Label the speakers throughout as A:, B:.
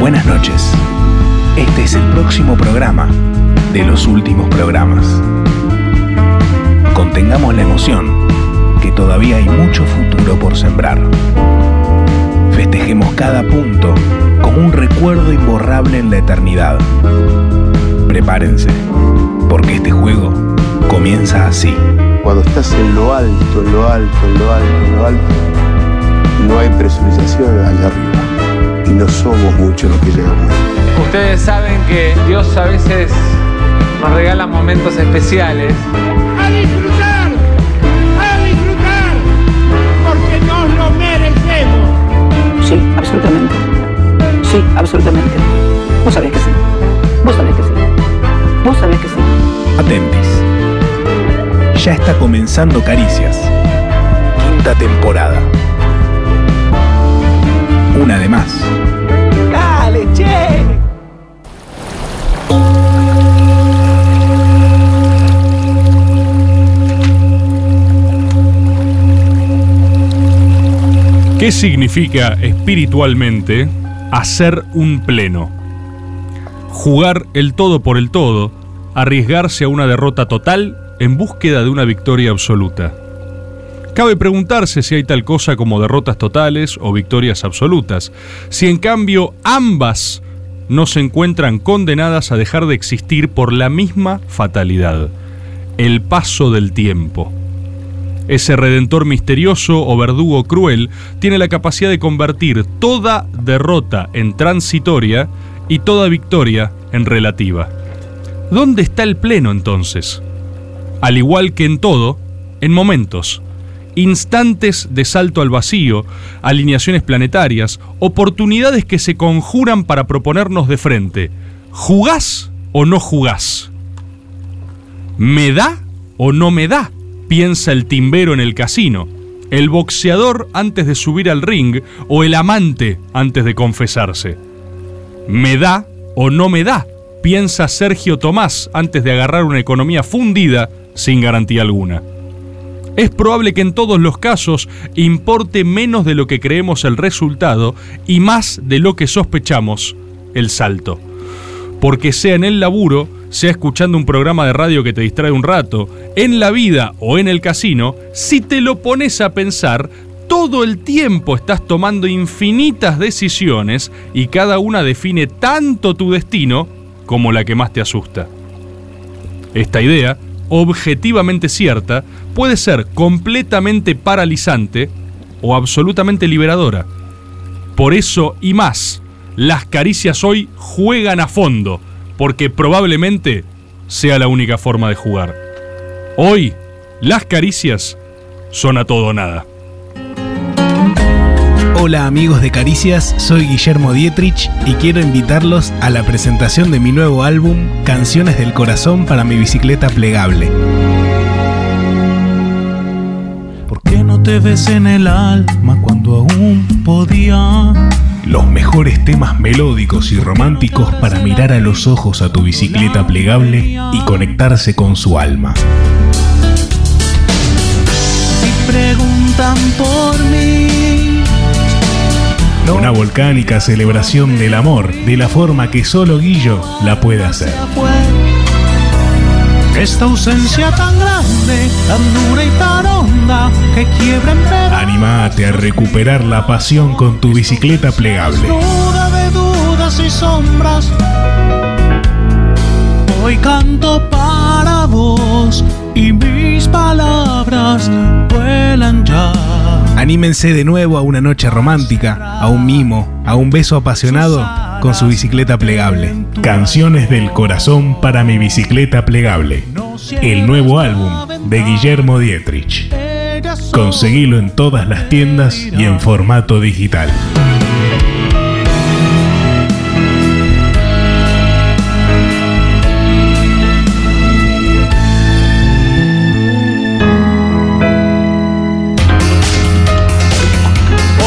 A: Buenas noches. Este es el próximo programa de los últimos programas. Contengamos la emoción, que todavía hay mucho futuro por sembrar. Festejemos cada punto como un recuerdo imborrable en la eternidad. Prepárense, porque este juego comienza así.
B: Cuando estás en lo alto, en lo alto, en lo alto, en lo alto, no hay presurización allá arriba. Y no somos muchos los que llegamos.
C: Ustedes saben que Dios a veces nos regala momentos especiales.
D: a disfrutar, a disfrutar, porque nos lo merecemos.
E: Sí, absolutamente. Sí, absolutamente. Vos sabés que sí. Vos sabés que sí. Vos sabés que sí.
A: Atentis. Ya está comenzando Caricias. Quinta temporada. Una de más.
F: ¿Qué significa espiritualmente hacer un pleno? Jugar el todo por el todo, arriesgarse a una derrota total en búsqueda de una victoria absoluta. Cabe preguntarse si hay tal cosa como derrotas totales o victorias absolutas, si en cambio ambas no se encuentran condenadas a dejar de existir por la misma fatalidad, el paso del tiempo. Ese redentor misterioso o verdugo cruel tiene la capacidad de convertir toda derrota en transitoria y toda victoria en relativa. ¿Dónde está el pleno entonces? Al igual que en todo, en momentos. Instantes de salto al vacío, alineaciones planetarias, oportunidades que se conjuran para proponernos de frente. ¿Jugás o no jugás? ¿Me da o no me da? piensa el timbero en el casino, el boxeador antes de subir al ring o el amante antes de confesarse. ¿Me da o no me da? piensa Sergio Tomás antes de agarrar una economía fundida sin garantía alguna. Es probable que en todos los casos importe menos de lo que creemos el resultado y más de lo que sospechamos el salto porque sea en el laburo, sea escuchando un programa de radio que te distrae un rato, en la vida o en el casino, si te lo pones a pensar, todo el tiempo estás tomando infinitas decisiones y cada una define tanto tu destino como la que más te asusta. Esta idea, objetivamente cierta, puede ser completamente paralizante o absolutamente liberadora. Por eso y más, las caricias hoy juegan a fondo, porque probablemente sea la única forma de jugar. Hoy, las caricias son a todo o nada.
A: Hola amigos de Caricias, soy Guillermo Dietrich y quiero invitarlos a la presentación de mi nuevo álbum Canciones del Corazón para mi bicicleta plegable.
G: ¿Por qué no te ves en el alma cuando aún podía?
A: Los mejores temas melódicos y románticos para mirar a los ojos a tu bicicleta plegable y conectarse con su alma.
G: Si preguntan por mí,
A: Una volcánica celebración del amor, de la forma que solo Guillo la puede hacer.
G: ya fue. Esta ausencia tan grande, tan dura y tan honda, que quiebra en pedazos,
A: Animate a recuperar la pasión con tu bicicleta plegable.
G: duda de dudas y sombras. Hoy canto para vos y mis palabras vuelan ya.
A: Anímense de nuevo a una noche romántica, a un mimo, a un beso apasionado con su bicicleta plegable. Canciones del corazón para mi bicicleta plegable. El nuevo álbum de Guillermo Dietrich. Conseguilo en todas las tiendas y en formato digital.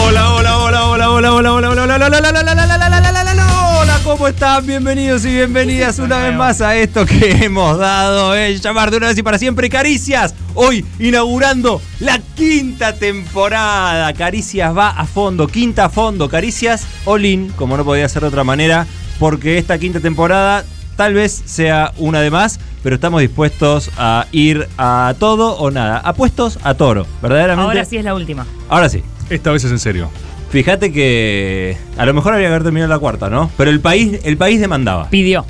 F: Hola, hola, hola, hola, hola, hola, hola, hola, hola, hola, hola, hola, hola, hola, hola, hola, hola, hola, hola,
H: ¿cómo están? Bienvenidos y bienvenidas una vez más a esto que hemos dado el llamar de una vez y para siempre Caricias. Hoy inaugurando la quinta temporada. Caricias va a fondo, quinta a fondo. Caricias Olin, como no podía ser de otra manera, porque esta quinta temporada tal vez sea una de más, pero estamos dispuestos a ir a todo o nada. Apuestos a toro, verdaderamente.
I: Ahora sí es la última.
H: Ahora sí.
F: Esta vez es en serio.
H: Fíjate que a lo mejor habría que haber terminado la cuarta, ¿no? Pero el país, el país demandaba.
I: Pidió.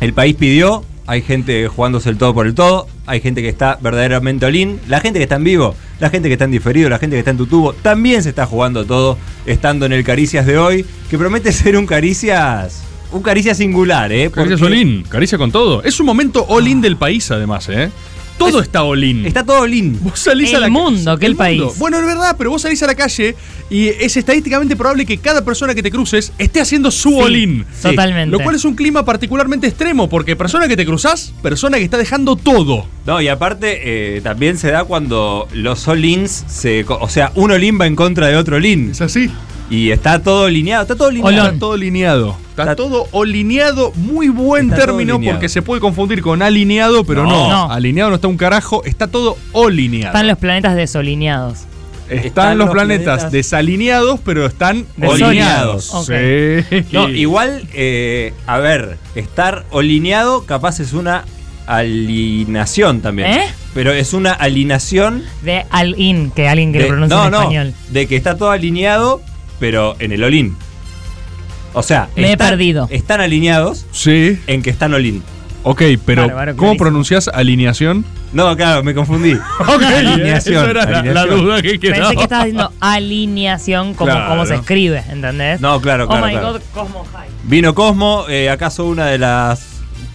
H: El país pidió, hay gente jugándose el todo por el todo, hay gente que está verdaderamente olín, la gente que está en vivo, la gente que está en diferido, la gente que está en tu tubo, también se está jugando todo estando en el Caricias de hoy, que promete ser un Caricias, un Caricias singular, ¿eh?
F: Caricia
H: Porque
F: Solín, caricia con todo. Es un momento all-in del país, además, ¿eh? Todo está all-in.
H: Está todo olín.
F: Vos salís
I: El
F: a la
I: mundo,
F: ca-
I: que el país.
F: Bueno, es verdad, pero vos salís a la calle y es estadísticamente probable que cada persona que te cruces esté haciendo su all-in.
I: totalmente.
F: Lo cual es un clima particularmente extremo, porque persona que te cruzás, persona que está dejando todo.
H: No, y aparte eh, también se da cuando los olins se... co- O sea, un olín va en contra de otro olín.
F: Es así.
H: Y está todo lineado, está todo lineado.
I: Olón.
F: Está todo alineado. Está,
H: Está-
F: todo alineado, muy buen
H: Está todo
F: término,
H: alineado.
F: porque se puede confundir con alineado, pero no.
H: No.
I: No.
F: Alineado no está un carajo, está todo alineado.
I: Están los planetas desolineados.
F: Están, los, planetas, desalineados, pero están alineados.
H: Desalineados.
I: Ok.
F: Sí.
H: No, igual, eh, a ver, estar alineado capaz es una alienación también.
I: ¿Eh?
H: Pero es una alienación.
I: De Al-In, que alguien que
H: de-
I: lo pronuncia
H: no,
I: en
H: no,
I: español.
H: de que está todo alineado, pero en el olín. O sea,
I: Me he
H: están-
I: perdido.
H: Están alineados
F: Sí.
H: en que están olín.
F: Ok, pero
I: Bárbaro,
F: ¿cómo
I: clarísimo.
F: pronuncias alineación?
H: No, claro, me confundí.
F: Ok,
H: Alineación, alineación.
F: que
I: Pensé que estabas diciendo alineación como,
F: Claro.
I: como se escribe, ¿entendés?
H: No, claro, claro.
I: oh my
H: claro.
I: god, Cosmo High.
H: Vino Cosmo, eh, acaso una de las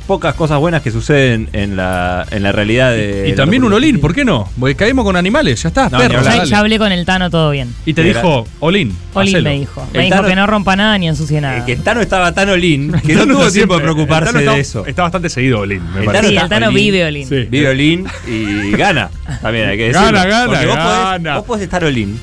H: pocas cosas buenas que suceden en la, en la realidad de.
F: Y también un olín, ¿por qué no? Porque caímos con animales, ya está,
H: No,
F: perro.
H: ni hablar.
I: Ya,
F: dale.
I: ya hablé con el Tano, todo bien.
F: Y te
H: Era-
F: dijo, olín.
I: Olin
F: hacelo.
I: me dijo.
H: El
I: Me dijo
H: Tano-
I: que no rompa nada ni ensucie
H: Eh,
I: nada.
H: que Tano estaba tan olín que no
F: Tano
H: tuvo
F: está
H: tiempo de
F: siempre-
H: preocuparse
F: Tano está-
H: de eso.
F: Está bastante seguido olín, me
H: El
F: parece.
H: Tano
I: sí,
H: está
I: el Tano
H: Olin.
I: vive Olin.
F: Sí.
H: Vive olín y gana. También hay que decirlo.
F: Gana, gana,
H: Porque vos podés-
F: gana.
H: vos podés estar olín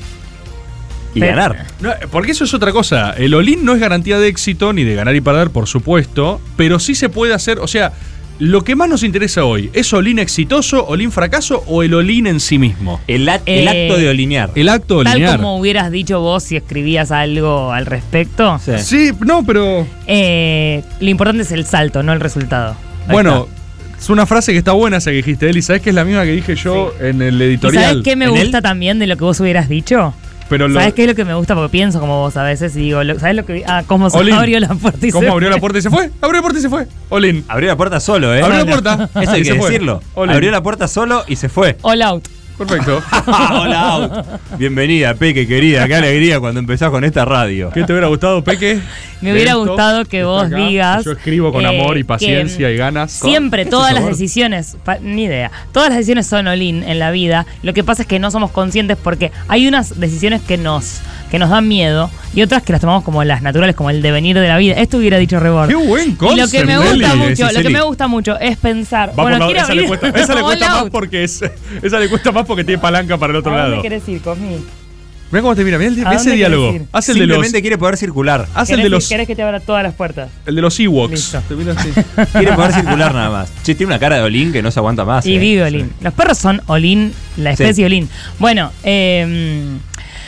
H: y
I: Pero-
H: ganar.
F: No, porque eso es otra cosa. El olín no es garantía de éxito ni de ganar y perder, por supuesto, pero sí se puede hacer, o sea, lo que más nos interesa hoy, ¿es olín exitoso, olín fracaso o el olín en sí mismo?
H: El, act- el
I: Eh,
H: acto de olinear.
F: El acto
I: Tal
F: olinear.
I: como hubieras dicho vos si escribías algo al respecto,
H: Sí.
F: Sí, no, pero
I: eh, lo importante es el salto, no el resultado.
F: bueno, es una frase que está buena esa que dijiste, Eli, sabes que es la misma que dije yo en el
I: ¿Y
F: editorial.
I: sabes qué me
H: ¿En él?
I: gusta también de lo que vos hubieras dicho?
F: Pero lo-
I: ¿Sabes qué es lo que me gusta? Porque pienso como vos a veces y digo, lo- ¿sabes lo que.? Ah, cómo se
F: Olin.
I: abrió la puerta y se
F: ¿Cómo abrió la puerta y se fue? Abrió la puerta y se fue. Olín.
H: Abrió la puerta solo, ¿eh?
F: Abrió la puerta.
H: Eso hay
F: y
H: que
F: se fue.
H: decirlo.
F: Olín.
H: Abrió la puerta solo y se fue.
I: All out.
F: Perfecto.
H: Hola, out. Bienvenida, Peque, querida. Qué alegría cuando empezás con esta radio.
F: ¿Qué te hubiera gustado, Peque?
I: Me hubiera
F: Esto
I: gustado que
F: está
I: vos
F: acá,
I: digas.
F: Yo escribo con
I: eh,
F: amor y
I: que,
F: paciencia y ganas.
I: Siempre todas las decisiones, pa- ni idea, todas las decisiones son olín en la vida. Lo que pasa es que no somos conscientes porque hay unas decisiones que nos que nos dan miedo y otras que las tomamos como las naturales, como el devenir de la vida. Esto hubiera dicho Rebord.
F: ¡Qué buen
I: Y
F: concepto!
I: lo que me
F: Eli.
I: gusta
H: decís,
I: mucho, lo que
H: Eli.
I: me gusta mucho es pensar.
F: Va por
I: bueno,
F: la-
I: quiero
F: esa, le
I: abrir
F: cuesta, esa le
I: all
F: cuesta más
I: out.
F: porque es, esa le cuesta más porque tiene palanca para el otro
I: ¿A
F: lado.
I: Ah, dónde querés ir, Cosmi?
F: Mira cómo te mira, mira
I: ¿A
F: ese
I: dónde
F: diálogo.
I: querés ir?
F: Haz el de los,
H: Simplemente quiere poder circular.
F: haz Ah, el
I: ¿Querés,
F: de
I: que-
F: los,
I: querés que te abra todas las puertas?
F: el de los Ewoks.
I: Listo.
F: Te mira así.
H: Quiere poder circular nada más. Che, tiene una cara de Olin que no se aguanta
F: Ah,
H: más.
I: y
H: eh.
I: vive Olin. Los perros son Olin, la especie
H: Sí.
I: Olin. Bueno, eh,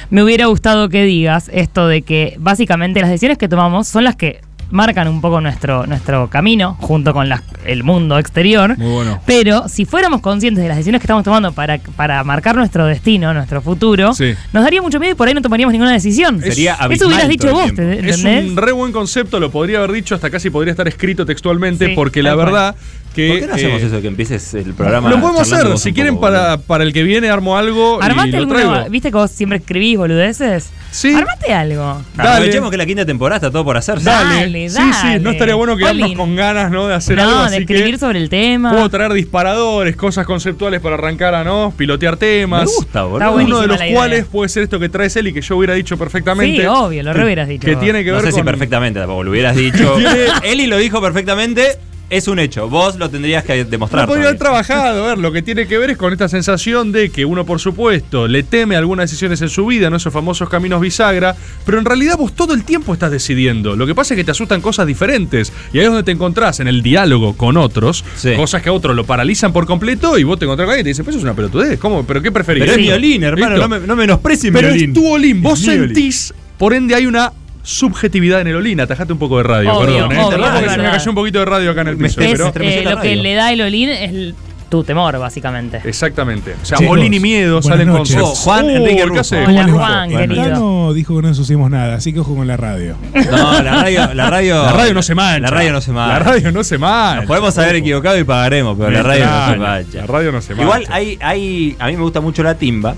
I: me hubiera gustado que digas esto de que básicamente las decisiones que tomamos son las que marcan un poco nuestro, nuestro camino junto con las- el mundo exterior.
F: Muy bueno.
I: Pero si fuéramos conscientes de las decisiones que estamos tomando para, para marcar nuestro destino, nuestro futuro,
F: Sí.
I: nos daría mucho miedo y por ahí no tomaríamos ninguna decisión.
H: Sería
I: Eso
H: abismal
I: hubieras
H: todo
I: dicho
H: el
I: vos,
H: tiempo.
I: ¿te-
F: Es
I: ¿entendés?
F: un re buen concepto, lo podría haber dicho, hasta casi podría estar escrito textualmente,
I: Sí,
F: porque la
I: tal cual.
F: verdad que.
H: ¿Por qué no hacemos
F: eh,
H: eso que empieces el programa?
F: Lo podemos
H: charlando
F: hacer,
H: vos
F: si
H: un
F: quieren,
H: poco,
F: para,
H: boludo?
F: para el que viene armo algo y
I: Armate
F: lo
I: alguna,
F: traigo.
I: viste que vos siempre escribís boludeces.
F: Sí.
I: Armate algo.
F: Dale.
H: Aprovechemos que la quinta temporada está todo por hacerse.
F: Dale.
I: Dale,
F: Sí, sí, no
I: dale.
F: estaría bueno quedarnos
I: Olin.
F: con ganas, ¿no? De hacer algo
I: no,
F: así
I: de escribir
F: que
I: sobre el tema.
F: Puedo traer disparadores, cosas conceptuales para arrancar a no, pilotear temas.
H: Me gusta, boludo.
I: Está
F: Uno
I: buenísima
F: de los
I: la idea.
F: cuales puede ser esto que traes él y que yo hubiera dicho perfectamente.
I: Sí, obvio, lo re hubieras dicho
F: Que
I: vos.
F: tiene que
H: No
F: ver
H: sé si
F: con-
H: perfectamente tampoco lo hubieras dicho.
F: Tiene-
H: Eli lo dijo perfectamente, es un hecho. Vos lo tendrías que demostrar.
F: No podría haber
H: todavía.
F: trabajado. A ver, lo que tiene que ver es con esta sensación de que uno, por supuesto, le teme algunas decisiones en su vida, ¿no? Esos famosos caminos bisagra. Pero en realidad vos todo el tiempo estás decidiendo. Lo que pasa es que te asustan cosas diferentes. Y ahí es donde te encontrás en el diálogo con otros. Cosas que a otros lo paralizan por completo y vos te encontrás con alguien y te dicen, pues eso es una pelotudez. ¿Cómo? ¿Pero qué preferís?
H: Pero es
F: Listo.
H: mi olín, hermano,
F: Listo.
H: no, me, no menosprecies mi
F: Pero
H: olín.
F: es tu olín. Vos
H: Es mi olín.
F: sentís, por ende, hay una subjetividad en el olín. Atajate un poco de radio,
I: Obvio,
F: perdón. ¿eh?
I: obvio,
F: Perdón,
I: es
F: porque se me
I: verdad.
F: cayó un poquito de radio acá en el
I: Es,
F: piso. pero-
I: eh, lo que le da el olín es el- tu temor, básicamente.
F: Exactamente. O sea,
A: Chicos,
F: Olin y Miedo
A: buenas
F: salen con
A: noches.
F: Oh, Juan Enrique Rufo.
I: Hola, Juan, querido.
A: Cano dijo que no ensuciamos nada, así que ojo con la radio.
H: No, la radio, la radio.
F: La radio no se mancha.
H: La radio no se mancha.
F: La radio no se mancha.
H: Nos podemos haber equivocado y pagaremos, pero la
F: Me
H: radio no se
F: extraña.
H: mancha.
F: La radio no se mancha.
H: Igual hay, hay. A mí me gusta mucho la timba.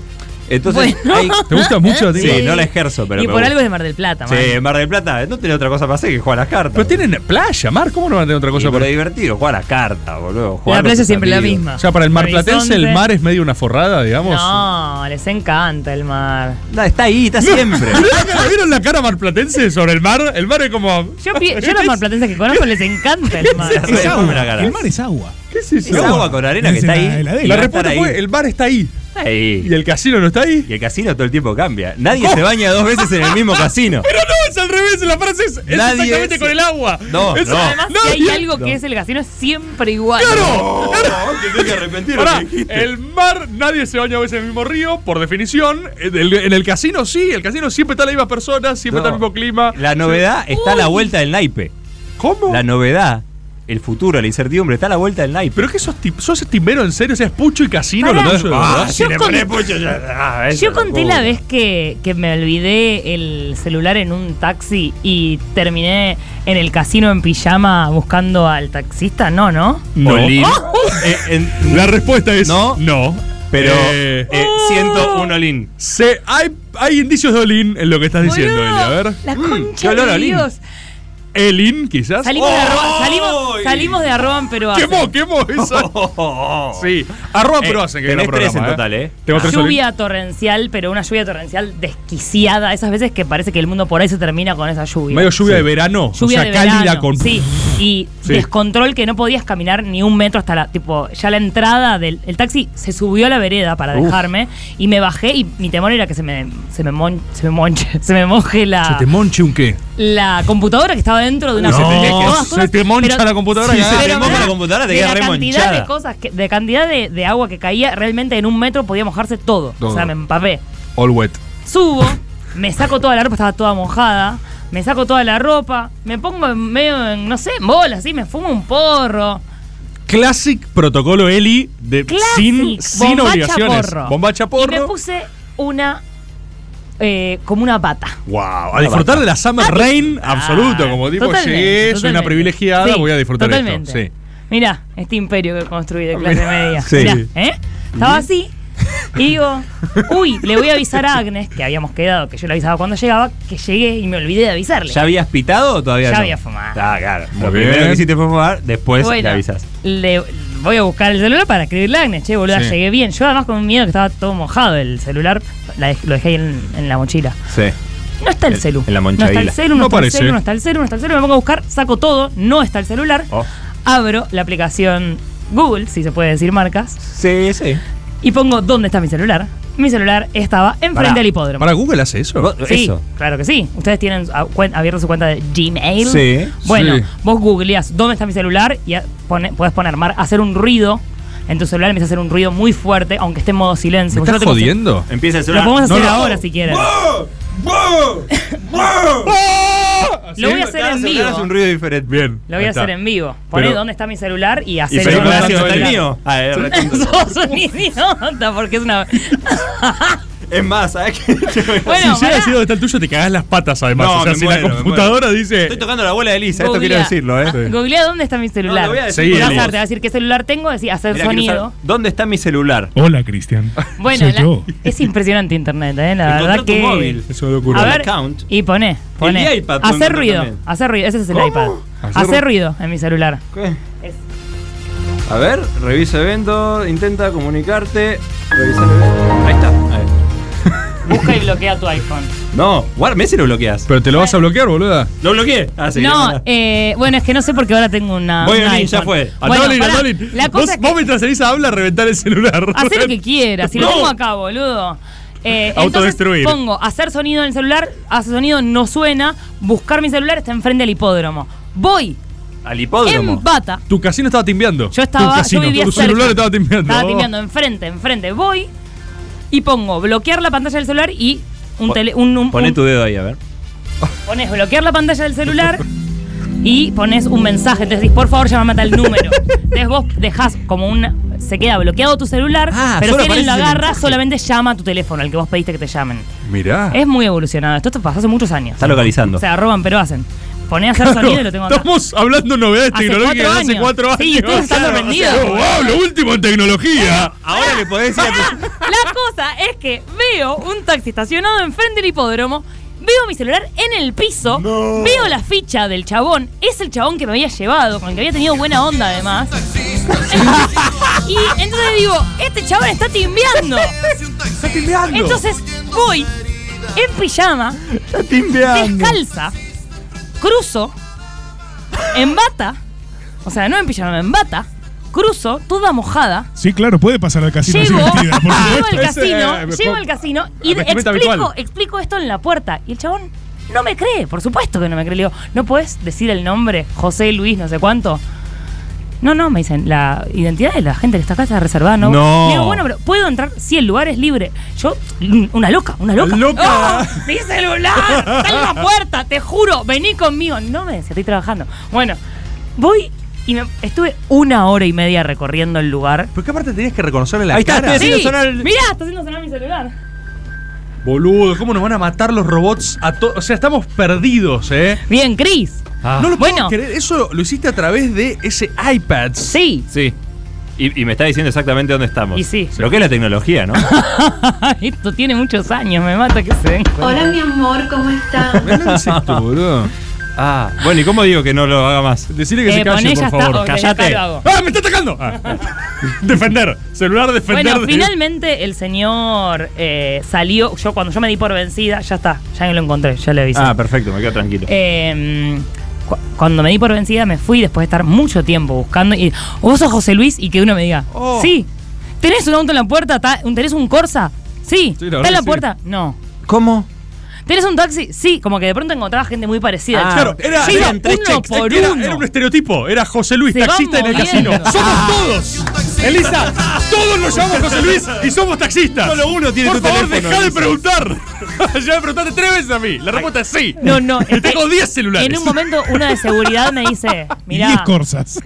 H: Entonces.
I: Bueno.
H: hay-
F: ¿Te gusta mucho?
H: Sí,
F: Diego?
H: no la ejerzo, pero.
I: y
H: me
I: por
H: gusta.
I: algo es de Mar del Plata,
H: Sí,
I: man.
H: en Mar del Plata no tiene otra cosa para hacer que jugar a las cartas.
F: Pero tienen playa, Mar. ¿Cómo no van a tener otra cosa
H: Sí,
F: para
H: pero es divertido, jugar a las cartas, boludo. jugar
I: La
H: con
I: playa
H: tus
I: es siempre la
H: amigos.
I: misma.
F: O sea, para el marplatense el
I: Horizonte.
F: mar es medio una forrada, digamos.
I: No, les encanta el mar.
H: No, está ahí, está siempre.
F: ¿Vieron la cara marplatense sobre el mar? El mar es como.
I: Yo, pi- yo los marplatenses que conozco les encanta el mar.
H: Es
A: Es
H: Ponme la
A: agua.
H: cara.
A: El mar es agua.
F: ¿Qué es eso?
H: Es agua con arena que está
A: Es en la
H: ahí.
A: heladera.
H: y
F: La
H: va a estar
F: respuesta
H: ahí.
F: fue: el mar está ahí.
H: Está ahí.
F: ¿Y el casino no está ahí?
H: Y el casino todo el tiempo cambia. Nadie se baña dos veces en el mismo casino.
F: Pero no, es al revés, la frase es, es
H: Nadie
F: exactamente
H: es-
F: con el agua.
H: No,
F: Es-
H: no.
I: Además, si hay
F: Nadie-
I: algo que es el casino, es siempre igual.
F: ¡Claro!
H: tenés que arrepentir
F: Pará, el mar, nadie se baña a veces en el mismo río, por definición. En el, en el casino sí, el casino siempre está las mismas personas, siempre
H: No.
F: está el mismo clima.
H: La novedad está a la vuelta del naipe.
F: ¿Cómo?
H: La novedad, el futuro, la incertidumbre, está a la vuelta del naipe.
F: ¿Pero qué sos, ti- sos timbero en serio? O sea, es pucho y casino
I: Pará.
F: lo tuyo, de
I: Ah,
F: verdad?
I: yo con- Yo conté la vez que, que me olvidé el celular en un taxi y terminé en el casino en pijama buscando al taxista. No, ¿no?
F: No.
H: Olín. Eh, en-
F: La respuesta es
H: No.
F: no.
H: pero
F: Eh,
H: eh, siento un olín.
F: se- hay, hay indicios de Olin en lo que estás diciendo,
I: Boludo,
F: Eli. A ver.
I: La
H: Mm, ¿qué
I: concha
H: olor a
I: de
H: Olin?
I: Dios.
F: Elin, quizás. Oh,
I: Salimos, de arroba, salimos,
H: ¡Ay!
I: salimos de arroba en Perú.
F: Quemó, quemó esa. Sí. Arroba pero hacen que
H: Eh, tenés
F: gran programa,
H: tres en total, ¿eh?
F: Tengo tres Olin.
I: Lluvia torrencial, pero una lluvia torrencial desquiciada. Esas veces que parece que el mundo por ahí se termina con esa lluvia.
F: Medio lluvia de verano.
I: Lluvia
F: o sea,
I: de
F: cálida
I: verano,
F: con.
I: Sí, y
F: Sí.
I: descontrol que no podías caminar ni un metro hasta la. Tipo, ya la entrada del el taxi se subió a la vereda para
F: Uf.
I: dejarme y me bajé y mi temor era que se me, se me, mon- se me monche, se me moje
F: Se
I: la,
F: te monche un qué.
I: la computadora que estaba dentro de una
F: No,
I: de todas
F: se te moncha la computadora
H: y cagaste. Se
I: pero
H: te moncha
I: pará,
H: la computadora, te
I: de
H: quedas
I: la
H: re
I: cantidad
H: monchada.
I: de cosas, que, de cantidad de, de agua que caía, realmente en un metro podía mojarse todo.
F: Todo.
I: O sea, me empapé.
F: All wet.
I: Subo, me saco toda la ropa, estaba toda mojada. Me saco toda la ropa, me pongo en medio, en, no sé, en bola, así, me fumo un porro.
F: Classic protocolo Eli de
I: Classic,
F: sin, sin
I: bombacha
F: obligaciones.
I: porro.
F: Bombacha
I: Y me
F: porro.
I: puse una. eh, como una bata.
F: Wow, a disfrutar de la Summer Rain absoluto, como tipo,
I: Ah, Totalmente,
F: llegué, soy una
I: totalmente.
F: privilegiada,
I: Sí,
F: voy a disfrutar
I: totalmente.
F: esto. Sí.
I: Mirá, este imperio que construí de clase
F: Mirá,
I: media.
F: sí.
I: Mirá, ¿eh? Estaba así. Y digo, uy, le voy a avisar a Agnes, que habíamos quedado, que yo le avisaba cuando llegaba, que llegué y me olvidé de avisarle.
H: ¿Ya habías pitado o todavía
I: Ya
H: no?
I: había fumado.
H: Ah, claro. Lo
F: bien.
H: primero que hiciste fue fumar, después
I: Bueno,
H: te avisas.
I: Le voy a buscar el celular para escribirle a Agnes, che, boluda,
F: Sí.
I: llegué bien. Yo además con miedo que estaba todo mojado el celular, la dej- lo dejé ahí en, en la mochila.
H: Sí.
I: No está el
H: En-
I: celu.
H: en la
I: no está el
H: monchadila.
I: celu, no,
F: No
I: está el
F: aparece.
I: celu, no está el celu, no está el celu. Me pongo a buscar, saco todo, no está el celular.
H: Oh.
I: Abro la aplicación Google, si se puede decir marcas,
H: Sí, sí.
I: y pongo dónde está mi celular. Mi celular estaba enfrente
H: Pará,
I: del hipódromo.
F: ¿Para Google hace eso?
I: Sí,
H: Eso.
I: claro que sí. Ustedes tienen a- cuen- abierta su cuenta de Gmail.
H: Sí.
I: Bueno,
F: Sí.
I: vos googleás dónde está mi celular y a- pone- podés poner, mar- hacer un ruido. En tu celular empieza a hacer un ruido muy fuerte, aunque esté en modo
F: ¿Me
I: silencio. Yo
F: estás
I: lo tengo-
F: jodiendo?
H: Empieza el
I: Lo
H: celular.
I: podemos
F: No,
I: hacer
F: no.
I: ahora si quieren. Lo voy a hacer
H: Cada
I: en
H: celular
I: vivo.
H: hace un ruido diferente. Bien.
I: Lo voy a hacer en vivo. Poné
F: Pero-
I: dónde está mi celular y hacer
H: pero
F: no
H: no
F: hace
H: está el
F: celular.
H: mío. Ah, era retinto.
I: Sos un idiota porque es una.
H: Es más, ¿sabes qué?
I: Bueno,
F: si llega
I: pará.
F: a decir dónde está el tuyo, te cagás las patas además.
H: No,
F: o sea,
H: me
F: si
H: muero,
F: la
H: me
F: computadora dice.
H: Estoy tocando la bola de Elisa, esto
I: Googleá-
H: quiero decirlo, ¿eh?
I: Ah, Googleá dónde está mi celular.
H: No, lo voy a decir
F: Sí,
I: Te
F: por
I: vas a
F: vos.
I: dar- te va a decir qué celular tengo, decir, hacer
H: Mirá, quiero
I: sonido.
H: saber, ¿Dónde está mi celular?
A: Hola, Cristian.
I: Bueno,
A: Soy
I: la-
A: yo.
I: es impresionante internet, ¿eh? La
H: Encontrá
I: verdad
H: tu
I: que.
H: móvil.
F: Eso me ocurre.
I: A
H: El
I: ver,
H: account.
I: y poné, poné.
H: El iPad lo
I: hacer
H: encontré
I: ruido,
H: también.
I: hacer ruido, ese es el iPad.
F: Hacer
I: Hacer,
F: ru-
I: ruido en mi celular.
H: ¿Qué?
I: Es-
H: A ver, revisa evento, intenta comunicarte. Revisa el evento. Ahí está. A ver.
I: Busca y bloquea tu iPhone.
H: No, guarda, Messi lo bloqueas.
F: Pero te lo vas a bloquear, boluda.
H: Lo bloqueé. Ah, sí,
I: no, eh, bueno, es que no sé porque ahora tengo una.
H: Voy,
I: un
H: Olin, ya
I: iPhone.
H: fue.
I: Bueno, pará, La
F: Vos,
I: cosa es que
F: vos mientras Elisa habla, reventar el celular.
I: hacer lo que quieras, si lo
F: No.
I: tengo acá, boludo. Eh,
F: Autodestruir.
I: entonces Pongo hacer sonido en el celular, hace sonido, no suena, buscar mi celular está enfrente del hipódromo. Voy
H: Al
I: en bata,
F: Tu casino estaba timbiando.
I: Yo estaba-
F: Tu,
I: yo
F: casino,
I: vivía
F: tu
I: cerca.
F: celular estaba Oh. timbiando.
I: estaba timbiando enfrente, enfrente, voy y pongo bloquear la pantalla del celular y un
H: Po-
I: tele, un, un-
H: Poné
I: un-
H: tu dedo ahí, a ver.
I: pones bloquear la pantalla del celular y pones un mensaje, entonces decís, por favor, llámame a tal número. Entonces vos dejás como un se queda bloqueado tu celular,
F: Ah,
I: pero
F: solo
I: si alguien lo
F: aparece ese
I: agarra,
F: mensaje. Ah.
I: solamente llama a tu teléfono, al que vos pediste que te llamen.
F: Mirá.
I: Es muy evolucionado. Esto te pasó hace muchos años.
H: Está localizando.
I: Se roban, pero hacen. Poné a hacer
F: Claro,
I: sonido y lo tengo acá.
F: Estamos hablando novedades
I: Hace
F: tecnológicas de
I: cuatro
F: hace cuatro
I: años.
F: años.
I: Sí, estoy estando
F: Claro,
I: rendida.
F: o sea, wow, lo último en tecnología.
H: Ahora le podés decir a
I: La cosa es que veo un taxi estacionado enfrente del hipódromo. Veo mi celular en el piso. Veo la ficha del chabón. Es el chabón que me había llevado, con el que había tenido buena onda además. y entonces digo, este chabón está timbeando.
H: Está timbeando.
I: Entonces voy en pijama,
H: Está timbeando.
I: descalza, cruzo, en bata. O sea, no en pijama, en bata. Cruzo, toda mojada.
A: Sí, claro, puede pasar al casino
I: Llego,
A: sin vestida, por
I: llego al
A: supuesto.
I: casino,
F: Ese, eh,
I: llego
F: con-
I: al casino y de-
F: vestimenta
I: explico,
F: habitual.
I: explico esto en la puerta. Y el chabón no me cree, por supuesto que no me cree. Le digo, ¿no puedes decir el nombre? José Luis, no sé cuánto. No, no, me dicen, la identidad de la gente que está acá está reservada, ¿no?
F: No.
I: Le digo, bueno, pero ¿puedo entrar? Sí, el lugar es libre. Yo, mm, una loca, una loca.
F: Loca.
I: ¡Oh! ¡Mi celular! ¡Está en la puerta! ¡Te juro! ¡Vení conmigo! No me decía, estoy trabajando. Bueno, voy y me- estuve una hora y media recorriendo el lugar.
H: Porque aparte tenías que reconocerle la
F: Ahí está,
H: cara.
F: estoy haciendo sonar el-
I: Mirá, está haciendo sonar mi celular.
F: Boludo, ¿cómo nos van a matar los robots? A to- o sea, estamos perdidos, ¿eh? Ah.
I: Bien, Chris.
F: No lo puedo
I: Bueno.
F: creer. Eso lo hiciste a través de ese iPad.
I: Sí.
H: Sí. Y, y me está diciendo exactamente dónde estamos.
I: Y sí.
H: Lo que es la tecnología, ¿no?
I: Esto tiene muchos años, me mata que se Eh, den cuenta.
J: Hola, mi amor, ¿cómo estás?
F: Mirá, es esto, boludo?
H: ah, bueno, ¿y cómo digo que no lo haga más?
F: Decirle que
I: Eh,
F: se calle,
I: poné, ya
F: por
I: está,
F: favor.
I: ok,
F: Calla-
H: Cállate.
I: acá lo hago.
F: ¡Ah, me está atacando! Ah. defender. Celular defender.
I: Bueno,
F: de-
I: finalmente el señor eh, salió. Yo cuando yo me di por vencida, ya está, ya lo encontré, ya le avisé.
H: Ah, perfecto, me quedo tranquilo.
I: Eh, cu- cuando me di por vencida me fui después de estar mucho tiempo buscando. Y, Vos sos José Luis y que uno me diga,
F: Oh.
I: sí. ¿Tenés un auto en la puerta? Ta- un- ¿Tenés un Corsa? Sí.
F: Sí, la verdad
I: ¿Está en la
F: que sí.
I: puerta? No.
H: ¿Cómo?
I: ¿Tenés un taxi? Sí, como que de pronto encontraba gente muy parecida.
H: Ah,
F: Claro, era,
I: Ya iba
F: eran tres
I: uno
F: checks,
I: por
F: era,
I: uno.
F: era un estereotipo. Era José Luis,
I: Se va
F: taxista en el casino. Ah.
I: moviendo.
H: Ah.
F: ¡Somos todos! Elisa, todos nos llamamos José Luis y somos taxistas.
H: Solo uno tiene
F: Por
H: tu
F: favor,
H: teléfono,
F: dejá de
H: Elisa.
F: preguntar. ya me preguntaste tres veces a mí. La respuesta es sí.
I: No, no.
F: Y
H: este,
F: tengo 10 celulares.
I: Eh, En un momento, una de seguridad me dice,
A: Y 10
I: mirá.
A: corsas.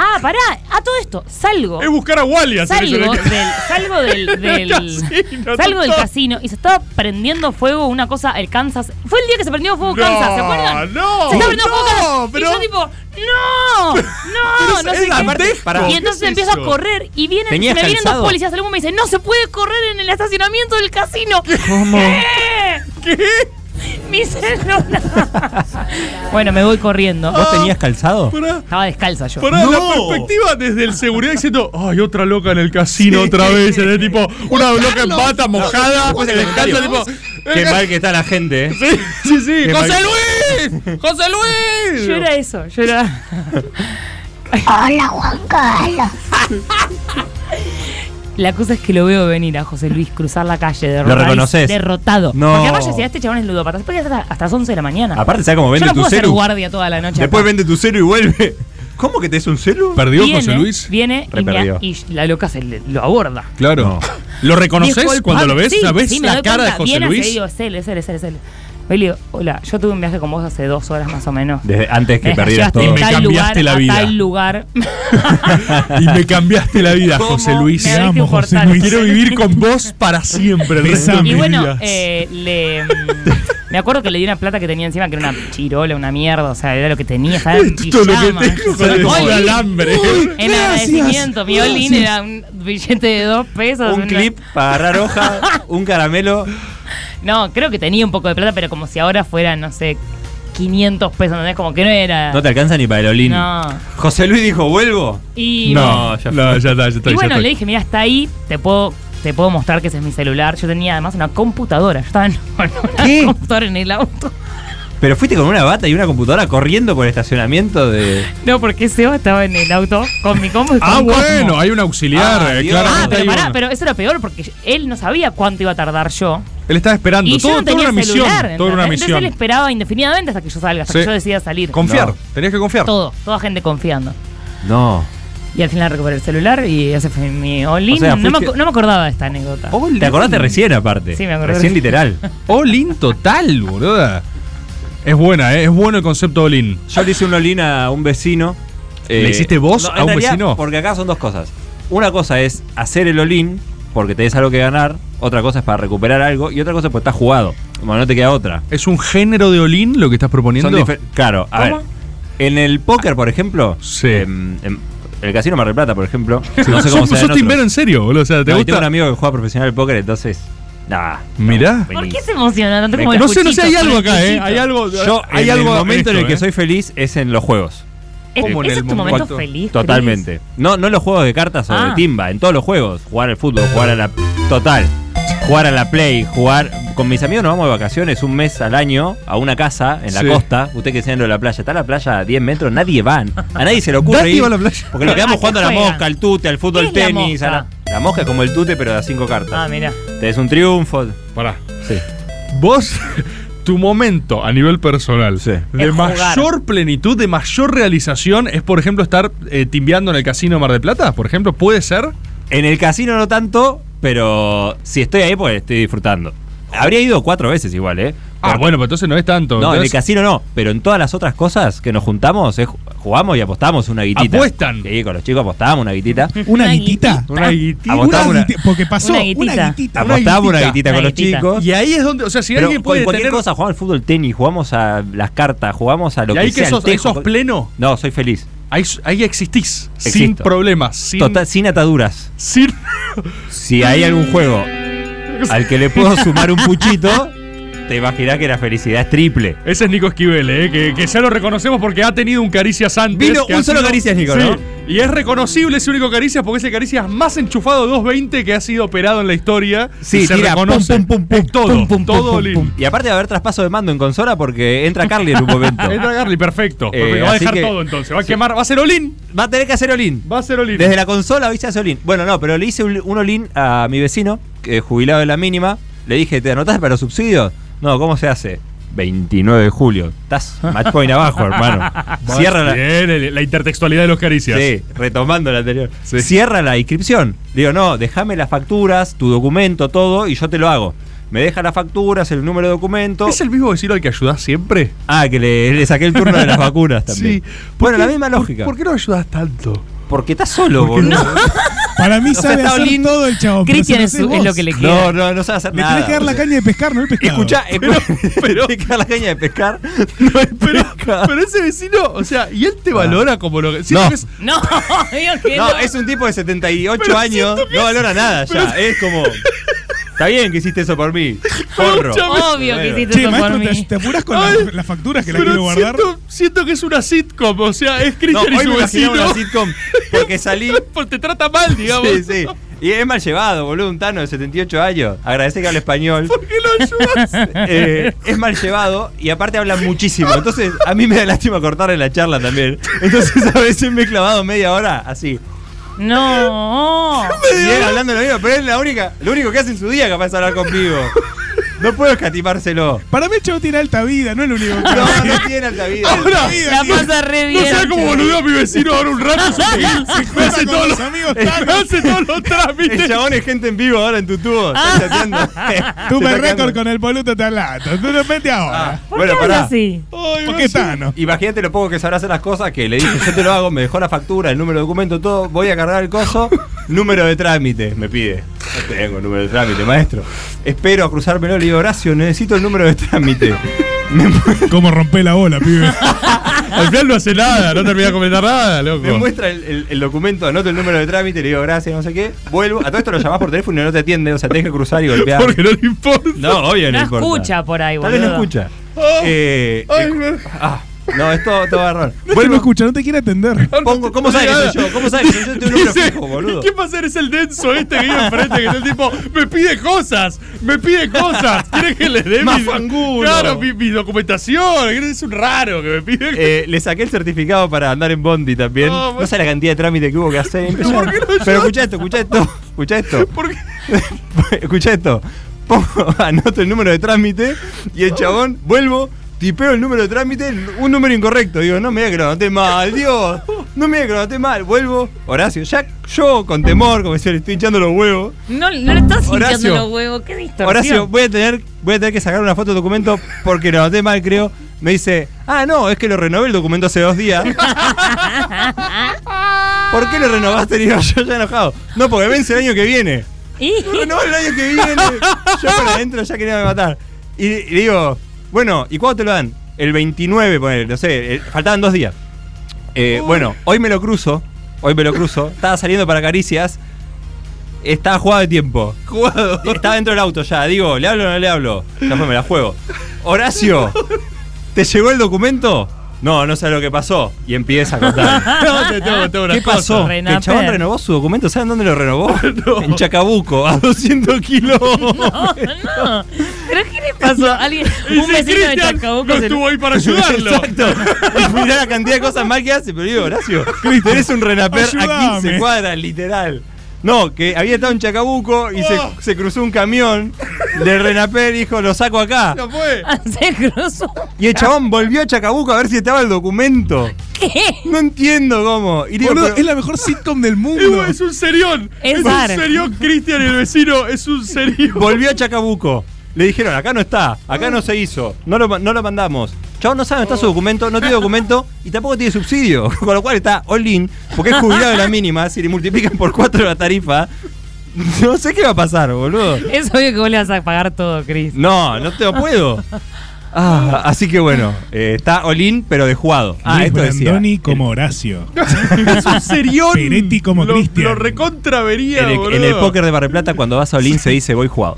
I: Ah, pará, a todo esto, salgo.
F: Es buscar a Wally hacer eso en el
I: Salgo
F: casino.
I: del, salgo del, del-
F: Casino,
I: salgo del
F: doctor.
I: casino y se estaba prendiendo fuego una cosa, el Kansas. Fue el día que se prendió fuego Kansas, ¿se acuerdan?
F: no,
I: se estaba prendiendo fuego
F: no,
I: Kansas.
F: pero
I: y yo tipo, no, no,
F: Pero
I: no
F: es
I: sé
F: la
I: qué.
F: bandeja. Pará,
I: y
F: ¿qué
I: entonces
F: es
I: empiezo
F: eso?
I: a correr y vienen, se me
H: ¿Tenías
I: vienen dos
H: calzado?
I: policías, alguno me dice, no se puede correr en el estacionamiento del casino.
H: ¿Cómo?
I: ¿Qué? Mi celular. bueno, me voy corriendo.
H: ¿Vos tenías calzado?
F: Pará,
I: Estaba descalza yo.
F: pará,
H: No.
F: la perspectiva desde el seguridad diciendo, ay, otra loca en el casino otra vez. Era tipo, una loca en bata mojada,
H: Después
F: en
H: el
F: el
H: comentario.
F: calzo, tipo.
H: Qué
F: "Eh,
H: mal que está la gente, ¿eh?
F: Sí, sí, sí.
H: Qué
F: ¡José
H: mal-
F: Luis! ¡José Luis!
I: Yo era eso, yo era.
J: Hola, Juan Carlos.
I: La cosa es que lo veo venir a José Luis cruzar la calle derrotado.
H: reconoces?
I: Derrotado.
H: No.
I: Porque además yo decía, este chabón es ludópata. Después hasta, hasta las 11 de la mañana.
H: Aparte, ¿sabes cómo
I: yo
H: vende
I: no
H: tu
I: puedo ser
H: celu?
I: guardia toda la noche.
H: Después
I: acá.
H: vende tu celu y vuelve. ¿Cómo que te es un celu?
F: ¿Perdió
I: viene,
F: José Luis?
I: Viene y, me-
H: Reperdió.
I: y la loca se le- lo aborda.
F: Claro. ¿Lo reconoces
I: Disculpa,
F: cuando lo ves?
I: sí,
F: ¿Sabes
I: sí, me
F: la
I: doy
F: cara de
I: cuenta.
F: José
I: Viene así,
F: Luis?
I: digo, es él, es él, es él, es él. Ve y le digo, hola, yo tuve un viaje con vos hace dos horas más o menos.
H: Desde antes que
I: Me
H: perdieras
I: llevaste
H: todo.
I: a
F: Me
I: tal
F: cambiaste
I: lugar,
F: la
I: a
F: vida.
I: tal lugar.
F: Y me cambiaste la vida,
H: ¿Cómo
F: José Luis.
I: me abriste
A: amo,
I: un
A: José
I: portal.
A: Luis.
F: Quiero vivir con vos para siempre. el resto de
A: Besame.
I: Y
F: mis
I: bueno,
F: días.
I: eh, le, mm, me acuerdo que le di una plata que tenía encima, que era una chirola, una mierda, o sea, era lo que tenía, estaba en
F: Esto es lo que
I: pijama.
F: tengo para
I: Oli,
F: comprar alambre.
I: En agradecimiento, mi olín era un billete de dos pesos.
H: Un
I: una-
H: clip para agarrar hoja, un caramelo.
I: No, creo que tenía un poco de plata, pero como si ahora fuera, no sé, 500 pesos, ¿entendés? Como que no era.
H: No te alcanza ni para el olín.
I: No.
H: José Luis dijo, ¿vuelvo?
I: Y bueno,
F: No, ya, no, ya está, ya está.
I: y
F: ya
I: bueno,
F: está.
I: le dije, mira, está ahí, te puedo te puedo mostrar que ese es mi celular. Yo tenía además una computadora. Yo estaba en con una computadora en el auto.
H: Pero fuiste con una bata y una computadora corriendo por el estacionamiento de.
I: No, porque Seba estaba en el auto con mi compu. y
F: Ah,
I: con Cosmo.
F: bueno, hay un auxiliar, eh, claramente
I: Ah, pero
F: hay
I: pará,
F: una-
I: pero eso era peor porque él no sabía cuánto iba a tardar yo.
F: Él estaba esperando.
I: Y
F: todo,
I: yo no
F: toda
I: tenía
F: una misión.
I: celular.
F: toda una
I: ¿entendés?
F: misión.
I: Entonces él esperaba indefinidamente hasta que yo salga, hasta
F: Sí.
I: que yo decida salir.
F: Confiar, tenías que confiar.
I: Todo, toda gente confiando.
H: No.
I: Y al final recuperé el celular y ese fue mi all-in.
H: O sea,
I: no, me,
H: fuiste-
I: acu- no me acordaba de esta anécdota.
H: ¿Te acordaste recién, aparte?
I: Sí, me acordé.
H: Recién literal.
F: All-in total, boluda. Es buena, eh, es bueno el concepto all-in.
H: Yo le hice un all-in a un vecino. eh,
F: ¿Le hiciste vos
H: no, en
F: a un
H: realidad,
F: vecino?
H: Porque acá son dos cosas. Una cosa es hacer el olín porque tenés algo que ganar. Otra cosa es para recuperar algo. Y otra cosa es porque estás jugado. Bueno, no te queda otra.
F: ¿Es un género de all-in lo que estás proponiendo?
H: Son difer- claro, a
F: ¿Cómo?
H: ver. En el póker, por ejemplo. em, em, el casino Mar del Plata, por ejemplo. No sé cómo
F: sos,
H: sea.
F: sos
H: en otros.
F: timbero en serio, boludo. O sea, ¿te
H: No, y
F: gusta?
H: Tengo un amigo que juega profesional de póker, entonces. Nah.
F: Mirá.
I: ¿Por qué se emociona tanto
H: Me
I: como el
H: encanta. No sé, no
F: sé,
I: cuchito,
F: hay
I: con
F: algo
I: el
F: acá, ¿eh?
I: cuchito?
F: Hay algo.
H: Yo,
F: hay
H: en
F: algo
H: el momento en el
F: esto,
H: que
F: eh.
H: soy feliz es en los juegos.
I: Es-
F: ¿Cómo en
I: ¿Ese
F: el
I: es tu momento
F: momento?
I: feliz?
H: Totalmente. No, no en los juegos de cartas o
I: Ah.
H: de timba, en todos los juegos. Jugar al fútbol, jugar a la. Total. Jugar a la play, jugar. Con mis amigos nos vamos de vacaciones un mes al año a una casa en la
F: Sí.
H: costa. Usted que sea en lo de la playa. Está la playa a 10 metros, nadie va. A nadie se le ocurre.
F: Nadie
H: ir,
F: va a la playa.
H: Porque nos
I: ¿A
H: quedamos
I: qué
H: jugando a la
I: juegan?
H: mosca, al tute, al
I: ¿Qué
H: fútbol,
I: es la
H: tenis. a La, la mosca es como el tute, pero de a 5 cartas.
I: Ah, mira.
H: Te es un triunfo.
F: Pará.
H: Sí.
F: Vos, tu momento a nivel personal de
I: Es jugar.
F: mayor plenitud, de mayor realización, es por ejemplo estar eh, timbeando en el casino Mar de Plata, por ejemplo, puede ser.
H: En el casino no tanto, pero si estoy ahí, pues estoy disfrutando. Habría ido cuatro veces igual, ¿eh?
F: Ah, bueno, pero entonces no es tanto.
H: No, en el
F: entonces-
H: casino no, pero en todas las otras cosas que nos juntamos, es ju- jugamos y apostamos una guitita.
F: Apuestan.
H: Sí, con los chicos apostábamos una guitita.
A: ¿Una guitita?
F: Una guitita.
H: Apostaba
A: Una
H: una-
A: guiti- Porque pasó.
I: Una
A: Una guitita.
I: guitita.
A: Una guitita.
H: Apostábamos una guitita con
I: Una
H: los
I: guitita.
H: chicos.
F: Y ahí es donde, o sea, si
H: pero
F: alguien
H: con
F: puede
H: cualquier
F: tener.
H: cosa, jugamos al fútbol, tenis, jugamos a las cartas, jugamos a lo
F: y
H: que
F: ahí que
H: sea. al
F: sos, ahí
H: tejo.
F: sos pleno,
H: No, soy feliz.
F: ahí, ahí existís, sin
H: Existo.
F: problemas, sin.
H: Total, sin ataduras.
F: sin-
H: Si hay algún juego al que le puedo sumar un puchito, te imaginás que la felicidad es triple.
F: Ese es Nico Esquivel, eh, que, que ya lo reconocemos porque ha tenido un Caricias antes.
H: Vino
F: que
H: un
F: ha
H: solo Caricias, Nico, ¿no?
F: Y es reconocible ese único Caricias porque es el Caricias más enchufado 220 que ha sido operado en la historia.
H: Sí,
F: y se
H: tira,
F: reconoce.
H: pum, pum, pum,
F: Es todo,
H: pum, pum,
F: todo
H: pum, pum,
F: Lin.
H: pum. Y aparte va a haber traspaso de mando en consola porque entra Carly en un momento.
F: Entra Garly, perfecto.
H: Eh,
F: perfecto. Va a
H: así
F: dejar
H: que-
F: todo entonces. Va a
H: sí.
F: quemar, va a ser Olin.
H: Va a tener que hacer Olin.
F: Va a ser Olin.
H: Desde la consola hoy se hace Olin. Bueno, no, pero le hice un, un Olin a mi vecino, que es jubilado de la mínima. Le dije, ¿te anotaste para los subsidios? No, ¿cómo se hace? 29 de julio. Estás match point abajo, hermano. Cierra la.
F: Bien, el- la intertextualidad de los Caricias.
H: Sí, retomando la anterior.
F: Sí.
H: Cierra la inscripción. Digo, no, déjame las facturas, tu documento, todo, y yo te lo hago. Me deja las facturas, el número de documento.
F: ¿Es el mismo vecino al que ayudás siempre?
H: Ah, que le, le saqué el turno de las vacunas también.
F: ¿Por
H: Bueno,
F: qué-
H: la misma
F: por-
H: lógica.
F: ¿Por, qué no ayudás tanto?
H: Porque estás solo, boludo.
A: Para mí
H: sea,
A: sabe
H: está
A: hacer
H: Olin.
A: todo el chabón. pero
I: Cristian
A: si lo
I: es,
A: haces
I: es
A: vos,
I: lo que le
H: No,
I: queda.
H: no, no sabes hacer
A: Le
H: nada.
A: tenés que dar la caña de pescar, no el pescado.
H: Escuchá, escuchá,
F: pero-
H: le queda la caña de pescar. No hay
F: Pero,
H: pesca.
F: pero ese vecino, o sea, y él te valora como lo que. siento
H: No.
F: que es-
I: No, digo que no.
H: No, es un tipo de 78
F: Pero
H: años.
F: siento que
H: No
F: es-
H: valora nada ya. Es como. Está bien que hiciste eso por mí. Porro.
I: Obvio que
H: Bueno.
I: hiciste
A: Che,
I: eso por
A: maestro,
I: mí.
A: ¿te, te apurás con las-
F: Ay,
A: las facturas que la
F: pero
A: quiero guardar?
F: Siento, siento que es una sitcom, o sea, es
H: No,
F: Christian y
H: hoy
F: su
H: me imaginaba
F: vecino.
H: una sitcom porque salí.
F: Porque te trata mal, digamos.
H: Sí, sí. Y es mal llevado, boludo. Un tano de 78 años. Agradece que habla español.
F: ¿Por qué lo ayudas?
H: Eh, es mal llevado y aparte habla muchísimo. Entonces, a mí me da lástima cortarle la charla también. Entonces, a veces me he clavado media hora así.
I: No.
H: Y él hablando lo mismo, pero es la única, lo único que hace en su día capaz es hablar conmigo. No puedo escatimárselo.
A: Para mí el chabón tiene alta vida, no es lo único que Ah,
H: No, no tiene alta vida.
F: Ahora,
I: Ah, La pasa re
F: no
I: bien.
F: sea como boludo a mi vecino ahora un rato. se me- Me hace
A: con
F: todos
A: los
F: los
A: amigos
F: Me hace todos los trámites.
H: El chabón es gente en vivo ahora en tu tubo. Está chateando.
A: Tú
H: Te
A: me
H: está
A: récord
H: quedando-
A: con el boludo talato. Tú lo metes ahora.
I: ¿Por qué
H: Bueno,
I: hablas
H: pará.
I: así?
F: Ay,
A: ¿Por
F: me
A: qué
F: hace-
A: está, no?
H: Imagínate lo poco que sabrá hacer las cosas que le dije, yo te lo hago, me dejó la factura, el número de documento, todo, voy a cargar el coso, número de trámite, me pide. No tengo número de trámite, maestro. Espero a cruzármelo, le digo, Horacio, necesito el número de trámite. Me, mu-
A: ¿Cómo rompe la bola, pibe?
F: Al final no hace nada, no termina de comentar nada,
H: me
F: loco.
H: muestra el, el- el documento, anoto el número de trámite, le digo, gracias, no sé qué. Vuelvo, a todo esto lo llamás por teléfono y no te atiende, o sea, tenés que cruzar y golpear.
F: Porque no le importa.
H: No, obvio,
I: No
H: importa.
I: escucha por ahí,
H: Tal vez
I: boludo.
H: no escucha.
F: Ah,
H: Eh,
F: ay,
H: eh,
F: me-
H: ah, No, es todo, todo error.
A: No te lo escucha, no te quiere atender.
H: Pongo, ¿Cómo sabes que soy yo? ¿Cómo sabes que soy yo? Tengo un número
F: Dice,
H: fijo, boludo.
F: ¿Qué pasa? Eres el denso este que vive enfrente, que es el tipo, me pide cosas, me pide cosas. ¿Quieres que le dé mi,
H: Mafangulo.
F: claro, mi, mi documentación? Es un raro que me pide.
H: Eh, le saqué el certificado para andar en Bondi también.
F: No,
H: No,
F: bueno.
H: sé la cantidad de trámite que hubo que hacer. Pero escucha esto, escucha esto, escucha esto. escucha esto. Pongo- anoto el número de trámite y el chabón, vuelvo, tipeo el número de trámite, un número incorrecto. Digo, no me digas que lo anoté mal, Dios. No me digas que lo anoté mal. Vuelvo, Horacio, ya yo con temor, como si le estoy hinchando los huevos.
I: No, no le estás
H: Horacio.
I: hinchando los huevos, qué distorsión.
H: Horacio, voy a tener, voy a tener que sacar una foto del documento porque lo anoté mal, creo. Me dice, ah, no, es que lo renové el documento hace dos días. ¿Por qué lo renovaste? Digo, yo ya enojado. No, porque vence el año que viene. Lo renovó el año que viene. Yo para adentro ya quería matar. Y, y le digo, bueno, ¿y cuándo te lo dan? El 29, ponele, no sé, eh, faltaban dos días. Eh, Bueno, hoy me lo cruzo. Hoy me lo cruzo. Estaba saliendo para caricias. Estaba jugado de tiempo. Jugado. Estaba dentro del auto ya. Digo, ¿le hablo o no le hablo? Ya fue, me la juego. Horacio, ¿te llegó el documento? No, no sé lo que pasó. Y empieza a contar.
F: No, te tengo, tengo una
H: ¿Qué
F: cosa.
H: pasó? Que el chabón renovó su documento. ¿Saben dónde lo renovó? En Chacabuco, a 200 kilos.
I: No, no. ¿Pero qué le pasó? Alguien,
F: Y
I: un
F: si
I: vecino de
F: Cristian
I: Chacabuco
F: no
I: se-
F: estuvo ahí para ayudarlo.
H: Exacto. Y mirá la cantidad de cosas mal que hace, pero digo, Horacio, tenés un renaper a 15
F: Ayúdame.
H: cuadras, literal. No, que había estado en Chacabuco y se,
F: Oh.
H: se cruzó un camión de renaper y dijo, lo saco
G: Ah.
H: acá.
F: No fue.
I: se cruzó.
H: Y el chabón volvió a Chacabuco a ver si estaba el documento.
I: ¿Qué?
H: No entiendo cómo. Y digo,
A: Boludo,
H: pero-
A: es la mejor sitcom del mundo.
F: Es un serión.
I: Es
F: Es, un
I: bar.
F: serión, Cristian, el vecino. Es un serión.
H: Volvió a Chacabuco. Le dijeron, acá no está, acá no se hizo, no lo, ma- no lo mandamos. Chabón no sabe, no está su documento, no tiene documento y tampoco tiene subsidio. Con lo cual está all in, porque es jubilado de la mínima, si le multiplican por cuatro la tarifa. No sé qué va a pasar, boludo.
I: Es obvio que vos le vas a pagar todo, Cris.
H: No, no te lo puedo. Ah, así que bueno, eh, está all in, pero de jugado. Ah,
A: Luis
H: esto decía.
A: Brandoni como Horacio.
F: Es un serión.
A: Peretti como
F: lo,
A: Cristian.
F: lo recontravería,
H: En el, en el póker de Barra del Plata, cuando vas a all in, se dice voy jugado.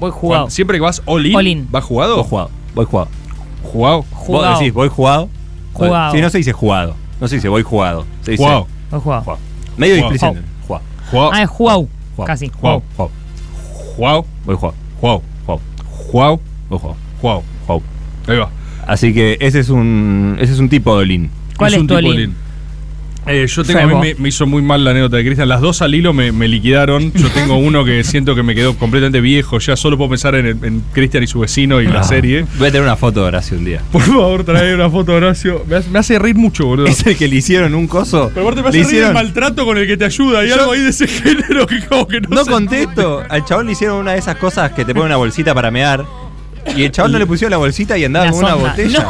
I: Voy jugado.
F: Siempre que vas all
I: All in.
F: ¿vas jugado?
H: Voy jugado, voy jugado.
F: Jugado.
I: Jugado.
H: Vos decís voy jugado.
I: Jugado.
H: Sí, no se dice jugado. No se dice voy jugado. Se dice
F: Jugado.
I: Voy jugado.
H: Jugado. Medio
F: Jugado.
H: displicente. Jugado.
F: Jugado.
I: Ah, es jugado.
H: Jugado.
I: Casi.
F: Jugado.
H: Jugado.
F: Jugado.
H: Voy jugado.
F: Jugado.
H: Jugado.
F: Jugado.
H: Voy jugado.
F: Jugado.
H: Jugado.
F: Ahí va.
H: Así que ese es un ese es un tipo de olín.
I: ¿Cuál es
F: un
I: tu
F: tipo
I: olín?
F: lean. Eh, yo tengo, a
I: Febo.
F: mí me, me hizo muy mal la anécdota de Cristian. Las dos al hilo me, me liquidaron. Yo tengo uno que siento que me quedó completamente viejo. Ya solo puedo pensar en, el- en Cristian y su vecino y la
I: Ah.
F: serie.
H: Voy a tener una foto de Horacio un día.
F: Por favor, trae una foto, Horacio. Me hace, me hace reír mucho, boludo.
H: Es el que le hicieron un coso.
F: Pero aparte me
H: le
F: hace reír el
H: hicieron,
F: maltrato con el que te ayuda. Hay
H: Yo-
F: algo ahí de ese género que como que no,
H: no
F: se-
H: contesto. Al chabón le hicieron una de esas cosas que te pone una bolsita para mear. Y el chabón no le pusieron la bolsita y andaba
I: La
H: con una
I: sonda.
H: botella.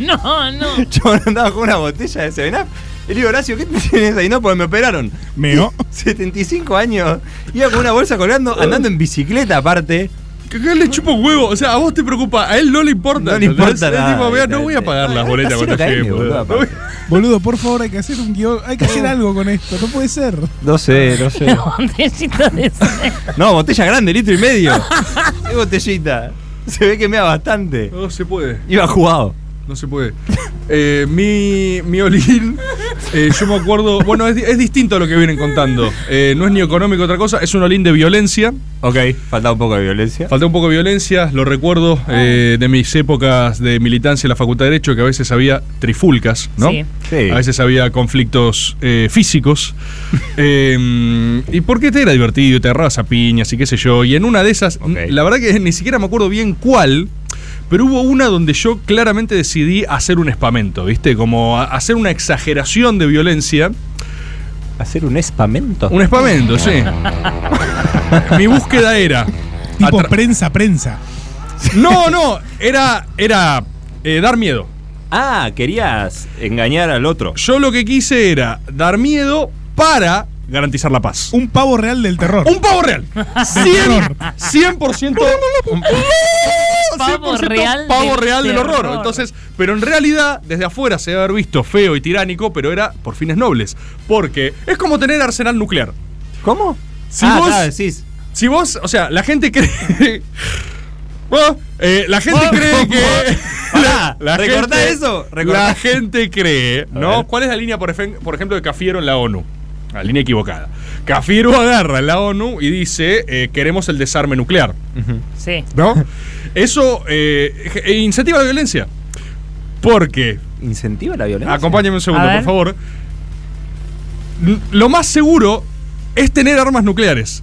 I: No, no, no.
H: El chabón andaba con una botella de 7 Y le digo, Horacio, ¿qué tienes ahí? No, porque me operaron.
A: Meo.
H: 75 años. Iba con una bolsa colgando, andando en bicicleta aparte.
F: Que acá le chupo un huevo. O sea, a vos te preocupa. A él no le importa.
H: No le
F: ¿entendés?
H: importa
F: Es
H: nada. Ah,
F: tipo, "Mira, no voy a pagar las boletas
H: Está
F: cuando
H: cero
F: llegue,
H: caño, boludo,
F: boludo.
H: aparte.
A: Boludo, por favor, hay que hacer un guión. Hay que hacer algo con esto. No puede ser.
H: No sé, no sé.
I: La botellita de cero.
H: No, botella grande, litro y medio. Qué botellita. Se ve que mea bastante.
F: No se puede.
H: Iba jugado.
F: No se puede. Eh, mi, mi olín, eh, yo me acuerdo. Bueno, es, di- es distinto a lo que vienen contando. Eh, no es ni económico otra cosa, es un olín de violencia.
H: Ok, faltaba un poco de violencia.
F: Falta un poco de violencia, lo recuerdo eh, de mis épocas de militancia en la Facultad de Derecho, que a veces había trifulcas, ¿no?
I: Sí.
H: Sí.
F: A veces había conflictos eh, físicos. Eh, y porque te era divertido, te agarrabas a piñas y qué sé yo. Y en una de esas, n- la verdad que ni siquiera me acuerdo bien cuál, pero hubo una donde yo claramente decidí hacer un espamento, ¿viste? Como a- hacer una exageración de violencia.
H: Hacer un espamento.
F: Un espamento, sí. Mi búsqueda era.
A: Tipo
F: atra-
A: prensa, prensa.
F: No, no, era, era eh, dar miedo.
H: Ah, querías engañar al otro.
F: Yo lo que quise era dar miedo para garantizar la paz.
A: Un pavo real del terror.
F: Un pavo real. 100%. 100%.
I: Pavo
F: 100%
I: real
F: Pavo
I: del
F: real del horror.
I: terror.
F: Entonces, pero en realidad, desde afuera se debe haber visto feo y tiránico, pero era por fines nobles. Porque es como tener arsenal nuclear.
H: ¿Cómo?
F: Si
H: ah,
F: vos-
H: ah, decís.
F: Si vos, o sea, la gente cree. Bueno, eh, la gente cree que.
H: Pará, ¿recortá
F: gente-
H: eso? ¿Recortá?
F: La gente cree, ¿no? ¿Cuál es la línea, por, efen- por ejemplo, de Cafiero en la ONU? La línea equivocada. Cafiero agarra en la ONU y dice, eh, queremos el desarme nuclear.
I: Sí.
F: ¿No? Eso eh, e- incentiva la violencia. Porque.
H: ¿Incentiva la violencia?
F: Acompáñame un segundo,
H: A ver.
F: por favor. N- Lo más seguro es tener armas nucleares.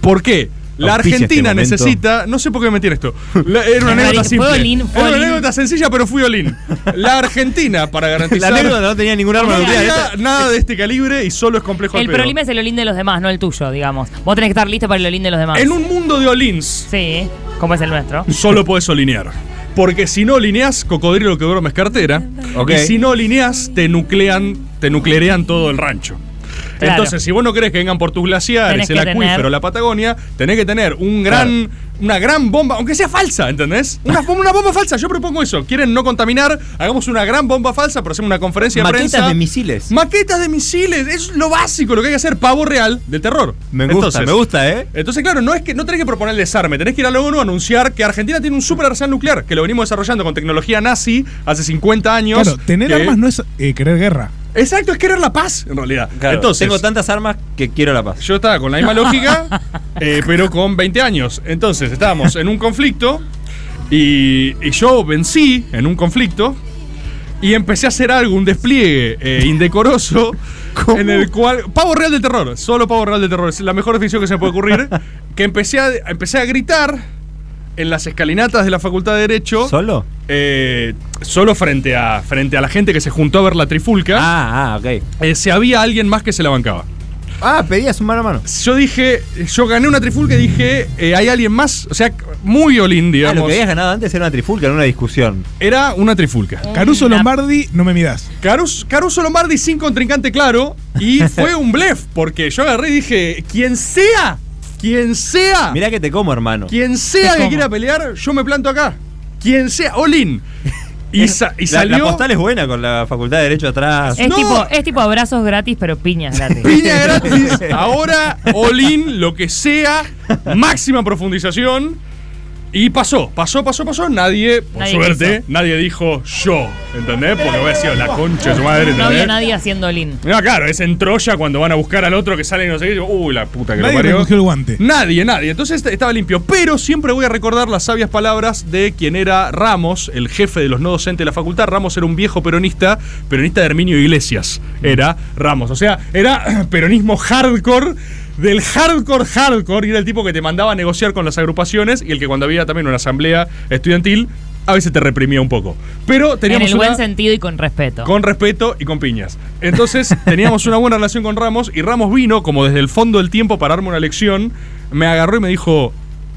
F: ¿Por qué? La
H: Auspicia este
F: Argentina
H: momento.
F: necesita. No sé por qué me metí en esto. La- era una
H: Me
F: anécdota
H: parece-
F: simple.
H: fue Olin, fue
F: Era una
H: Olin.
F: anécdota sencilla, pero fui Olin. La Argentina, para garantizar.
H: La anécdota no tenía ningún arma
F: no
H: nuclear,
F: tenía
H: esta-
F: Nada de este calibre y solo es complejo al
I: El
F: pedo.
I: problema es el olín de los demás, no el tuyo, digamos. Vos tenés que estar listo para el olín de los demás.
F: En un mundo de olins.
I: Sí, como es el nuestro.
F: Solo puedes olinear. Porque si no lineás, cocodrilo que duerme es cartera.
H: Ok.
F: Y si no lineás, te nuclean, te nuclearean todo el rancho.
H: Claro.
F: Entonces, si vos no querés que vengan por tus glaciares,
H: Tenés
F: el
H: que tener-
F: acuífero, la Patagonia, tenés que tener un gran, una gran bomba, aunque sea falsa, ¿entendés? Una, bom- una bomba falsa, yo propongo eso. ¿Quieren no contaminar? Hagamos una gran bomba falsa, pero hacemos una conferencia de
H: Maquetas
F: prensa.
H: de misiles.
F: Maquetas de misiles, es lo básico, lo que hay que hacer, pavo real del terror.
H: Me gusta, me gusta, ¿eh?
F: Entonces, claro, no es que no tenés que proponer el desarme, tenés que ir a la ONU a anunciar que Argentina tiene un super arsenal nuclear, que lo venimos desarrollando con tecnología nazi hace 50 años.
A: Claro, tener
F: que-
A: armas no es eh, querer guerra.
F: Exacto, es querer la paz, en realidad.
H: Claro,
F: Entonces,
H: tengo tantas armas que quiero la paz.
F: Yo estaba con la misma lógica, eh, pero con 20 años. Entonces, estábamos en un conflicto y, y yo vencí en un conflicto y empecé a hacer algo, un despliegue eh, indecoroso en el cual... Pavo Real del Terror, solo Pavo Real del Terror, es la mejor definición que se me puede ocurrir, que empecé a, empecé a gritar en las escalinatas de la Facultad de Derecho.
H: ¿Solo?
F: Eh, solo frente a, frente a la gente que se juntó a ver la trifulca.
H: Ah, ah, ok.
F: si había alguien más que se la bancaba.
H: Ah, pedías un mano a mano.
F: Yo dije, yo gané una trifulca y dije, eh, ¿hay alguien más? O sea, muy olín,
H: Ah,
F: digamos.
H: lo que habías ganado antes era una trifulca, era una discusión.
F: Era una trifulca.
A: Caruso Lombardi, no me midas.
F: Carus- Caruso Lombardi sin contrincante claro y fue un blef porque yo agarré y dije, quien sea, quien sea,
H: Mirá que te como, hermano.
F: quien sea que quiera pelear, yo me planto acá. Quien sea, Olin. Y, sa- y
H: la,
F: salió
H: la postal es buena con la Facultad de Derecho atrás.
I: Es, tipo, es tipo abrazos gratis, pero piñas gratis.
F: piña gratis. Ahora Olin, lo que sea, máxima profundización. Y pasó, pasó, pasó, pasó. Nadie, por
I: Nadie
F: suerte, nadie dijo yo. ¿Entendés? Porque voy a decir la concha de su madre.
I: No había
F: ¿entendés?
I: nadie haciendo olín.
F: No, claro, es en Troya cuando van a buscar al otro que sale y no sé qué. y digo, Uy, la puta que
A: Nadie
F: lo parió.
A: recogió el guante.
F: Nadie, nadie. Entonces est- estaba limpio. Pero siempre voy a recordar las sabias palabras de quien era Ramos, el jefe de los no docentes de la facultad. Ramos era un viejo peronista, peronista de Herminio Iglesias. Era Ramos. O sea, era peronismo hardcore. Del hardcore, hardcore, y era el tipo que te mandaba a negociar con las agrupaciones y el que cuando había también una asamblea estudiantil, a veces te reprimía un poco. Pero teníamos
I: en el
F: una-
I: buen sentido y con respeto.
F: con respeto y con piñas. Entonces teníamos una buena relación con Ramos y Ramos vino como desde el fondo del tiempo para darme una lección, me agarró y me dijo,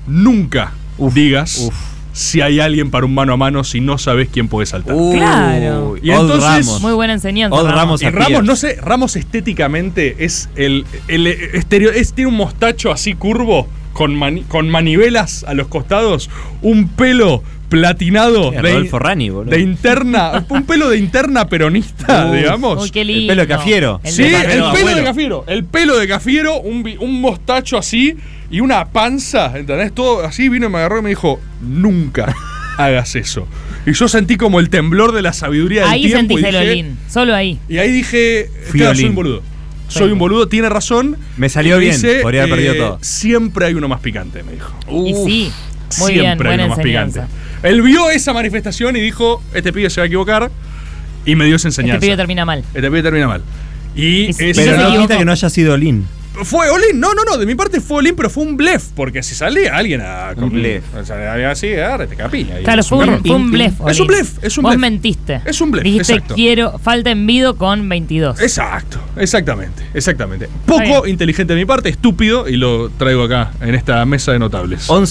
F: nunca digas si hay alguien para un mano a mano si no sabes quién puede saltar.
I: Claro.
F: Y entonces...
I: Muy buena enseñanza.
F: Y Ramos, no sé, Ramos estéticamente es el, el estereo- es- tiene un mostacho así curvo con, mani- con manivelas a los costados, un pelo platinado
H: Es Rodolfo Rani, boludo.
F: de interna, un pelo de interna peronista,
H: Uy.
F: digamos.
H: Uy, qué El pelo de lindo. Cafiero. El
F: Sí,
H: de
F: el
H: Cafiero,
F: pelo de
H: abuelo.
F: Cafiero. El pelo de Cafiero, un, vi- un mostacho así y una panza, ¿entendés? Todo así vino y me agarró y me dijo, nunca hagas eso. Y yo sentí como el temblor de la sabiduría del
I: Ahí
F: tiempo. y
I: sentís el
F: dije,
I: olín. Solo ahí.
F: y ahí dije,
H: Fui
F: claro, soy
H: Olin.
F: un boludo. Soy un boludo, tiene razón.
H: Me salió
F: Y eh,
H: bien, podría haber perdido todo.
F: Siempre hay uno más picante, me dijo.
I: Y
F: Uf,
I: sí. Muy bien,
F: siempre hay
I: buena
F: uno más
I: enseñanza.
F: picante. Él vio esa manifestación y dijo, este pibe se va a equivocar. Y me dio esa enseñanza.
I: Este pibe termina mal.
F: Este pibe termina mal. Y ese-
H: Pero no quita que no haya sido Lin.
F: Fue Olin, no, no, no, de mi parte fue Olin, pero fue un blef, porque si salía alguien a.
H: Un blef.
F: o sea, alguien así, agarra, te capilla. Y
I: Claro,
F: es
I: fue un,
F: error.
I: fue un blef.
F: Es un
I: Olin.
F: blef, es un
I: Vos
F: blef.
I: mentiste.
F: Es un blef,
I: Dijiste
F: exacto.
I: quiero, falta envido con 22.
F: Exacto, exactamente, exactamente. Poco inteligente de mi parte, estúpido, y lo traigo acá, en esta mesa de notables.
H: Oh,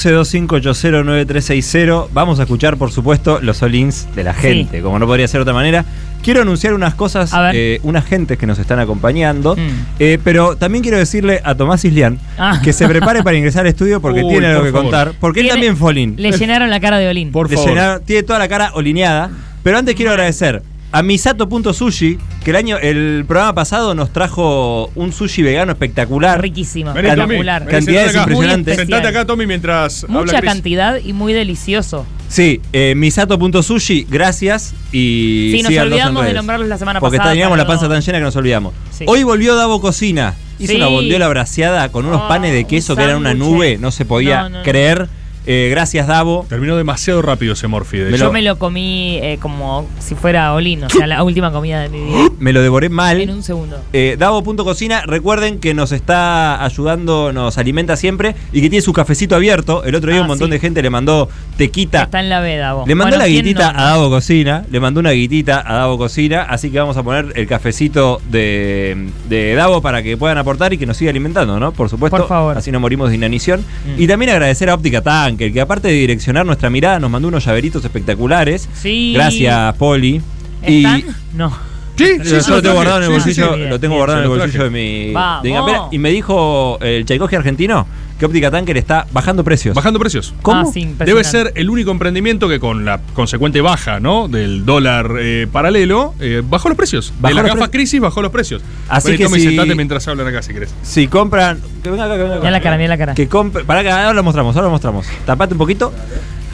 H: 1125809360. Vamos a escuchar, por supuesto, los olins de la gente, como no podría ser de otra manera. Quiero anunciar unas cosas, eh, unas gentes que nos están acompañando, Eh, pero también quiero decirle a Tomás Islián
I: Ah.
H: que se prepare para ingresar al estudio porque
F: Uy,
H: tiene algo
F: por
H: que
F: favor.
H: contar, porque él
I: Tiene-
H: también fue olin.
I: Le llenaron la cara de olín.
F: Por
H: Le llenaron- tiene toda la cara olineada. Pero antes quiero agradecer a Misato.sushi, que el año, el programa pasado nos trajo un sushi vegano espectacular.
I: Riquísimo,
H: Vení, Tommy,
I: espectacular.
H: vení, Cantidades sentate acá. impresionantes.
I: Muy especial.
F: Sentate acá, Tommy, mientras habla
I: Mucha
F: Cris.
I: cantidad y muy delicioso.
H: Sí, eh, misato.sushi, gracias y
I: Sí, nos
H: síganlos en
I: olvidamos de
H: redes.
I: nombrarlos la semana
H: Porque
I: pasada.
H: teníamos la
I: perdón.
H: panza tan llena que nos olvidamos.
I: Sí.
H: Hoy volvió Davo Cocina. Hizo
I: Sí.
H: una bondiola braseada con unos
I: Ah,
H: panes de queso que eran una
I: sándwich.
H: nube, no se podía
I: No, no, no.
H: creer. Eh, gracias, Davo.
F: Terminó demasiado rápido ese Morphy.
H: Me
I: Yo
H: lo,
I: me lo comí eh, como si fuera Olin, o sea, la última comida de mi vida.
H: me lo devoré mal.
I: En un segundo.
H: Eh, Davo.cocina, recuerden que nos está ayudando, nos alimenta siempre y que tiene su cafecito abierto. El otro día un montón de gente le mandó tequita.
I: Ah, Está en la veda vos.
H: Le mandó
I: Bueno,
H: la
I: ¿quién
H: guitita
I: no?
H: a Davo Cocina, le mandó una guitita a Davo Cocina, así que vamos a poner el cafecito de, de Davo para que puedan aportar y que nos siga alimentando, ¿no? Por supuesto,
I: Por favor. Mm.
H: así no morimos de inanición. Y también agradecer a Óptica Tanker, que aparte de direccionar nuestra mirada, nos mandó unos llaveritos espectaculares.
I: Sí.
H: Gracias, Poli.
I: ¿Están? No.
F: Sí,
H: Yo lo tengo guardado en el bolsillo, lo tengo guardado en el bolsillo de mi,
I: Vamos.
H: de mi campera. Y me dijo el Chaikovsky argentino que Óptica Tanker está bajando precios.
F: Bajando precios.
H: ¿Cómo?
I: Ah,
F: Debe ser el único emprendimiento que con la consecuente baja ¿no? del dólar eh, paralelo eh, bajó los precios.
H: Bajó
F: de la
H: los
F: gafa crisis bajó los precios.
H: Así
F: Vení,
H: que
F: toma y
H: si-
F: sentate mientras hablan acá si querés.
H: Si compran. Que venga acá, que venga acá.
I: Mira la cara, mira la cara.
H: Que compre, para acá, ahora lo mostramos, ahora lo mostramos. Tapate un poquito.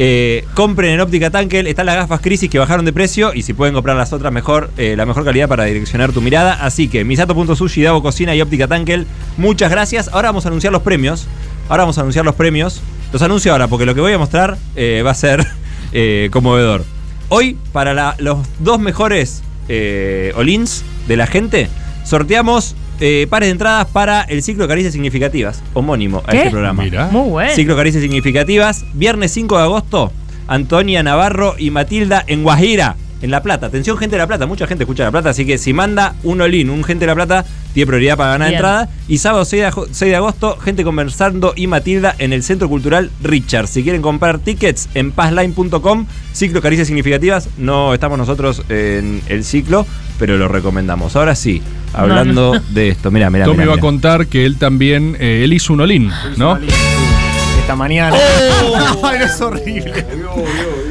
H: Eh, compren en óptica Tankel, están las gafas crisis que bajaron de precio y si pueden comprar las otras mejor, eh, la mejor calidad para direccionar tu mirada. Así que misato.sushi, Davo Cocina y óptica Tankel, muchas gracias. Ahora vamos a anunciar los premios. Ahora vamos a anunciar los premios. Los anuncio ahora porque lo que voy a mostrar eh, va a ser eh, conmovedor. Hoy, para la- los dos mejores eh, Olins de la gente, sorteamos eh, pares de entradas para el ciclo de Caricias Significativas, homónimo a
I: ¿Qué?
H: este programa.
I: Muy bueno.
H: Ciclo Caricias Significativas, viernes 5 de agosto, Antonia Navarro y Matilda en Guajira, en La Plata. Atención, gente de La Plata, mucha gente escucha La Plata, así que si manda un olín, un gente de La Plata, tiene prioridad para ganar
I: Bien.
H: entrada. Y sábado 6 de, ajo- 6 de agosto, gente conversando y Matilda en el Centro Cultural Richard. Si quieren comprar tickets en passline.com, ciclo Caricias Significativas, no estamos nosotros en el ciclo, pero lo recomendamos. Ahora sí, hablando
F: No, no.
H: de esto, mira, mira.
F: Tommy va a contar que él también, eh, él hizo un olín, ¿no?
K: Esta mañana.
I: Oh.
K: Ay, no es horrible.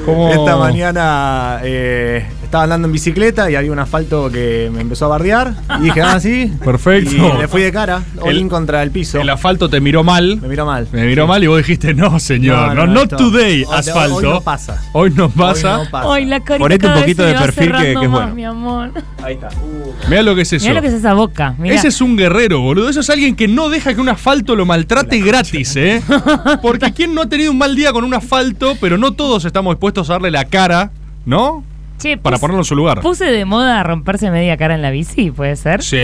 F: ¿Cómo?
K: Esta mañana eh, estaba andando en bicicleta y había un asfalto que me empezó a bardear. Y dije, ah, sí.
F: Perfecto.
K: Y le fui de cara, all in contra el piso.
F: El asfalto te miró mal. Me
K: miró mal.
F: Me miró mal y vos dijiste, no, señor, no, not
K: esto-
F: today,
K: hoy- hoy-
F: asfalto.
K: Hoy no pasa.
F: Hoy no pasa.
I: Ay, la carita
F: Ponete un
I: cada
F: poquito
I: vez
F: de
I: se me va
F: perfil que-
I: cerrando
F: que es
I: más,
F: bueno.
I: mi amor.
H: Ahí está.
F: Mirá lo que Uh. es eso.
I: Mirá lo que es esa boca. mirá.
F: Ese es un guerrero, boludo. Eso es alguien que no deja que un asfalto lo maltrate gratis, ¿eh? Porque ¿quién no ha tenido un mal día con un asfalto, pero no todos estamos dispuestos a darle la cara, ¿no?
I: Che,
F: Para
I: puse-
F: ponerlo en su lugar.
I: Puse de moda romperse media cara en la bici, ¿puede ser?
F: Sí.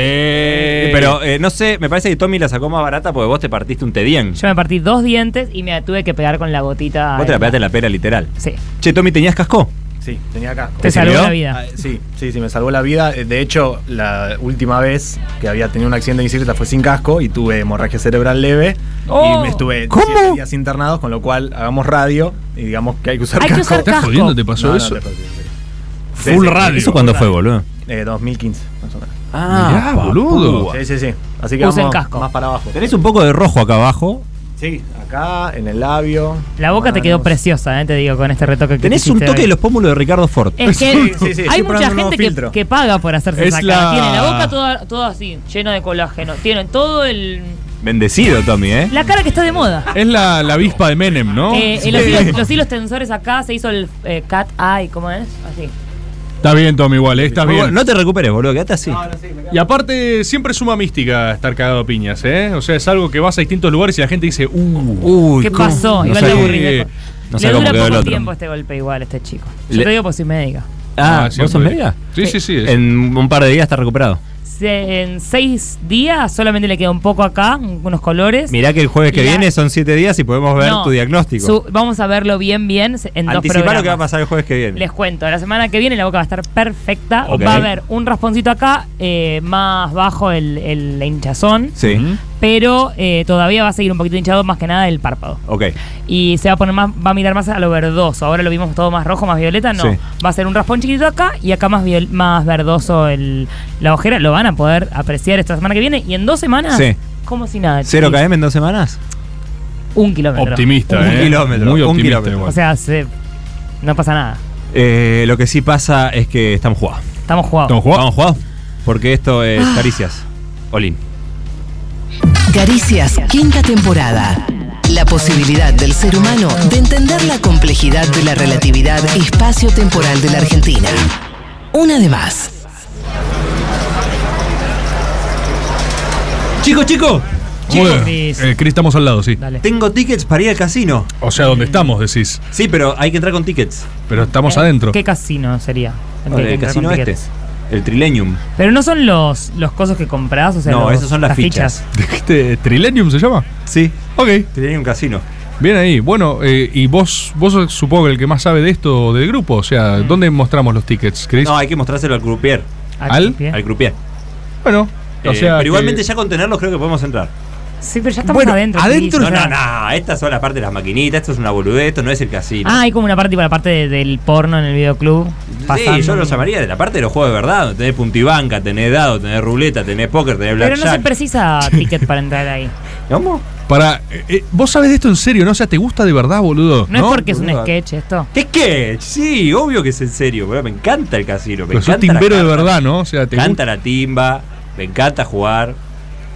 H: Pero eh, no sé, me parece que Tommy la sacó más barata porque vos te partiste un Tedien.
I: Yo me partí dos dientes y me tuve que pegar con la gotita.
H: Vos te la pegaste en la pera literal.
I: Sí.
H: Che, Tommy, ¿tenías casco?
K: eh, Sí, tenía casco.
H: ¿Te ¿Te salvó sirvió? la
I: vida?
K: Ah, sí, sí, sí, me salvó la vida. Eh, De hecho, la última vez que había tenido un accidente de bicicleta fue sin casco y tuve hemorragia cerebral leve.
I: Oh.
K: y me estuve siete días internados, con lo cual hagamos radio y digamos que hay que usar
I: Hay que
K: casco.
I: usar ¿Estás casco. jodiendo? ¿Te
F: pasó eso?
K: te jodí, sí.
F: Full radio. ¿Eso cuándo fue,
H: boludo?
K: Eh, 2015, más o menos.
H: Ah, Mirá, boludo.
K: Sí, sí, sí. Así que
I: Usen
K: vamos
I: casco.
K: más para abajo.
H: Tenés un poco de rojo acá abajo.
K: Sí, acá, en el labio.
I: La boca te quedó preciosa, eh, te digo, con este retoque que
H: Tenés
I: te
H: un
I: hiciste
H: toque
I: hoy.
H: de los pómulos de Ricardo Ford.
I: Es que
K: Sí, sí, sí,
I: hay
K: estoy
I: mucha
K: probando un nuevo
I: gente que,
K: filtro.
I: que paga por hacerse
H: Es
I: sacar.
H: la-
I: Tiene la boca toda, toda así, lleno de colágeno. Tienen todo el.
H: Bendecido, Tommy, ¿eh?
I: La cara que está de moda.
F: Es la, la avispa de Menem, ¿no?
I: Eh, y los, hilos, los hilos tensores acá se hizo el eh, cat eye, ¿cómo es? Así.
F: Está bien, Tommy, igual, ¿eh? estás
H: Muy
F: bien.
H: bueno, no te recuperes, boludo, quédate así.
F: Y aparte, siempre suma mística estar cagado a piñas, ¿eh? O sea, es algo que vas a distintos lugares y la gente dice, uh,
I: ¿Qué pasó?
F: No
I: Igual
F: sé.
I: le aburrí.
F: No sé
I: le
F: cómo
I: dura
F: quedó el
I: poco
F: otro.
I: tiempo este golpe igual, este chico. Yo
H: Le-
I: te digo por si médica.
H: Ah,
F: Ah,
H: ¿vos
F: siempre.
H: sos media?
F: Sí, sí, sí.
H: En un par de días está recuperado.
I: Se- En seis días solamente le queda un poco acá, unos colores.
H: Mirá que el jueves que
I: Y la-
H: viene son siete días y podemos ver
I: No,
H: tu diagnóstico.
I: su- vamos a verlo bien, bien se- en dos
H: Anticipá
I: programas.
H: lo que va a pasar el jueves que viene.
I: Les cuento, la semana que viene la boca va a estar perfecta.
H: Ok.
I: Va a haber un rasponcito acá, eh, más bajo el, el- la hinchazón,
H: Sí.
I: pero eh, todavía va a seguir un poquito hinchado, más que nada el párpado.
H: Ok.
I: Y se va a poner más, va a mirar más a lo verdoso. Ahora lo vimos todo más rojo, más violeta, no.
H: Sí.
I: Va a ser un raspón chiquito acá y acá más, viol- más verdoso el, la ojera. Lo van a poder apreciar esta semana que viene y en dos semanas,
H: Sí.
I: como si nada.
H: ¿Cero
I: chiquis.
H: KM en dos semanas?
I: Un kilómetro.
F: Optimista,
H: Un
F: ¿eh?
H: kilómetro,
F: Muy
H: un
F: optimista
H: kilómetro.
F: igual.
I: O sea, se- no pasa nada.
H: Eh, lo que sí pasa es que estamos jugados.
I: Estamos jugados. Ah.
H: Estamos jugados. Porque esto es caricias. Olin.
E: Caricias, quinta temporada. La posibilidad del ser humano de entender la complejidad de la relatividad espacio-temporal de la Argentina. Una de más.
H: Chicos, chicos.
F: Muy bien. Eh, Cris, estamos al lado, sí.
H: Tengo tickets para ir al casino.
F: O sea, ¿dónde estamos, decís?
H: Sí, pero hay que entrar con tickets.
F: Pero estamos
I: Eh,
F: adentro.
I: ¿Qué casino sería?
H: Bueno,
I: que
H: el
I: entrar con
H: casino este.
I: tickets.
H: El Trilenium.
I: Pero no son los, los cosos que compras, o sea,
H: no,
I: los-
H: esas son las, fichas.
F: ¿Dijiste Trilenium se llama?
H: Sí.
F: Ok.
H: Trilenium Casino.
F: Bien ahí. Bueno, eh, y vos, vos supongo que el que más sabe de esto del grupo. O sea,
I: Mm.
F: ¿dónde mostramos los tickets, Cris?
H: No, hay que mostrárselo al croupier.
F: ¿Al ¿Al? croupier?
H: Al croupier.
F: Bueno, o
H: Eh,
F: sea
H: pero
F: que-
H: igualmente ya con tenerlos creo que podemos entrar.
I: Sí, pero ya estamos
F: Bueno,
I: adentro.
H: No,
I: Cris, o
H: no,
I: sea.
H: no. Estas son las partes de las maquinitas. Esto es una boludez. Esto no es el casino.
I: Ah, hay como una parte para la parte de- del porno en el videoclub. pasando.
H: Sí, yo lo llamaría de la parte de los juegos de verdad. donde Tenés puntibanca, tenés dado, tenés ruleta, tenés póker, tenés
I: Pero no se
H: blackjack.
I: precisa ticket para entrar ahí.
H: ¿Cómo?
F: Para. eh, vos sabés de esto en serio, ¿no? O sea, ¿te gusta de verdad, boludo?
I: No, es porque es un
H: boludo.
I: sketch esto.
H: ¿Qué sketch? Sí, obvio que es en serio, boludo. Me encanta el casino. Me
F: Pero sos
H: encanta la
F: timbero de
H: carta,
F: verdad, ¿no? O sea,
H: Me
F: te
H: encanta
F: gusta.
H: la timba, me encanta jugar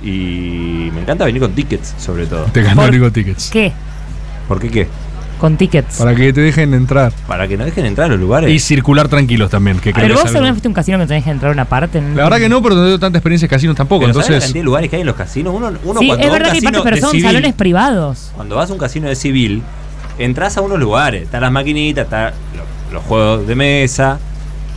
H: y me encanta venir con tickets, sobre todo.
F: Te ganó el único tickets.
I: ¿Qué?
H: ¿Por qué qué?
I: Con tickets.
F: Para que te dejen entrar.
H: Para que no dejen entrar a los lugares.
F: Y circular tranquilos también, que creo
I: Pero
F: que
I: vos
F: es algo-
I: alguna vez fuiste a un casino que tenés que entrar a una parte.
F: La verdad que no, pero no tengo tanta experiencia en casinos tampoco.
H: Pero ¿sabés la
F: entonces.
H: cantidad de lugares que hay en los casinos? Uno, uno cuando
I: sí, es
H: va a un
I: verdad que hay
H: casino
I: partes, pero
H: de
I: son
H: civil-
I: salones privados.
H: Cuando vas a un casino de civil, entras a unos lugares. Están las maquinitas, están lo- los juegos de mesa.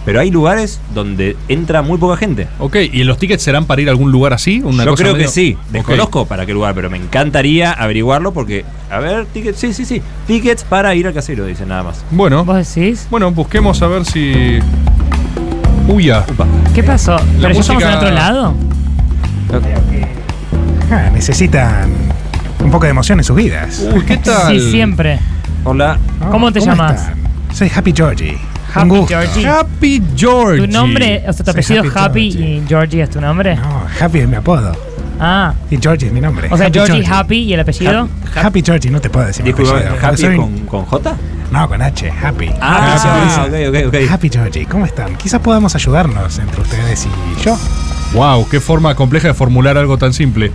H: Pero hay lugares donde entra muy poca gente.
F: Ok, ¿y los tickets serán para ir a algún lugar así? Una
H: Yo
F: cosa
H: creo
F: medio-
H: que sí.
F: Ok.
H: Desconozco para qué lugar, pero me encantaría averiguarlo porque. A ver, tickets. Sí, sí, sí. Tickets para ir al casino, dicen nada más.
F: Bueno.
I: ¿Vos decís?
F: Bueno, busquemos a ver si. Uy, ya.
I: ¿Qué pasó?
F: La
I: ¿Pero ya estamos en
F: música-
I: otro lado?
A: Ah, necesitan un poco de emoción en sus vidas.
F: Uy, ¿qué tal?
I: Sí, siempre.
H: Hola.
I: ¿Cómo te llamas?
A: están? Soy Happy Georgie.
I: Happy Georgie.
F: Happy Georgie.
I: ¿Tu nombre, o sea,
A: Soy
I: tu apellido
A: Happy
I: Happy, y Georgie es tu nombre?
A: No, Happy es mi apodo.
I: Ah,
A: Y Georgie es mi nombre.
I: o sea,
A: Happy
I: Georgie Happy y el apellido.
A: Happy, Happy Georgie, no te puedo decir. mi
H: Disculpa,
A: apellido,
H: ¿Happy
A: soy-
H: con, con J?
A: No, con H, Happy.
H: Ah,
A: Happy,
H: ok, ok, ok.
A: Happy Georgie, ¿cómo están? Quizás podamos ayudarnos entre ustedes y yo.
F: Wow, qué forma compleja de formular algo tan simple.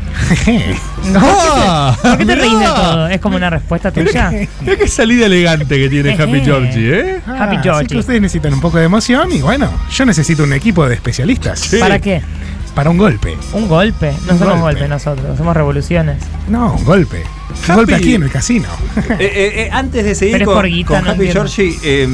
F: Ah,
I: ¿Por qué te reís de
F: mirá.
I: todo? ¿Es como una respuesta tuya?
F: Mirá qué salida elegante que tiene Happy
I: Ejé.
F: Georgie, ¿eh?
I: Happy
A: Ah, así
I: Georgie.
A: que ustedes necesitan un poco de emoción y bueno, yo necesito un equipo de especialistas.
I: ¿Para qué?
A: Para un golpe.
I: ¿Un golpe? No
A: Un
I: somos
A: golpe.
I: golpes nosotros, somos revoluciones.
A: No, un golpe. Un golpe aquí en el casino.
H: Eh, eh, eh, antes de seguir
I: Pero es
H: con,
I: por guita,
H: con
I: no
H: Happy
I: entiendo.
H: Georgie, eh,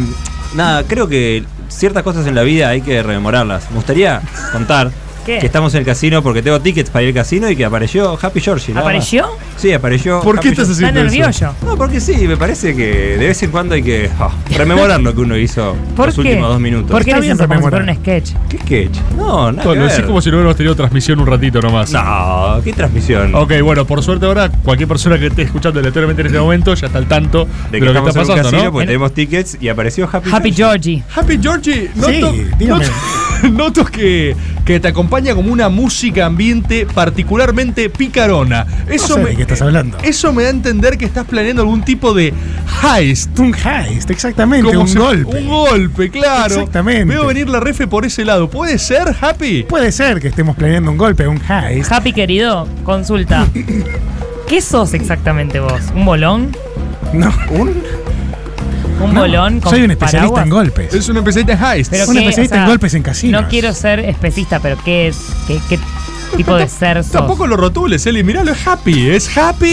H: nada, creo que ciertas cosas en la vida hay que rememorarlas. Me gustaría contar
I: ¿Qué?
H: que estamos en el casino porque tengo tickets para ir al casino y que apareció Happy Georgie. nada más.
I: ¿Apareció?
H: Sí, apareció.
F: ¿Por qué
H: Happy
F: estás
H: Georgie.
I: Está
F: haciendo eso?
I: nervioso.
H: No, porque sí, me parece que de vez en cuando hay que ah, rememorar lo que uno hizo
I: ¿Por
H: los
I: qué?
H: últimos dos minutos.
I: ¿Por qué
A: Está
I: eres
A: bien
I: eso? Como si fuera
A: rememorar.
I: un sketch.
H: ¿Qué sketch? No, nada.
F: Todo,
H: que
F: Lo decís
H: ver.
F: como si no hubiéramos tenido transmisión un ratito nomás.
H: No, qué transmisión.
F: Ok, bueno, por suerte ahora cualquier persona que esté escuchando aleatoriamente en este momento ya está al tanto de,
H: De que
F: lo que
H: estamos
F: está
H: en un
F: pasando,
H: casino
F: ¿no?
H: porque tenemos tickets y apareció Happy,
I: Happy Georgie.
F: Happy Georgie, noto,
A: Sí, dígame.
F: noto- noto que, que te acompaña como una música ambiente particularmente picarona. Eso,
A: Eso sé
F: me, eh,
A: de qué estás hablando.
F: eso me da a entender que estás planeando algún tipo de heist.
A: un heist, exactamente,
F: Como
A: un
F: se-
A: golpe.
F: Un golpe, claro.
A: Exactamente.
F: Veo venir la refe por ese lado. ¿Puede ser, Happy?
A: Puede ser que estemos planeando un golpe, un heist.
I: Happy querido, consulta. ¿Qué sos exactamente vos? ¿Un bolón?
A: No, un
I: ¿Un
A: no,
I: bolón con
A: Soy un especialista
I: paraguas?
A: en golpes.
F: Es una especialista en heist.
I: Pero
A: un
I: qué,
A: especialista
I: o sea,
A: en golpes en casinos.
I: No quiero ser especista, pero ¿qué es? ¿Qué, qué tipo de ser sos?
F: Tampoco lo rotules, Eli. Miralo, es Happy. Es Happy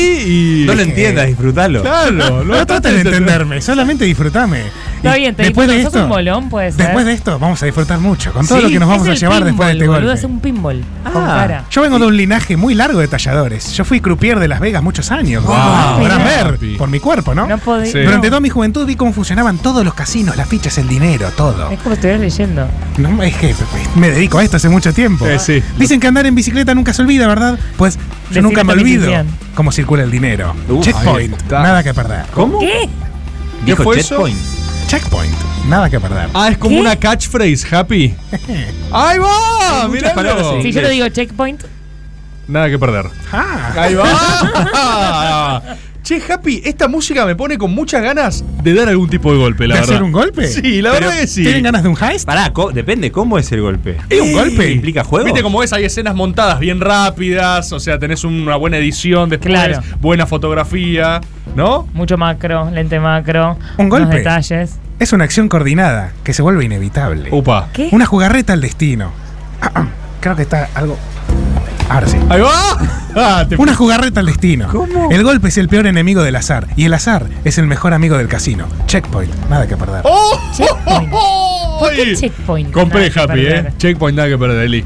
F: y.
H: No lo entiendas, disfrútalo.
F: Claro,
A: No trates de entenderme, solamente disfrutame.
I: Está
A: Y
I: bien, te
A: después
I: digo,
A: de
I: ¿sos
A: esto,
I: un bolón? Puede ser.
A: Después de esto vamos a disfrutar mucho, con todo
I: Sí,
A: lo que nos vamos
I: es
A: a
I: el
A: llevar después de este
I: pinball, boludo,
A: golpe.
I: Es un pinball con
H: Ah.
I: cara.
A: Yo vengo de un linaje muy largo de talladores. Yo fui croupier de Las Vegas muchos años.
F: Wow.
A: como podrán
F: Mirá.
A: ver por mi cuerpo, ¿no?
I: No podía.
F: Sí.
I: no.
A: Durante toda mi juventud vi cómo funcionaban todos los casinos, las fichas, el dinero, todo.
I: Es como si estuvieras leyendo.
A: No, es que me dedico a esto hace mucho tiempo.
F: Eh, sí.
A: Dicen que andar en bicicleta nunca se olvida, ¿verdad? Pues yo
I: Decime
A: nunca me
I: esta
A: olvido
I: petición.
A: cómo circula el dinero.
H: Uf,
A: Checkpoint,
F: ahí está.
A: nada que perder.
F: ¿Cómo?
I: ¿Qué?
F: ¿Qué
H: Dijo
F: fue
H: checkpoint.
A: Checkpoint, nada que perder.
F: Ah, es como
I: ¿Qué?
F: una catchphrase, Happy. ¡Ahí va!
H: muchas
F: Mirá,
H: palabras en
I: Si
H: inglés.
I: yo te digo checkpoint,
F: Nada que perder. Ahí va. che, Happy, esta música me pone con muchas ganas de dar algún tipo de golpe, la
H: ¿De
F: verdad.
H: hacer un golpe?
F: Sí, la
H: Pero,
F: verdad que sí.
H: ¿tienen ganas
F: de un heist?
H: Pará, co- depende, ¿cómo es el golpe?
F: ¿Es un golpe?
H: ¿Implica juego?
F: Viste cómo es, hay escenas montadas bien rápidas, o sea, tenés una buena edición después,
I: Claro.
F: buena fotografía, ¿no?
I: Mucho macro, lente macro.
A: Un
I: unos
A: golpe.
I: detalles.
A: Es una acción coordinada que se vuelve inevitable.
F: Upa.
I: ¿Qué?
A: Una jugarreta al destino. Creo que está algo. Ahora sí.
F: ¡Ahí va! Ah,
A: Una jugarreta al destino. El golpe es el peor enemigo del azar. Y el azar es el mejor amigo del casino. Checkpoint. Nada que perder.
I: Ah.
F: Oh,
I: Checkpoint. ¿Por qué checkpoint?
F: Compré
I: Nada que
F: Happy,
I: perder.
F: ¿eh? Checkpoint, nada que perder, Eli.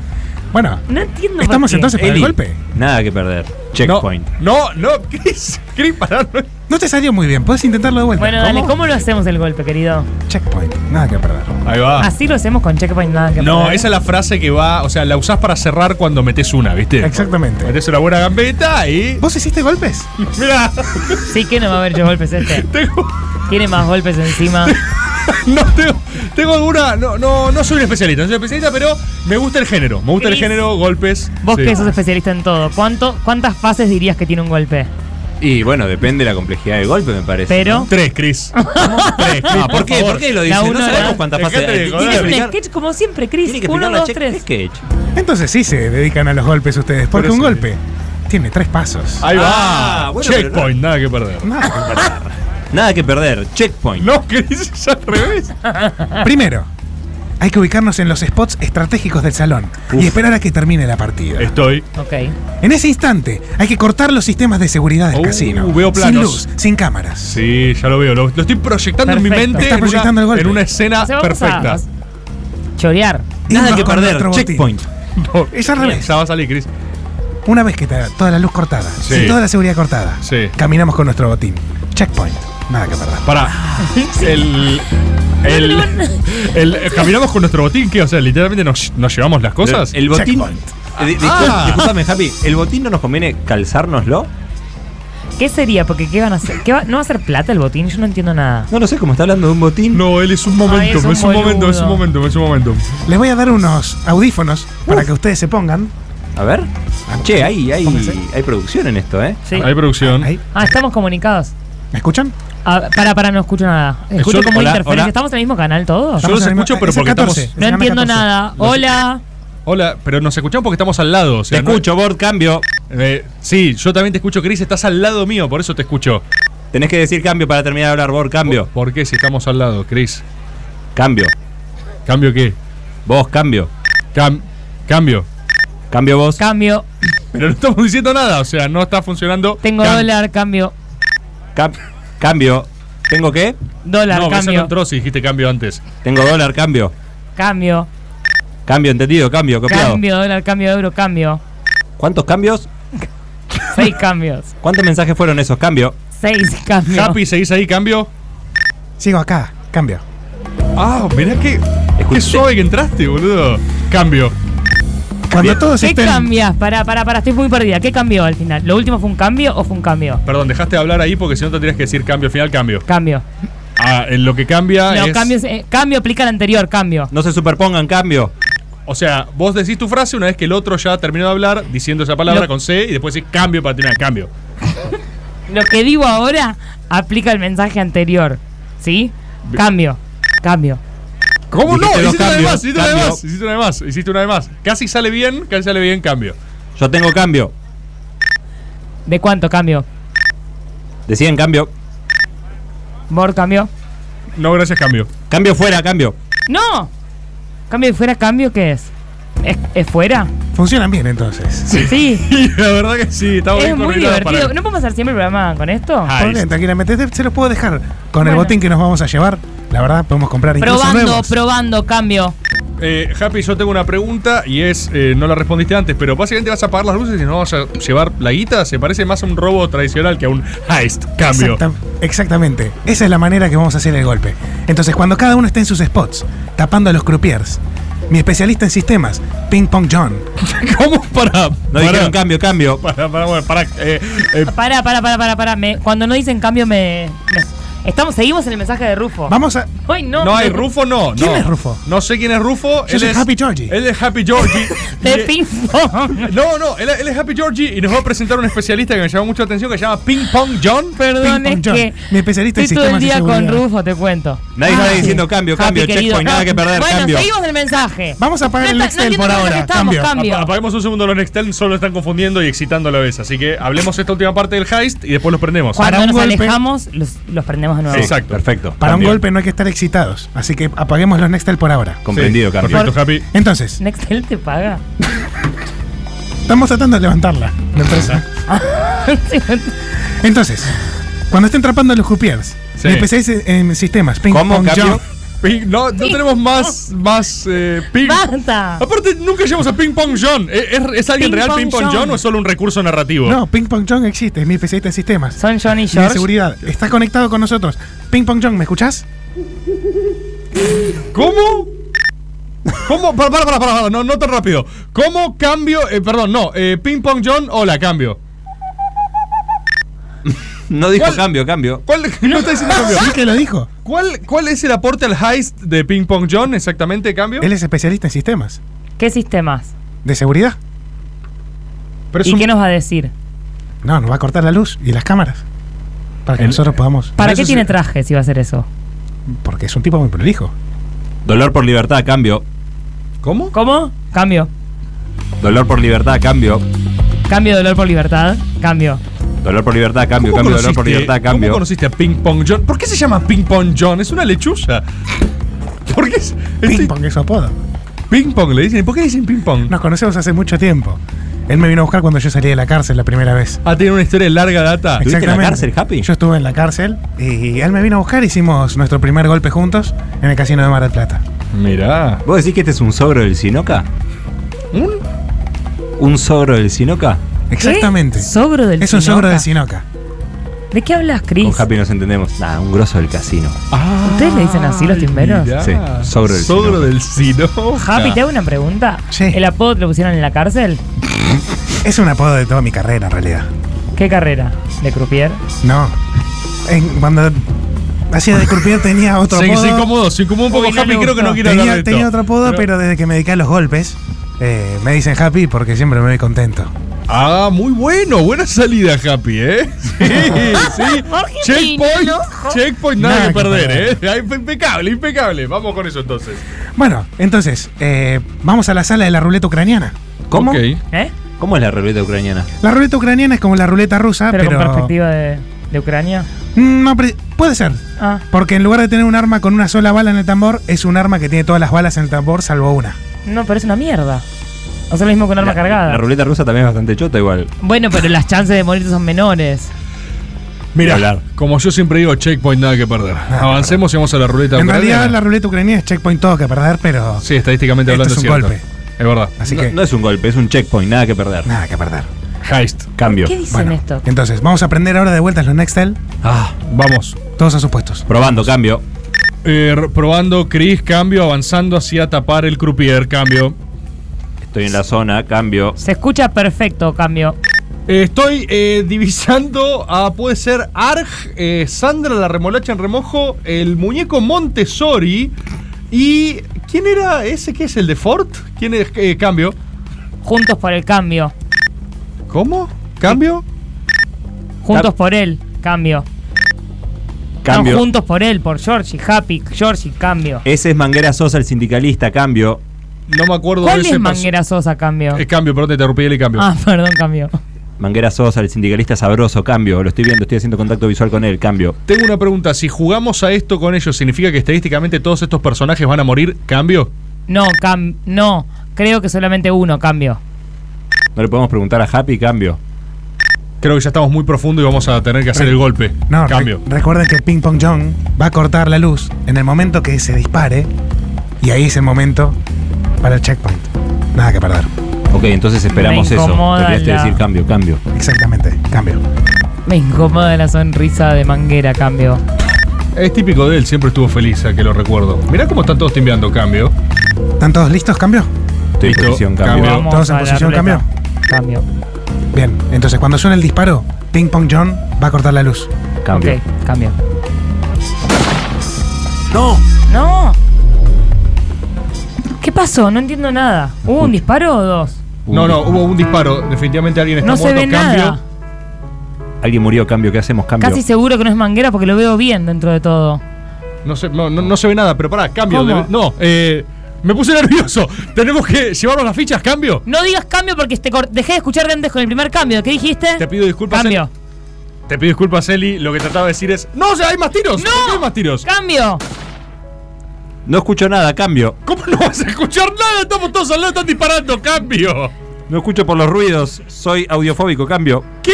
A: Bueno,
I: No entiendo. por
A: ¿Estamos
I: qué.
A: entonces para el
H: Eli,
A: golpe?
H: Nada que perder. Checkpoint.
F: No, oh, no, Chris, Chris, pará. no-
A: No te salió muy bien. Puedes intentarlo de vuelta.
I: Bueno, dale, ¿cómo lo hacemos el golpe, querido?
A: Checkpoint. Nada que perder.
F: Ahí va.
I: Así lo hacemos con checkpoint, nada que
F: Ah. No,
I: perder.
F: esa es la frase que va, o sea, la usás para cerrar cuando metes una, ¿viste?
A: Exactamente.
F: Metes una buena gambeta y.
A: ¿Vos hiciste golpes?
F: Mirá.
I: Sí que no va a haber yo golpes este. Tiene más golpes encima.
F: No tengo, tengo alguna. No, no, no soy un especialista, no soy un especialista, pero me gusta el género. Me gusta el
I: Chris,
F: género, golpes.
I: Vos
F: sí.
I: que sos especialista en todo, ¿cuánto, ¿cuántas fases dirías que tiene un golpe?
H: Y bueno, depende de la complejidad del golpe, me parece.
I: Pero-
H: ¿no?
F: Tres, Chris. Tres, Chris,
H: Ah, ¿por qué?
F: favor.
H: ¿Por qué lo dices?
I: uno
H: No sabemos
I: era-
H: cuántas fases
F: Dejate de
H: hay.
F: joder.
H: Tiene que
I: Un
H: explicar-
I: sketch como siempre, Chris.
H: tiene que
I: Uno,
H: explicar la
I: dos,
H: check-
I: tres.
H: sketch.
A: Entonces sí se dedican a los golpes ustedes. Porque
F: Pero
A: un
F: sí.
A: golpe tiene tres pasos.
F: Ahí
H: Ah,
F: va.
H: bueno,
F: Checkpoint, nada que perder.
H: Nada que perder. Checkpoint.
F: No, Chris, es al revés.
A: Primero, hay que ubicarnos en los spots estratégicos del salón y esperar a que termine la partida.
F: Estoy.
I: Ok.
A: En ese instante, hay que cortar los sistemas de seguridad del
F: Uh,
A: casino.
F: veo
A: Sin
F: planos.
A: luz, sin cámaras.
F: Sí, ya lo veo. Lo, lo estoy proyectando en mi
I: Perfecto.
F: mente
A: Estás
F: en,
A: proyectando el
F: una,
A: golpe.
F: en una escena
I: O sea, vamos
F: perfecta.
I: a chorear.
H: Nada
A: Irnos
H: que
A: con
H: perder.
A: nuestro botín.
H: Checkpoint.
F: No,
A: Es al revés.
F: Ya va a salir, Chris.
A: Una vez que está toda la luz cortada,
F: Sí.
A: sin toda la seguridad cortada,
F: Sí.
A: caminamos con nuestro botín. Checkpoint. Nada que perder.
F: Pará.
I: Ah,
F: El. El, el- eh, caminamos con nuestro botín, ¿qué? O sea, literalmente nos, nos llevamos las cosas.
H: El botín.
A: Checkpoint.
H: Eh, di- discul-
F: Ah.
H: Disculpame, Happy. ¿El botín no nos conviene calzárnoslo?
I: ¿Qué sería? Porque ¿qué van a hacer? ¿Qué va- ¿No va a ser plata el botín? Yo no entiendo nada.
H: No, no sé cómo está hablando de un botín.
F: No, él es un
I: Ay,
F: momento,
I: es un
F: es un momento, es un
I: boludo.
F: momento, es un momento.
A: Les voy a dar unos audífonos para que ustedes se pongan.
H: A ver.
I: Ah,
H: Che, hay, hay,
A: Pónganse.
H: hay producción en esto, ¿eh?
I: Sí.
F: Hay producción.
A: Ahí.
I: Ah, estamos comunicados.
A: ¿Me escuchan?
I: Ah, para, para, no escucho nada. Escucho
F: Yo-
I: como
F: hola,
I: interferencia.
H: hola.
I: ¿Estamos en el mismo canal todos?
F: Yo
A: Estamos
F: los
A: en el-
F: escucho, pero
A: es el
F: porque estamos-
A: es el
I: No
A: canal
I: entiendo
A: 14.
I: nada. Ah, Hola.
F: Hola, pero nos escuchamos porque estamos al lado. o sea,
H: te
F: no-
H: escucho, Bord, cambio.
F: Eh, sí, yo también te escucho, Chris, estás al lado mío, por eso te escucho.
H: Tenés que decir cambio para terminar de hablar, Bord, cambio.
F: ¿Por qué si estamos al lado, Chris?
H: Cambio.
F: ¿Cambio qué?
H: Vos, cambio.
F: Cam- cambio.
H: Cambio vos.
I: Cambio.
F: Pero no estamos diciendo nada, o sea, no está funcionando.
I: Tengo
F: Cam-
I: dólar, cambio.
H: Cam- cambio. ¿Tengo qué?
I: Dólar,
F: No, eso no
I: cambio.
F: entró si dijiste cambio antes.
H: Tengo dólar, cambio.
I: Cambio.
H: Cambio, entendido, cambio, copiado.
I: Cambio, dólar, cambio, euro, cambio.
H: ¿Cuántos cambios?
I: Seis cambios.
H: ¿Cuántos mensajes fueron esos? Cambio.
I: Seis cambios.
F: Happy, ¿seguís ahí, cambio?
A: Sigo acá. Cambio.
F: Ah, mirá que. Qué
H: Escuché.
F: suave que entraste, boludo. Cambio.
A: Cuando todos
I: ¿Qué
A: estén.
I: cambias? Pará, pará, pará, estoy muy perdida. ¿Qué cambió al final? ¿Lo último fue un cambio o fue un cambio?
F: Perdón, dejaste de hablar ahí porque si no tendrías que decir cambio, al final cambio.
I: Cambio.
F: Ah, en lo que cambia
I: no,
F: es.
I: cambio, es- eh, cambio aplica al anterior, cambio.
H: No se superpongan, cambio.
F: O sea, vos decís tu frase una vez que el otro ya terminó de hablar diciendo esa palabra
I: No.
F: con C y después decís cambio para terminar, cambio.
I: Lo que digo ahora aplica al mensaje anterior. ¿Sí? Cambio. Cambio.
F: ¿Cómo
H: Dijiste
F: no?
H: los
F: Hiciste una vez
H: cambios,
F: más, hiciste una
H: cambio.
F: vez más, hiciste una vez más, hiciste una vez más. Casi sale bien, casi sale bien, cambio.
H: Yo tengo cambio.
I: ¿De cuánto cambio?
H: Decían cambio.
I: ¿Bor cambio?
F: No, gracias, cambio.
H: Cambio fuera, cambio.
I: ¡No! ¿Cambio y fuera cambio qué es? ¿Es, es fuera?
A: Funcionan bien entonces.
I: Sí.
F: Y la verdad que sí, estamos
I: es
F: bien
I: muy
F: coordinados
I: divertido.
F: para-
I: ¿No podemos hacer siempre el programa con esto?
F: Ah,
A: Podrían tranquilamente. Te- Se los puedo dejar. Con el
I: Bueno.
A: botín que nos vamos a llevar, la verdad, podemos comprar incluso
I: Probando,
A: nuevos.
I: probando, cambio.
F: Eh, Happy, yo tengo una pregunta y es, eh, no la respondiste antes, pero básicamente vas a apagar las luces y no vas a llevar la guita. Se parece más a un robo tradicional que a un heist. Cambio.
A: Exacta- exactamente. Esa es la manera que vamos a hacer el golpe. Entonces, cuando cada uno esté en sus spots, tapando a los croupiers, mi especialista en sistemas, Ping Pong John,
F: ¿Cómo? Para.
H: No dijeron cambio, cambio.
F: Para, para, bueno, para. eh, eh,
I: Para, para, para, para, para. Me- cuando no dicen cambio me, me- Estamos, seguimos en el mensaje de Rufo.
F: Vamos a-
I: Hoy no.
F: No hay Rufo, no. no.
I: ¿Quién es Rufo?
F: No sé quién es Rufo.
I: Yo
F: él
I: soy
F: es
I: Happy
F: Georgie. Él es Happy Georgie.
I: De
F: Le- No, no, él, él es Happy Georgie y nos va a presentar un especialista que me llamó mucho la atención que se llama Ping Pong John.
I: Perdón, es que. Estoy todo el día con Rufo, te cuento.
H: Nadie
I: Ah,
H: está
I: sí.
H: diciendo cambio,
I: Happy,
H: cambio,
I: querido. Ah,
H: checkpoint, nada que perder,
I: Bueno,
H: cambio.
I: seguimos el mensaje.
A: Vamos a apagar
I: No
A: el
I: está-
A: Excel
I: no
A: por
I: entiendo dónde
A: ahora.
I: estamos,
A: Cambio.
I: cambio.
F: Apa- apaguemos un segundo, los Nextel solo están confundiendo y excitando a la vez. Así que hablemos esta última parte del heist y después los prendemos.
I: Cuando nos alejamos, los, los prendemos de nuevo.
F: Sí, exacto. Perfecto.
A: Para un golpe no hay que estar excitados, así que apaguemos los Nextel por ahora.
F: Comprendido, Sí, Carlos. perfecto, Happy.
A: Entonces,
I: Nextel te paga.
A: estamos tratando de levantarla, la empresa. Entonces, cuando estén atrapando a los croupiers,
F: Sí.
A: me empezáis en sistemas. Ping,
F: ¿Cómo,
A: pong,
F: cambio?
A: jump.
F: Ping- no, no tenemos más, más eh, ping.
I: ¡Basta!
F: Aparte, nunca llegamos a Ping Pong John. Eh, ¿Es, es- es alguien
A: Ping
F: real
A: Pong
F: Ping Pong
A: John.
F: John. o es solo un recurso narrativo?
A: No, Ping Pong John existe, es mi especialista en sistemas.
I: Son John y
A: De
I: George.
A: seguridad, está conectado con nosotros. Ping Pong John, ¿me escuchás?
F: ¿Cómo? ¿Cómo? Para, para, para, para, para, No, no tan rápido. ¿Cómo cambio? eh, perdón, no. eh, Ping Pong John, hola, cambio.
H: No dijo cambio, cambio.
F: ¿Cuál, no está diciendo cambio.
A: Sí que lo dijo.
F: ¿Cuál, ¿Cuál es el aporte al heist de Ping Pong John exactamente, cambio?
A: Él es especialista en sistemas.
I: ¿Qué sistemas?
A: ¿De seguridad?
F: Pero es
I: ¿Y
F: un-
I: qué nos va a decir?
A: No, nos va a cortar la luz y las cámaras. Para que nosotros podamos.
I: ¿Para qué tiene traje si va a hacer eso?
A: Porque es un tipo muy prolijo.
H: Dolor por libertad, cambio.
F: ¿Cómo?
I: ¿Cómo? Cambio.
H: Dolor por libertad, cambio.
I: Cambio dolor por libertad. Cambio.
H: Dolor por libertad, cambio.
F: ¿Cómo
H: Cambio, dolor por
F: conociste-
H: libertad, cambio.
F: ¿Cómo conociste a Ping Pong John? ¿Por qué se llama Ping Pong John? Es una lechuza. ¿Por qué es,
A: Ping Pong es su apodo.
F: Ping Pong le dicen. ¿Por qué dicen Ping Pong?
A: Nos conocemos hace mucho tiempo. Él me vino a buscar cuando yo salí de la cárcel la primera vez.
F: Ah, tiene una historia de larga data.
A: Happy? Yo estuve en la cárcel y él me vino a buscar. Hicimos nuestro primer golpe juntos en el casino de Mar del Plata.
F: Mirá.
H: ¿Vos decís que este es un sogro del Sinoca?
F: ¿Un?
H: ¿Un sogro del Sinoca?
A: Exactamente.
I: ¿Sogro del
A: Es un sogro de
I: Sinoca?
A: Sinoca.
I: ¿De qué hablas, Chris?
H: Con Happy nos entendemos. Nah, un grosso del casino.
I: ¿Ustedes le dicen así los timberos?
H: Sí, sogro del
F: Sogro
H: Sinoca.
F: del Sino.
I: Happy, te hago una pregunta. ¿El apodo te lo pusieron en la cárcel?
A: Es un apodo de toda mi carrera, en realidad.
I: ¿Qué carrera? ¿De croupier?
A: No. En- cuando hacía de croupier tenía otro
F: Se,
A: apodo.
F: se incomodó, se incomodó un poco
A: Uy, no
F: Happy.
A: me
F: creo que
A: gustó.
F: no quiere
A: tenía,
F: hablar de
A: Tenía
F: esto.
A: otro apodo,
F: Pero-
A: pero, desde que me dediqué a los golpes, eh, me dicen Happy porque siempre me voy contento.
F: Ah, muy bueno. Buena salida, Happy, ¿eh? Sí, sí. checkpoint. Checkpoint, nada, que perder, ¿eh? Impecable, impecable. Vamos con eso entonces.
A: Bueno, entonces, eh, vamos a la sala de la ruleta ucraniana.
H: ¿Cómo?
I: ¿Eh?
H: ¿Cómo es la ruleta ucraniana?
A: La ruleta ucraniana es como la ruleta rusa,
I: ¿Pero
A: pero.
I: con perspectiva de, de Ucrania?
A: Mm, No, pre- puede ser.
I: Ah.
A: Porque en lugar de tener un arma con una sola bala en el tambor, es un arma que tiene todas las balas en el tambor salvo una.
I: No, pero es una mierda. O sea, lo mismo con arma cargada.
H: La ruleta rusa también es bastante chota igual.
I: Bueno, pero las chances de morirte son menores.
F: Mira, como yo siempre digo, checkpoint, nada que perder. Avancemos y vamos a la ruleta
A: Ah, en realidad,
F: ucraniana.
A: la ruleta ucraniana es checkpoint todo que perder, pero.
F: Sí, estadísticamente
A: Esto
F: hablando
A: es un
F: cierto.
A: golpe.
F: Es verdad.
A: Así
H: no,
A: que-
H: no es un golpe, es un checkpoint, nada que perder.
A: Nada que perder.
F: Heist.
H: Cambio.
I: ¿Qué dicen
A: Bueno,
I: esto?
A: Entonces, vamos a aprender ahora de vueltas los Nextel.
H: Ah,
F: vamos.
A: Todos a sus puestos.
H: Probando, cambio.
F: Eh, r- probando, Chris, cambio, avanzando hacia tapar el croupier, cambio.
H: Estoy en la zona, cambio.
I: Se escucha perfecto, cambio.
F: Eh, estoy eh, divisando a, puede ser, Arg, eh, Sandra la remolacha en remojo, el muñeco Montessori y... ¿Quién era ese? ¿Qué es? ¿El de Ford? ¿Quién es? Eh, cambio.
I: Juntos por el cambio.
F: ¿Cómo? ¿Cambio?
I: Juntos por él, cambio.
H: Cambio.
I: No, juntos por él, por Georgie, Happy, Georgie, cambio.
H: Ese es Manguera Sosa, el sindicalista, cambio.
F: No me acuerdo
I: ¿Cuál es Manguera Sosa, cambio?
F: Eh, cambio, perdón, te interrumpí el cambio.
I: Ah, perdón, cambio.
H: Manguera Sosa, el sindicalista sabroso, cambio. Lo estoy viendo, estoy haciendo contacto visual con él, cambio.
F: Tengo una pregunta, si jugamos a esto con ellos, ¿significa que estadísticamente todos estos personajes van a morir? ¿Cambio?
I: No, cam no. Creo que solamente uno, cambio.
H: No le podemos preguntar a Happy, cambio.
F: Creo que ya estamos muy profundos y vamos a tener que hacer el golpe.
A: No, re-
F: Cambio.
A: recuerden que Ping Pong John va a cortar la luz en el momento que se dispare. Y ahí es el momento para el checkpoint. Nada que perder.
H: Ok, entonces esperamos
I: Me
H: eso.
I: incomoda
H: Deberías
I: la-
H: decir cambio, cambio.
A: Exactamente, cambio.
I: Me incomoda la sonrisa de Manguera, cambio.
F: Es típico de él, siempre estuvo feliz, a que lo recuerdo. Mirá cómo están todos timbeando, cambio.
A: ¿Están todos listos? ¿Cambio?
H: Estoy en
F: Listo,
H: posición,
F: cambio.
H: cambio.
A: ¿Todos en
I: a la
A: posición?
I: ruleta.
A: ¿Cambio?
I: Cambio.
A: Bien, entonces cuando suene el disparo, Ping Pong John va a cortar la luz.
H: Cambio.
I: Ok, cambio. No. No. ¿Qué pasó? No entiendo nada. ¿Hubo un disparo o dos?
F: No, no, hubo un disparo. Definitivamente alguien está
I: No se
F: muerto.
I: ve
F: Cambio.
I: nada.
H: Alguien murió, cambio, ¿qué hacemos? Cambio.
I: Casi seguro que no es manguera porque lo veo bien dentro de todo.
F: No se, no, no- no se ve nada, pero pará, cambio.
I: ¿Cómo?
F: Debe- no, eh, me puse nervioso. Tenemos que llevarnos las fichas, cambio.
I: No digas cambio porque te cor- dejé de escuchar de antes con el primer cambio. ¿Qué dijiste?
F: Te pido disculpas.
I: Cambio.
F: Eli. Te pido disculpas, Eli. Lo que trataba de decir es. ¡No! o sea, ¡Hay más tiros! ¿Por qué hay más tiros!
I: ¡Cambio!
H: No escucho nada, cambio.
F: ¿Cómo no vas a escuchar nada? Estamos todos al lado, están disparando, cambio.
H: No escucho por los ruidos. Soy audiofóbico, cambio.
F: ¿Qué?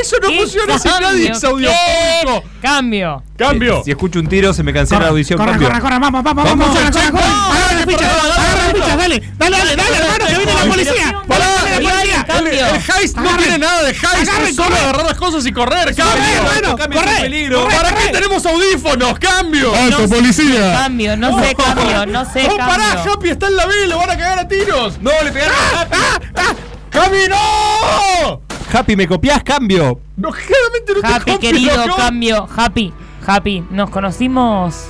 F: Eso no
I: ¿Qué
F: funciona si
I: cambio?
F: nadie es audiofónico.
I: ¿Qué? Cambio.
F: Cambio.
H: Eh, Si escucho un tiro, se me cancela la audición, cambio.
I: corre, vamos, vamos,
H: vamos,
I: corre,
H: corre,
I: corre. Agarra las fichas, agarra las fichas, dale, dale, dale, dale, hermano, que viene la policía.
F: Pará,
I: Viene
F: el,
I: la policía.
F: el- el heist no tiene nada de heist. es solo agarrar las cosas y correr, cambio.
I: hermano,
F: Cambio, es un
I: corre,
F: peligro.
I: corre,
F: ¿Para
I: corre.
F: qué tenemos audífonos? Cambio.
I: No sé, Cambio, no sé, cambio, no sé,
F: No, Oh,
I: cambio.
F: pará, Happy está en la B, lo van a cagar a tiros. Ah,
H: No, le pegaron a Happy.
F: ¡Camino!
H: Happy, ¿me copiás? Cambio.
F: No, claramente no
I: Happy,
F: te copio,
I: querido,
F: loco.
I: cambio. Happy, Happy, nos conocimos.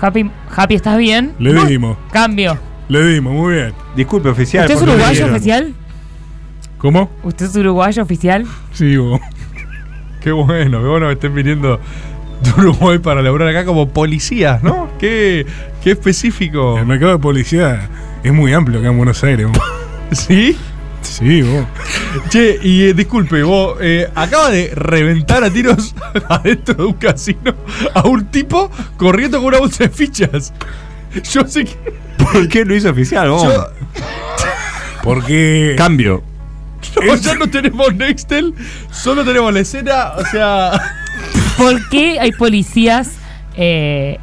I: Happy, Happy, ¿estás bien?
A: Le dimos,
I: Cambio.
A: le dimos, muy bien.
H: Disculpe, oficial.
I: ¿Usted es
A: ¿por qué
I: uruguayo
A: dieron?
I: oficial?
F: ¿Cómo?
I: ¿Usted es uruguayo oficial?
F: Sí, vos. Qué bueno, qué bueno que estén viniendo de Uruguay para laburar acá como policías, ¿no? Qué, qué específico.
A: El mercado de policía es muy amplio acá en Buenos Aires. vos.
F: ¿Sí?
A: Sí, vos.
F: Che, y eh, disculpe, vos eh, acaba de reventar a tiros adentro de un casino a un tipo corriendo con una bolsa de fichas. Yo sé que.
H: ¿Por qué lo hizo oficial, vos?
F: Yo-
A: Porque.
H: Cambio.
F: No, ya no tenemos Nextel, solo tenemos la escena, o sea.
I: ¿Por qué hay policías? Eh,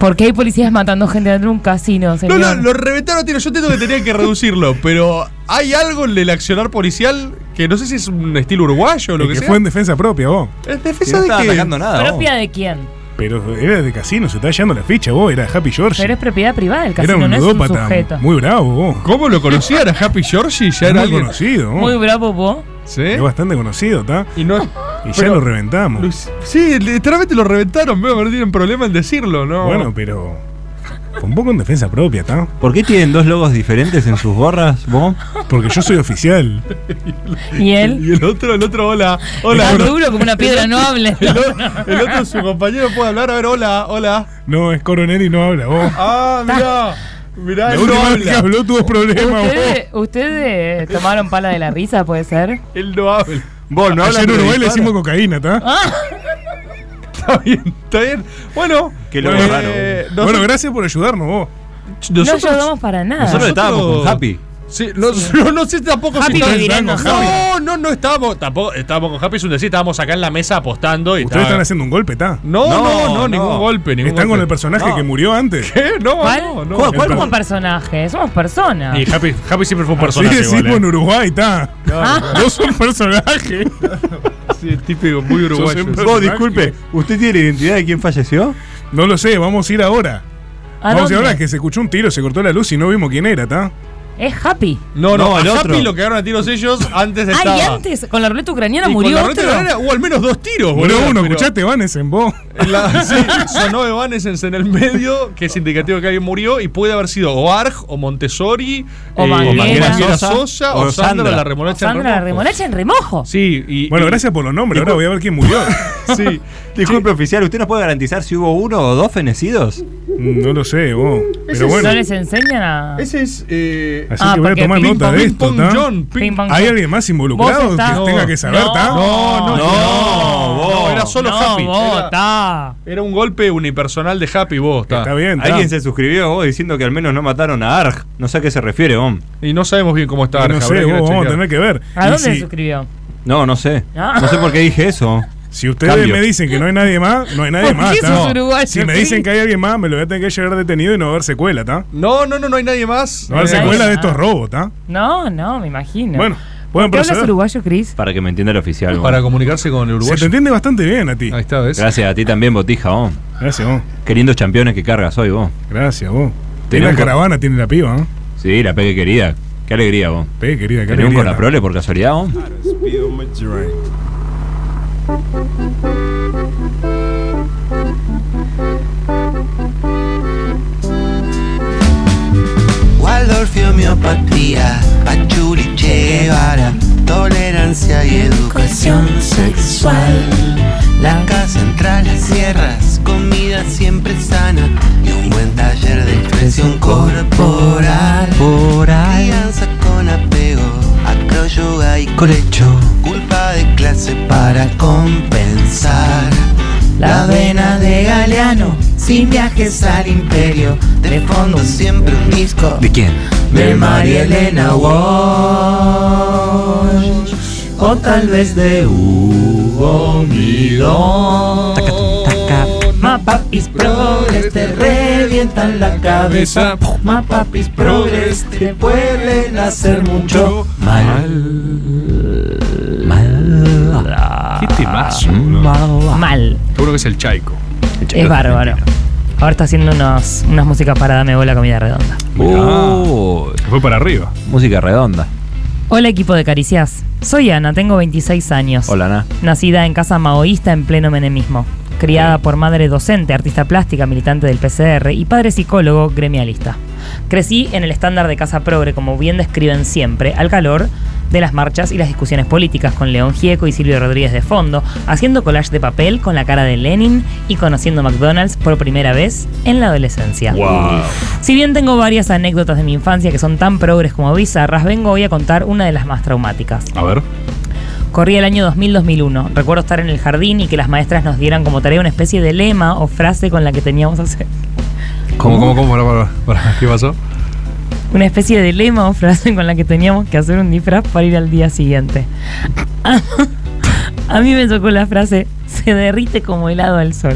I: ¿Por qué hay policías matando gente dentro de un casino,
F: No,
I: señor?
F: no, lo reventaron a tiros. Yo entiendo que tenía que reducirlo, pero hay algo en el accionar policial que no sé si es un estilo uruguayo o lo
A: El
F: que,
A: que
F: sea.
A: fue en defensa propia, vos.
F: Es
H: Si
F: defensa
H: no
F: de
H: estaba
F: que-
H: atacando nada, vos.
I: ¿Propia de quién?
A: Pero era de casino, se estaba llevando la ficha, vos. Era Happy George.
I: Pero es propiedad privada del
A: Era
I: casino,
A: un
I: no es un
A: ludópata.
I: sujeto.
A: muy bravo, vos.
F: ¿Cómo lo conocían a Happy Georgie? Ya era
A: muy
F: alguien.
A: conocido, vos.
I: Muy bravo vos.
F: ¿Sí?
A: Es bastante conocido, ¿está?
F: Y no.
A: Y ya
F: Pero-
A: lo reventamos.
F: lo- Sí, literalmente lo reventaron, veo que no tienen problema en decirlo, ¿no?
A: Bueno, pero. fue Un poco en defensa propia, ¿está?
H: ¿Por qué tienen dos logos diferentes en sus gorras, vos?
A: Porque yo soy oficial.
I: ¿Y él?
F: Y el otro, el otro, hola, hola.
I: Tan duro como una piedra, no hable.
F: El, o- el otro, su compañero puede hablar, a ver, hola, hola.
A: No, es coronel y no habla, vos.
F: Ah, mirá, mirá,
A: La
F: él no
A: última vez que
F: habla.
A: habló tuvo problemas, vos.
I: ¿Ustedes, ustedes eh, tomaron pala de la risa, puede ser?
F: Él no habla.
H: Vos
A: Ayer
H: no hablas
A: en
H: pero
A: Uruguay le
H: dispara.
A: hicimos cocaína, ¿está?
I: Ah.
F: Está bien, está bien. Bueno,
H: Qué loco
F: eh,
H: raro.
F: nos-
A: Bueno, gracias por ayudarnos, vos.
F: nosotros-
I: no ayudamos para nada.
H: Nosotros estábamos con Happy.
F: Sí, no, no, no sé tampoco
I: Happy
F: estábamos-
I: vivirá en
F: No, no, no estábamos. Tampoco estábamos con Happy, es un decir, estábamos acá en la mesa apostando y
A: Ustedes
F: estaba-
A: están haciendo un golpe, ¿está?
F: Ah. No, no, no,
H: No,
F: ningún
H: no.
F: golpe, ningún
A: Están con el
F: golpe.
A: personaje
H: No.
A: que murió antes.
F: ¿Qué? No,
I: ¿Cuál?
F: no, no.
H: ¿Cuál, cuál?
I: No somos personajes, somos
H: Ah.
I: personas.
F: Y Happy, Happy siempre fue
A: Así
F: un personaje.
A: decimos
F: igual, eh.
A: en Uruguay, ¿está? Vos sos un personaje.
F: Sí, típico, muy uruguayo.
A: Sos un
H: Vos, disculpe, ¿usted tiene la identidad de quién falleció?
A: No lo sé, vamos a ir ahora.
I: ¿A
A: vamos a ir
I: dónde?
A: ahora que se escuchó un tiro, se cortó la luz y no vimos quién era, ¿está?
I: Es Happy.
F: No, no,
H: No,
F: a
H: el
F: Happy
H: otro.
F: lo cagaron a tiros ellos antes de
I: Ay,
F: estaba.
I: antes, con la ruleta ucraniana
F: Y con
I: murió
F: la reta
I: otro.
F: de banana hubo al menos dos tiros,
A: Murió
F: boludo,
A: uno,
F: pero-
A: escuchaste, Vanes en vos.
F: En la- sí, sonó Evanescence en el medio, que es indicativo que alguien murió, y puede haber sido o Arg, o Montessori, eh,
I: O Manguera.
F: Manguera Sosa, o, Sandra, la remolacha. en
I: Sandra la
F: remojo.
I: remolacha en remojo.
F: Sí, y.
A: Bueno,
F: y-
A: gracias por los nombres, ahora voy a ver quién murió.
F: Sí.
H: Disculpe, oficial, ¿usted nos puede garantizar si hubo uno o dos fenecidos?
A: Mm, No lo sé, vos. Pero bueno,
I: ¿No les enseñan a...?
F: Ese es. Eh,
A: así
I: Ah,
A: que voy a
I: porque
A: tomar
I: ping
A: nota de
F: Ping
A: esto,
F: Pong
A: ¿está?
F: John. Ping-
I: Ping pong.
A: ¿Hay alguien más
I: Vos
A: involucrado que
I: estás-
A: tenga que saber, ¿está?
F: No, no,
H: No,
F: no.
H: vos.
F: era solo
I: no,
F: Happy.
I: vos,
F: Era-
I: está.
F: Era un golpe unipersonal de Happy vos, está.
A: Está bien, está.
H: Alguien se suscribió vos diciendo que al menos no mataron a Arg. No sé a qué se refiere, vos.
F: Y no sabemos bien cómo está.
A: Y No
F: Arja, habrá
A: sé,
F: que ir
A: vos, vamos a
F: chequear.
A: tener que ver.
I: ¿A
A: Y
I: dónde se
A: si,
I: suscribió?
H: No, no sé.
I: Ah.
H: No sé por qué dije eso.
A: si ustedes
H: Cambio.
A: me dicen que no hay nadie más, no hay nadie
I: ¿Por
A: más.
I: qué
A: ¿tá?
I: sos uruguayo,
A: Si me
I: Cris?
A: dicen que hay alguien más, me lo voy a tener que llevar detenido y no va a haber secuela, ¿está?
F: No, no, no, no hay nadie más.
A: No va a haber
I: Nadie
A: secuela de
I: más.
A: estos robos, ¿está?
I: No, no, me imagino.
A: Bueno,
I: ¿Por
A: pueden
I: qué hablas
A: proceder.
I: uruguayo, Chris?
H: Para que me entienda el oficial, vos.
F: Para comunicarse con el
A: Se te
F: uruguayo.
A: entiende bastante bien a ti.
F: Ahí está, ¿ves?
H: Gracias a ti también, botija, vos.
A: Gracias, vos.
H: Qué lindos campeones que cargas hoy, vos.
A: Gracias, vos. Tiene
H: Tenés
A: la
H: un-
A: caravana, tiene la piba, ¿eh? ¿no?
H: Sí, la pegue querida. Qué alegría, vos.
A: Pe, querida, qué
H: ¿Tenés un
A: alegría, ¿tá?
H: colaprole por casualidad, vos?
L: Waldorf y homeopatía, Pachuli, Che Guevara, tolerancia y educación sexual. La casa central, las sierras, comida siempre sana y un buen taller de expresión corporal. Crianza con apego, acroyoga y colecho, culpa de clase para compensar. La vena de Galeano, sin viajes al imperio, de fondo siempre un disco
G: ¿De quién?
L: de María Elena Walsh o tal vez de Hugo Midón. Mapapis progres te revientan la cabeza. Mapapis progres te pueden hacer mucho
G: Mal. Mal.
F: ¿Qué temazo?
I: Mal.
F: Seguro que es el Chaico.
I: Es bárbaro. Ahora está haciendo unos, unas músicas para Dame Bola Comida Redonda.
G: Uh,
F: fue para arriba.
G: Música redonda.
I: Hola equipo de Caricias. Soy Ana, tengo 26 años.
G: Hola, Ana.
I: Nacida en casa maoísta en pleno menemismo. Criada por madre docente, artista plástica, militante del PCR y padre psicólogo gremialista. Crecí en el estándar de casa progre, como bien describen siempre, al calor de las marchas y las discusiones políticas con León Gieco y Silvio Rodríguez de fondo, haciendo collage de papel con la cara de Lenin y conociendo McDonald's por primera vez en la adolescencia. Si bien tengo varias anécdotas de mi infancia que son tan progres como bizarras, vengo hoy a contar una de las más traumáticas.
F: A ver.
I: Corría el año 2000-2001. Recuerdo estar en el jardín y que las maestras nos dieran como tarea una especie de lema o frase con la que teníamos que hacer.
F: ¿Cómo, cómo, cómo? Pará, pará, pará. ¿Qué pasó?
I: Una especie de lema o frase con la que teníamos que hacer un disfraz para ir al día siguiente. A, a mí me tocó la frase, se derrite como helado al sol.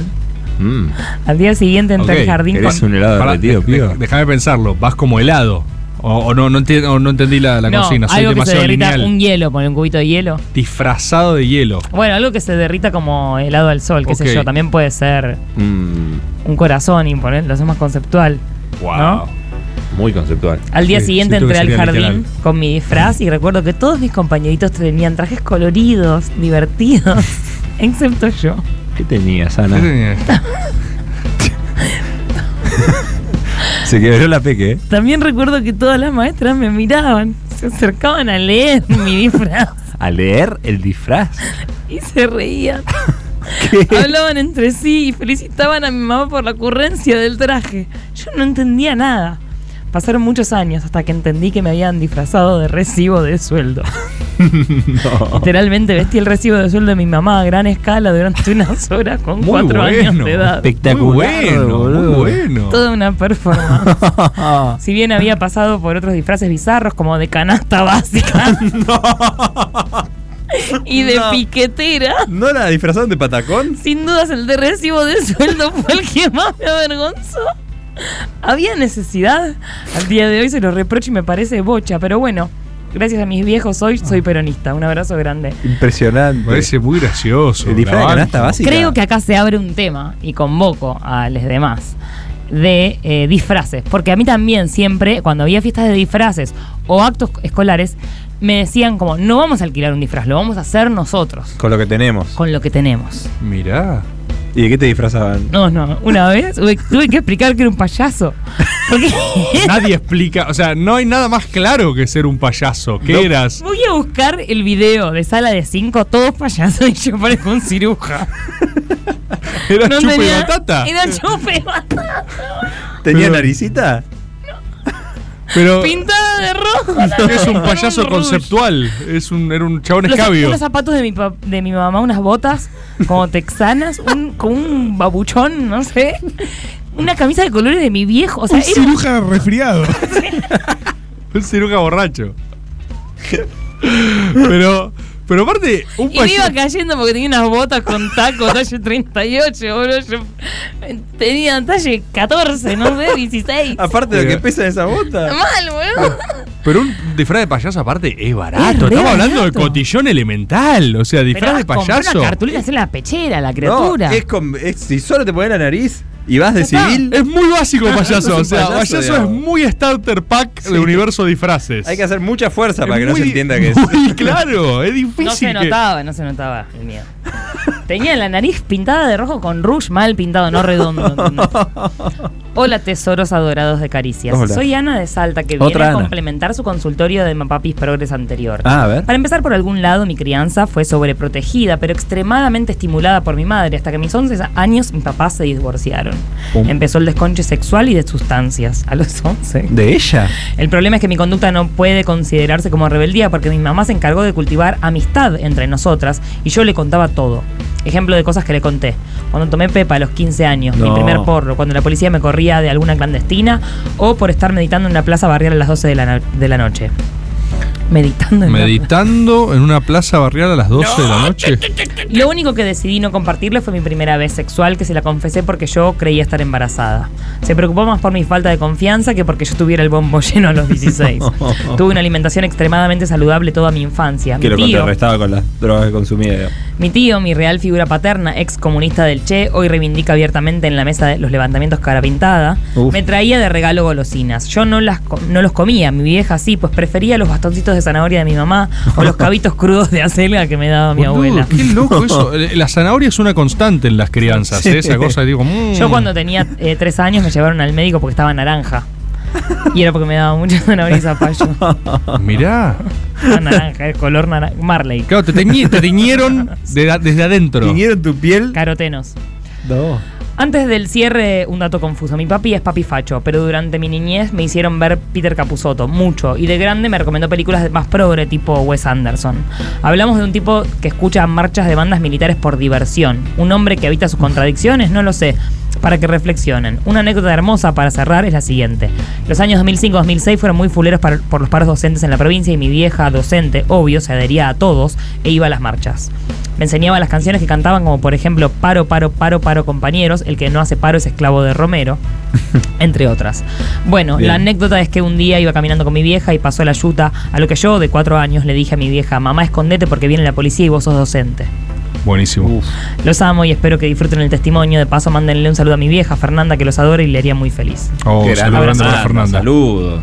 F: Mm.
I: Al día siguiente entré al jardín
F: ¿Eres
I: con...
F: derretido, Déjame pensarlo. Vas como helado. O, o no, no, enti- o no entendí la, la
I: No,
F: consigna. Soy
I: algo que se
F: demasiado
I: derrita
F: lineal.
I: un hielo, poner un cubito de hielo.
F: Disfrazado de hielo.
I: Bueno, algo que se derrita como helado al sol, qué
F: Ok.
I: sé yo. También puede ser
K: Mm,
I: un corazón y poner- lo hacemos conceptual.
G: Wow.
I: ¿No?
G: Muy conceptual.
I: Al día
G: Sí,
I: siguiente
G: siento
I: entré
G: que
I: al
G: sería
I: jardín
G: literal.
I: con mi disfraz y recuerdo que todos mis compañeritos tenían trajes coloridos, divertidos, excepto yo.
G: ¿Qué tenías, Ana?
F: ¿Qué tenías?
G: Se quebró la peque, ¿eh?
I: También recuerdo que todas las maestras me miraban, se acercaban a leer mi disfraz
G: A leer el disfraz.
I: y se reían. Hablaban entre sí y felicitaban a mi mamá por la ocurrencia del traje. Yo no entendía nada. Pasaron muchos años hasta que entendí que me habían disfrazado de recibo de sueldo. Literalmente vestí el recibo de sueldo de mi mamá a gran escala durante unas horas con
F: Muy
I: cuatro años
F: bueno,
I: de edad.
G: Espectacular.
F: Muy bueno,
G: boludo.
F: muy bueno.
I: Toda una performance. si bien había pasado por otros disfraces bizarros como de canasta básica y de
H: No.
I: piquetera,
H: ¿No la disfrazaron de patacón?
I: sin dudas el de recibo de sueldo fue el que más me avergonzó. Había necesidad. Al día de hoy se lo reprocho y me parece bocha, pero bueno, gracias a mis viejos hoy soy peronista. Un abrazo grande.
F: Impresionante. Parece muy gracioso.
K: El disfraz de
F: La
K: canasta
F: banco.
K: básica.
I: Creo que acá se abre un tema y convoco a los demás de eh, disfraces, porque a mí también siempre cuando había fiestas de disfraces o actos escolares me decían como no vamos a alquilar un disfraz, lo vamos a hacer nosotros
K: Con lo que tenemos.
I: con lo que tenemos.
F: Mirá.
K: ¿Y de qué te disfrazaban?
I: No, no, una vez tuve, tuve que explicar que era un payaso. Porque
F: Nadie explica. O sea, no hay nada más claro que ser un payaso. ¿Qué eras?
I: voy a buscar el video de sala de cinco, todos payasos y yo parezco un ciruja.
F: ¿Eras
I: No
F: chupa
I: tenía-
F: y batata?
I: Era chupa y batata.
K: ¿Tenía naricita?
F: Pero
I: Pintada de rojo. la
F: es
I: nariz,
F: un
I: con
F: payaso
I: un rouge.
F: conceptual. Es un, era un chabón
I: Los,
F: escabio.
I: unos zapatos de mi, pa- de mi mamá, unas botas como texanas, un, con un babuchón, no sé. Una camisa de colores de mi viejo. O sea,
A: Un
I: era-
A: ciruja resfriado.
F: Un ciruja borracho. pero, pero aparte, un
I: y me iba
F: payaso.
I: cayendo porque tenía unas botas con taco, talle 38, boludo. Yo tenía talle 14, no sé, 16.
H: Aparte de lo que
F: Pero-
H: pesa esa bota.
I: Mal, boludo.
F: Pero un disfraz de payaso, aparte, es barato.
I: re
F: Estamos hablando de
I: barato.
F: cotillón elemental. O sea, disfraz
I: Pero
F: de
I: compró
F: payaso.
I: una cartulina, hacer la pechera, la
H: No,
I: criatura.
H: es con- es- si solo te pones la nariz y vas de
I: está.
H: civil,
F: Es muy básico el
H: Es
F: payaso.
H: un
F: o sea,
H: payaso,
F: payaso,
H: digamos.
F: es muy starter pack de universo disfraces.
H: hay que hacer mucha fuerza
F: Es
H: para que no se
F: muy-
H: entienda que es.
F: muy claro, es difícil.
I: no se
F: que-
I: notaba, no se notaba el miedo. Tenía la nariz pintada de rojo con rouge mal pintado, no redondo. ¿entendés? Hola, tesoros adorados de caricias.
G: Hola.
I: Soy Ana de Salta, que
G: Otra
I: viene a
G: Ana.
I: complementar su consultorio de Mapapis Progres anterior.
G: Ah, a ver.
I: Para empezar, por algún lado, mi crianza fue sobreprotegida, pero extremadamente estimulada por mi madre. Hasta que a mis 11 años, mis papás se divorciaron.
G: Pum.
I: Empezó el desconche sexual y de sustancias. A los 11.
G: ¿De ella?
I: El problema es que mi conducta no puede considerarse como rebeldía porque mi mamá se encargó de cultivar amistad entre nosotras y yo le contaba todo. Ejemplo de cosas que le conté. Cuando tomé Pepa a los 15 años, mi
M: No.
I: primer porro, cuando la policía me corría de alguna clandestina o por estar meditando en una plaza barrial a las 12 de la, no- de la noche. Meditando en la-
F: Meditando en una plaza barrial a las 12 de la noche.
I: Lo único que decidí no compartirle fue mi primera vez sexual, que se la confesé porque yo creía estar embarazada. Se preocupó más por mi falta de confianza que porque yo tuviera el bombo lleno a los 16. Tuve una alimentación extremadamente saludable toda mi infancia. Mi
G: Que lo
I: tío,
G: contrarrestaba con las drogas que consumía. digamos.
I: mi tío, mi real figura paterna, ex comunista del Che, hoy reivindica abiertamente en la mesa de los levantamientos cara pintada,
G: Uf.
I: me traía de regalo golosinas. Yo no, las, co- no los comía, mi vieja sí, pues prefería los bastoncitos de zanahoria de mi mamá o los cabitos crudos de acelga que me daba mi
F: Boludo,
I: abuela.
F: Qué loco eso. Eh, La zanahoria es una constante en las crianzas.
I: Sí.
F: ¿eh? Esa cosa, digo, mm.
I: Yo cuando tenía eh, tres años me llevaron al médico porque estaba naranja. Y era porque me daba mucho zanahoria y zapallo.
F: Mirá.
I: Era naranja, el color naranja. Marley.
F: Claro, te, teñi- te tiñeron de- desde adentro.
I: ¿Vinieron tu piel? Carotenos.
F: No.
I: Antes del cierre, un dato confuso. Mi papi es papi facho, pero durante mi niñez me hicieron ver Peter Capusotto, mucho. Y de grande me recomendó películas más progre, tipo Wes Anderson. Hablamos de un tipo que escucha marchas de bandas militares por diversión. Un hombre que habita sus contradicciones, no lo sé. Para que reflexionen. Una anécdota hermosa para cerrar es la siguiente. Los años 2005-2006 fueron muy fuleros par- por los paros docentes en la provincia y mi vieja docente, obvio, se adhería a todos e iba a las marchas. Me enseñaba las canciones que cantaban como por ejemplo Paro, paro, paro, paro compañeros, el que no hace paro es esclavo de Romero, entre otras. Bueno,
M: Bien.
I: la anécdota es que un día iba caminando con mi vieja y pasó la yuta, a lo que yo de cuatro años le dije a mi vieja, mamá escondete porque viene la policía y vos sos docente.
F: Buenísimo.
I: Los amo y espero que disfruten el testimonio. De paso, mándenle un saludo a mi vieja Fernanda que los adora y le haría muy feliz.
F: Oh,
G: Qué grande,
F: saludos grandes para
G: Fernanda,
F: Fernanda.
G: Saludos.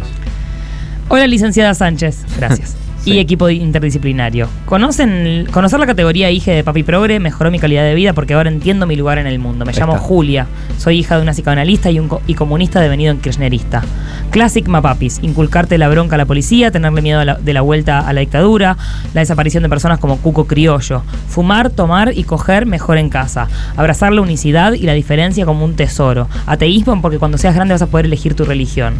I: Hola, licenciada Sánchez. Gracias. Y equipo interdisciplinario. ¿Conocen, conocer la categoría hija de Papi Progre mejoró mi calidad de vida porque ahora entiendo mi lugar en el mundo. Me
M: Ahí
I: llamo
M: está.
I: Julia. Soy hija de una psicoanalista y, un co- y comunista devenido en kirchnerista. Classic Mapapis. Inculcarte la bronca a la policía, tenerle miedo a la- de la vuelta a la dictadura, la desaparición de personas como Cuco Criollo. Fumar, tomar y coger mejor en casa. Abrazar la unicidad y la diferencia como un tesoro. Ateísmo porque cuando seas grande vas a poder elegir tu religión.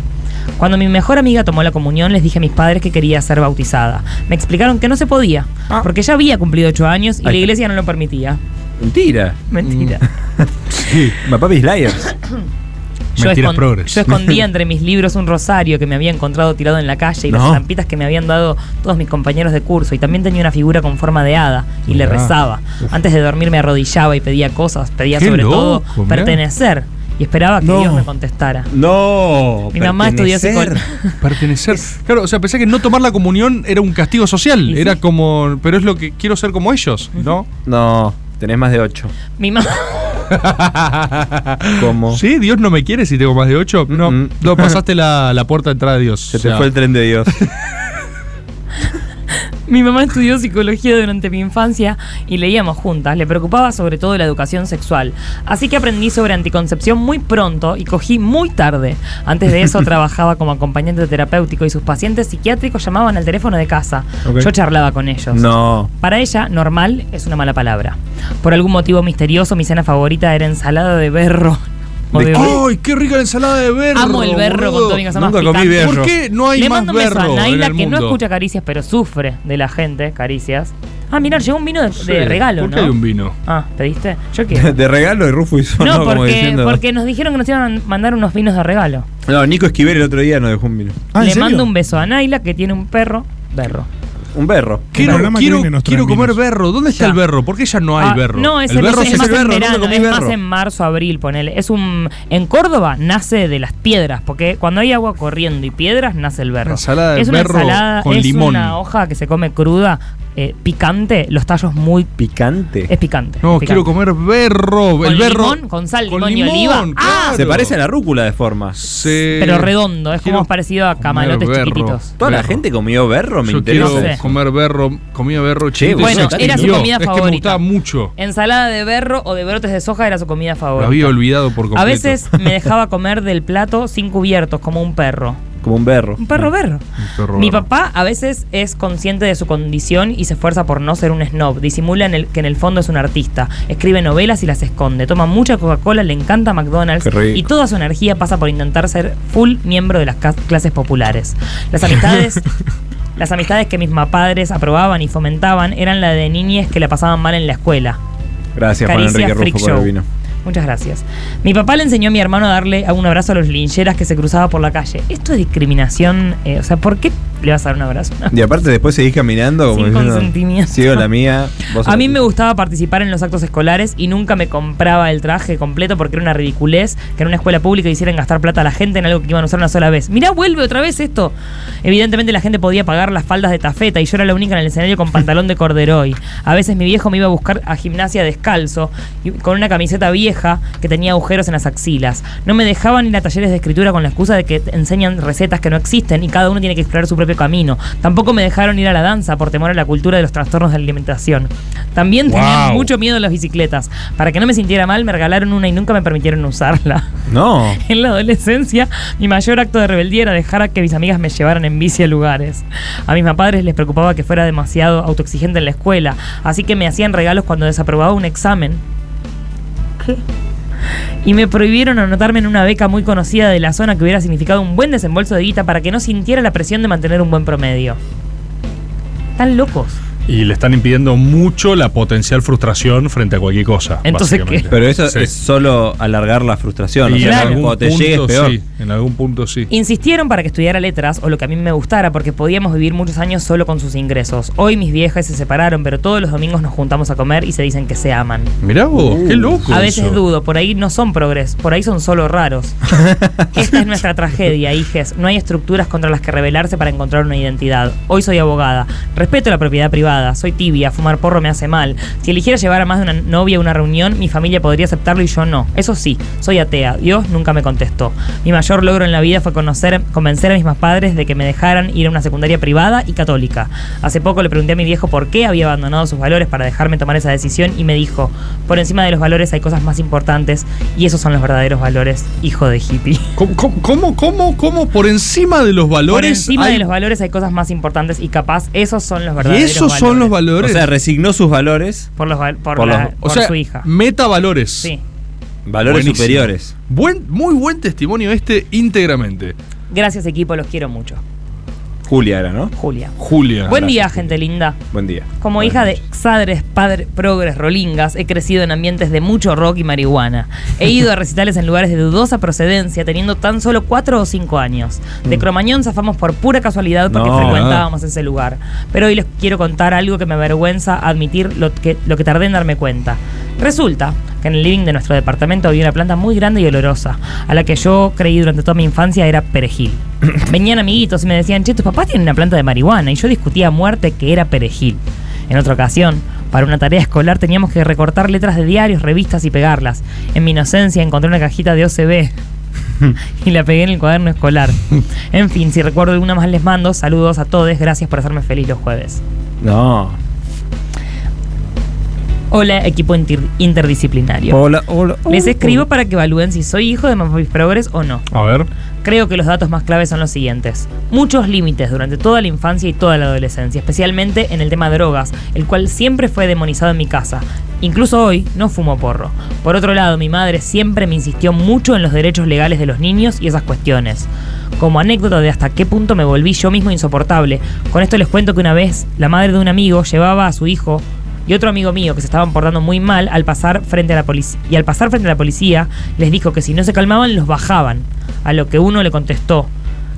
I: Cuando mi mejor amiga tomó la comunión, les dije a mis padres que quería ser bautizada. Me explicaron que no se podía, porque ya había cumplido ocho años y
G: Ahí
I: la
G: está.
I: iglesia no lo permitía.
G: Mentira.
I: Mentira.
G: Sí, Mapapis Liars.
I: Yo, escon- yo escondía entre mis libros un rosario que me había encontrado tirado en la calle y las
G: No.
I: estampitas que me habían dado todos mis compañeros de curso. Y también tenía una figura con forma de hada y le
M: Mirá.
I: rezaba. Antes de dormir me arrodillaba y pedía cosas. Pedía
M: Qué
I: sobre todo
M: loco, mirá.
I: pertenecer y esperaba que
F: No.
I: Dios me contestara.
G: No.
I: Mi mamá estudió
F: pertenecer. Pertenecer. Claro, o sea, pensé que no tomar la comunión era un castigo social. Era como. Pero es lo que quiero ser como ellos, ¿no?
G: No, tenés más de 8.
I: Mi mamá.
G: ¿Cómo?
F: Sí, Dios no me quiere si tengo más de 8. No, no pasaste la, la puerta de entrada de Dios. Se
G: te fue el tren de Dios.
I: Mi mamá estudió psicología durante mi infancia y leíamos juntas. Le preocupaba sobre todo la educación sexual. Así que aprendí sobre anticoncepción muy pronto y cogí muy tarde. Antes de eso trabajaba como acompañante terapéutico y sus pacientes psiquiátricos llamaban al teléfono de casa.
G: Ok.
I: Yo charlaba con ellos.
G: No.
I: Para ella, normal es una mala palabra. Por algún motivo misterioso, mi cena favorita era ensalada de berro. O de-
F: ¡Ay, qué rica la ensalada de berro!
I: Amo el berro
F: boludo!
I: con todo mi cosa más picante.
F: ¿Por qué no hay
I: Le
F: más
I: mando un beso
F: berro?
I: a
F: en
I: Naila,
F: el
I: que no
F: mundo?
I: escucha caricias, pero sufre de la gente, caricias. Ah, mirá, llegó un vino de, de
F: Sí,
I: regalo,
F: ¿por qué
I: ¿no?
F: hay un vino?
I: Ah, ¿pediste? Yo quiero.
G: De regalo y Rufo y Sono,
I: no,
G: como
I: porque,
G: diciendo.
I: porque nos dijeron que nos iban a mandar unos vinos de regalo.
G: No, Nico Esquivel el otro día nos dejó un vino.
F: Ah,
I: Le mando un beso a Naila, que tiene un perro. Berro.
G: Un berro.
F: Quiero, quiero, quiero comer berro. ¿Dónde está el berro? ¿Por qué ya no hay
I: Ah,
F: berro?
I: No, es,
F: el berro
I: es,
F: se
I: más
F: hace
I: en
F: ¿Dónde
I: verano,
F: comí
I: es
F: berro?
I: más en marzo, abril, ponele. Es un en Córdoba nace de las piedras, porque cuando hay agua corriendo y piedras nace el berro.
F: Ensalada de
I: es una
F: berro
I: ensalada,
F: con
I: es
F: limón.
I: una hoja que se come cruda eh, picante, los tallos muy...
G: ¿Picante?
I: Es picante.
F: No,
I: es picante.
F: quiero comer berro.
I: Con
F: el berro.
I: limón, con sal,
F: con
I: limón,
F: limón,
I: y oliva. Ah,
F: claro.
G: Se parece a la rúcula de forma.
I: Pero redondo, es como más parecido a camalotes
F: berro.
I: chiquititos.
G: ¿Toda la gente comió berro? Me
F: Yo
G: interesa.
F: quiero comer berro, comía berro
G: Che,
F: chido.
G: bueno,
F: Eso
I: era su
F: extinguió.
I: comida
F: es que me
I: favorita.
F: gustaba mucho.
I: Ensalada de berro o de brotes de soja era su comida
F: Lo
I: favorita.
F: había olvidado por completo.
I: A veces me dejaba comer del plato sin cubiertos, como un perro.
G: Como un berro.
I: Un perro berro.
G: Un Mm. perro
I: Mi
G: berro.
I: papá a veces es consciente de su condición y se esfuerza por no ser un snob. Disimula en el, que en el fondo es un artista. Escribe novelas y las esconde. Toma mucha Coca-Cola, le encanta McDonald's
G: Qué rico.
I: y toda su energía pasa por intentar ser full miembro de las ca- clases populares. Las amistades Las amistades que mis ma- padres aprobaban y fomentaban eran la de niñes que la pasaban mal en la escuela.
G: Gracias, Juan
I: Caricia
G: Enrique
I: Freak
G: Rufo, por
I: Show.
G: el vino.
I: Muchas gracias. Mi papá le enseñó a mi hermano a darle a un abrazo a los lincheras que se cruzaba por la calle. Esto es discriminación. eh, o sea, ¿por qué le vas a dar un abrazo?
G: Y aparte, después seguís caminando como
I: Sin
G: diciendo,
I: consentimiento.
G: Sigo la mía. vos
I: A
G: la
I: mí
G: tuya".
I: me gustaba participar en los actos escolares y nunca me compraba el traje completo porque era una ridiculez que en una escuela pública hicieran gastar plata a la gente en algo que iban a usar una sola vez. Mirá, vuelve otra vez esto. Evidentemente la gente podía pagar las faldas de tafeta y yo era la única en el escenario con pantalón de corderoy. A veces mi viejo me iba a buscar a gimnasia descalzo y con una camiseta vieja que tenía agujeros en las axilas. No me dejaban ir a talleres de escritura con la excusa de que te enseñan recetas que no existen y cada uno tiene que explorar su propio camino. Tampoco me dejaron ir a la danza por temor a la cultura de los trastornos de alimentación. También tenía
G: Wow.
I: mucho miedo a las bicicletas. Para que no me sintiera mal, me regalaron una y nunca me permitieron usarla.
G: No.
I: En la adolescencia, mi mayor acto de rebeldía era dejar a que mis amigas me llevaran en bici a lugares. A mis padres les preocupaba que fuera demasiado autoexigente en la escuela, así que me hacían regalos cuando desaprobaba un examen. Y me prohibieron anotarme en una beca muy conocida de la zona que hubiera significado un buen desembolso de guita para que no sintiera la presión de mantener un buen promedio. Tan locos.
F: Y le están impidiendo mucho la potencial frustración frente a cualquier cosa. básicamente.
G: Pero eso
F: Sí.
G: es solo alargar la frustración.
F: Y
G: o sea,
F: en algún
G: cuando te
F: punto
G: llegues peor.
F: sí, en algún punto sí.
I: Insistieron para que estudiara letras o lo que a mí me gustara porque podíamos vivir muchos años solo con sus ingresos. Hoy mis viejas se separaron, pero todos los domingos nos juntamos a comer y se dicen que se aman.
F: Mirá vos, Oh, qué loco.
I: Uh. A veces
F: eso.
I: dudo, por ahí no son progres, por ahí son solo raros. Esta es nuestra tragedia, hijes. No hay estructuras contra las que rebelarse para encontrar una identidad. Hoy soy abogada. Respeto la propiedad privada. Soy tibia. Fumar porro me hace mal. Si eligiera llevar a más de una novia a una reunión, mi familia podría aceptarlo y yo no. Eso sí, soy atea. Dios nunca me contestó. Mi mayor logro en la vida fue conocer, convencer a mis más padres de que me dejaran ir a una secundaria privada y católica. Hace poco le pregunté a mi viejo por qué había abandonado sus valores para dejarme tomar esa decisión y me dijo, por encima de los valores hay cosas más importantes y esos son los verdaderos valores, hijo de hippie.
F: ¿Cómo, cómo, cómo, cómo, cómo por encima de los valores?
I: Por encima
F: hay-
I: de los valores hay cosas más importantes y capaz esos son los
F: ¿Y
I: verdaderos
F: esos son los valores?
G: O sea, resignó sus valores.
I: por los val- por,
G: por
I: la-
G: los-
F: O
I: por
F: sea,
I: su hija.
F: meta valores.
I: Sí.
G: Valores
F: Buenísimo.
G: superiores.
F: Buen, muy buen testimonio este íntegramente.
I: Gracias equipo, los quiero mucho.
G: Julia era, ¿no?
I: Julia.
F: Julia.
I: Buen día, gente linda.
G: Buen día.
I: Como hija de exadres, padre, progres, rolingas, he crecido en ambientes de mucho rock y marihuana. He ido a recitales en lugares de dudosa procedencia, teniendo tan solo 4 o 5 años.
F: Mm.
I: De Cromañón zafamos por pura casualidad porque
M: No,
I: frecuentábamos ese lugar. Pero hoy les quiero contar algo que me avergüenza admitir lo que, lo que tardé en darme cuenta. Resulta que en el living de nuestro departamento había una planta muy grande y olorosa, a la que yo creí durante toda mi infancia era perejil. Venían amiguitos y me decían, che, tus papás tienen una planta de marihuana, y yo discutía a muerte que era perejil. En otra ocasión, para una tarea escolar teníamos que recortar letras de diarios, revistas y pegarlas. En mi inocencia encontré una cajita de OCB y la pegué en el cuaderno escolar. En fin, si recuerdo alguna más les mando, saludos a todos, gracias por hacerme feliz los jueves.
G: No.
I: Hola, equipo inter- interdisciplinario.
G: Hola, hola.
I: Les escribo para que evalúen si soy hijo de Mapis Progres o no.
F: A ver.
I: Creo que los datos más claves son los siguientes. Muchos límites durante toda la infancia y toda la adolescencia, especialmente en el tema drogas, el cual siempre fue demonizado en mi casa. Incluso hoy no fumo porro. Por otro lado, mi madre siempre me insistió mucho en los derechos legales de los niños y esas cuestiones. Como anécdota de hasta qué punto me volví yo mismo insoportable, con esto les cuento que una vez la madre de un amigo llevaba a su hijo y otro amigo mío que se estaban portando muy mal al pasar frente a la policía y al pasar frente a la policía les dijo que si no se calmaban los bajaban, a lo que uno le contestó.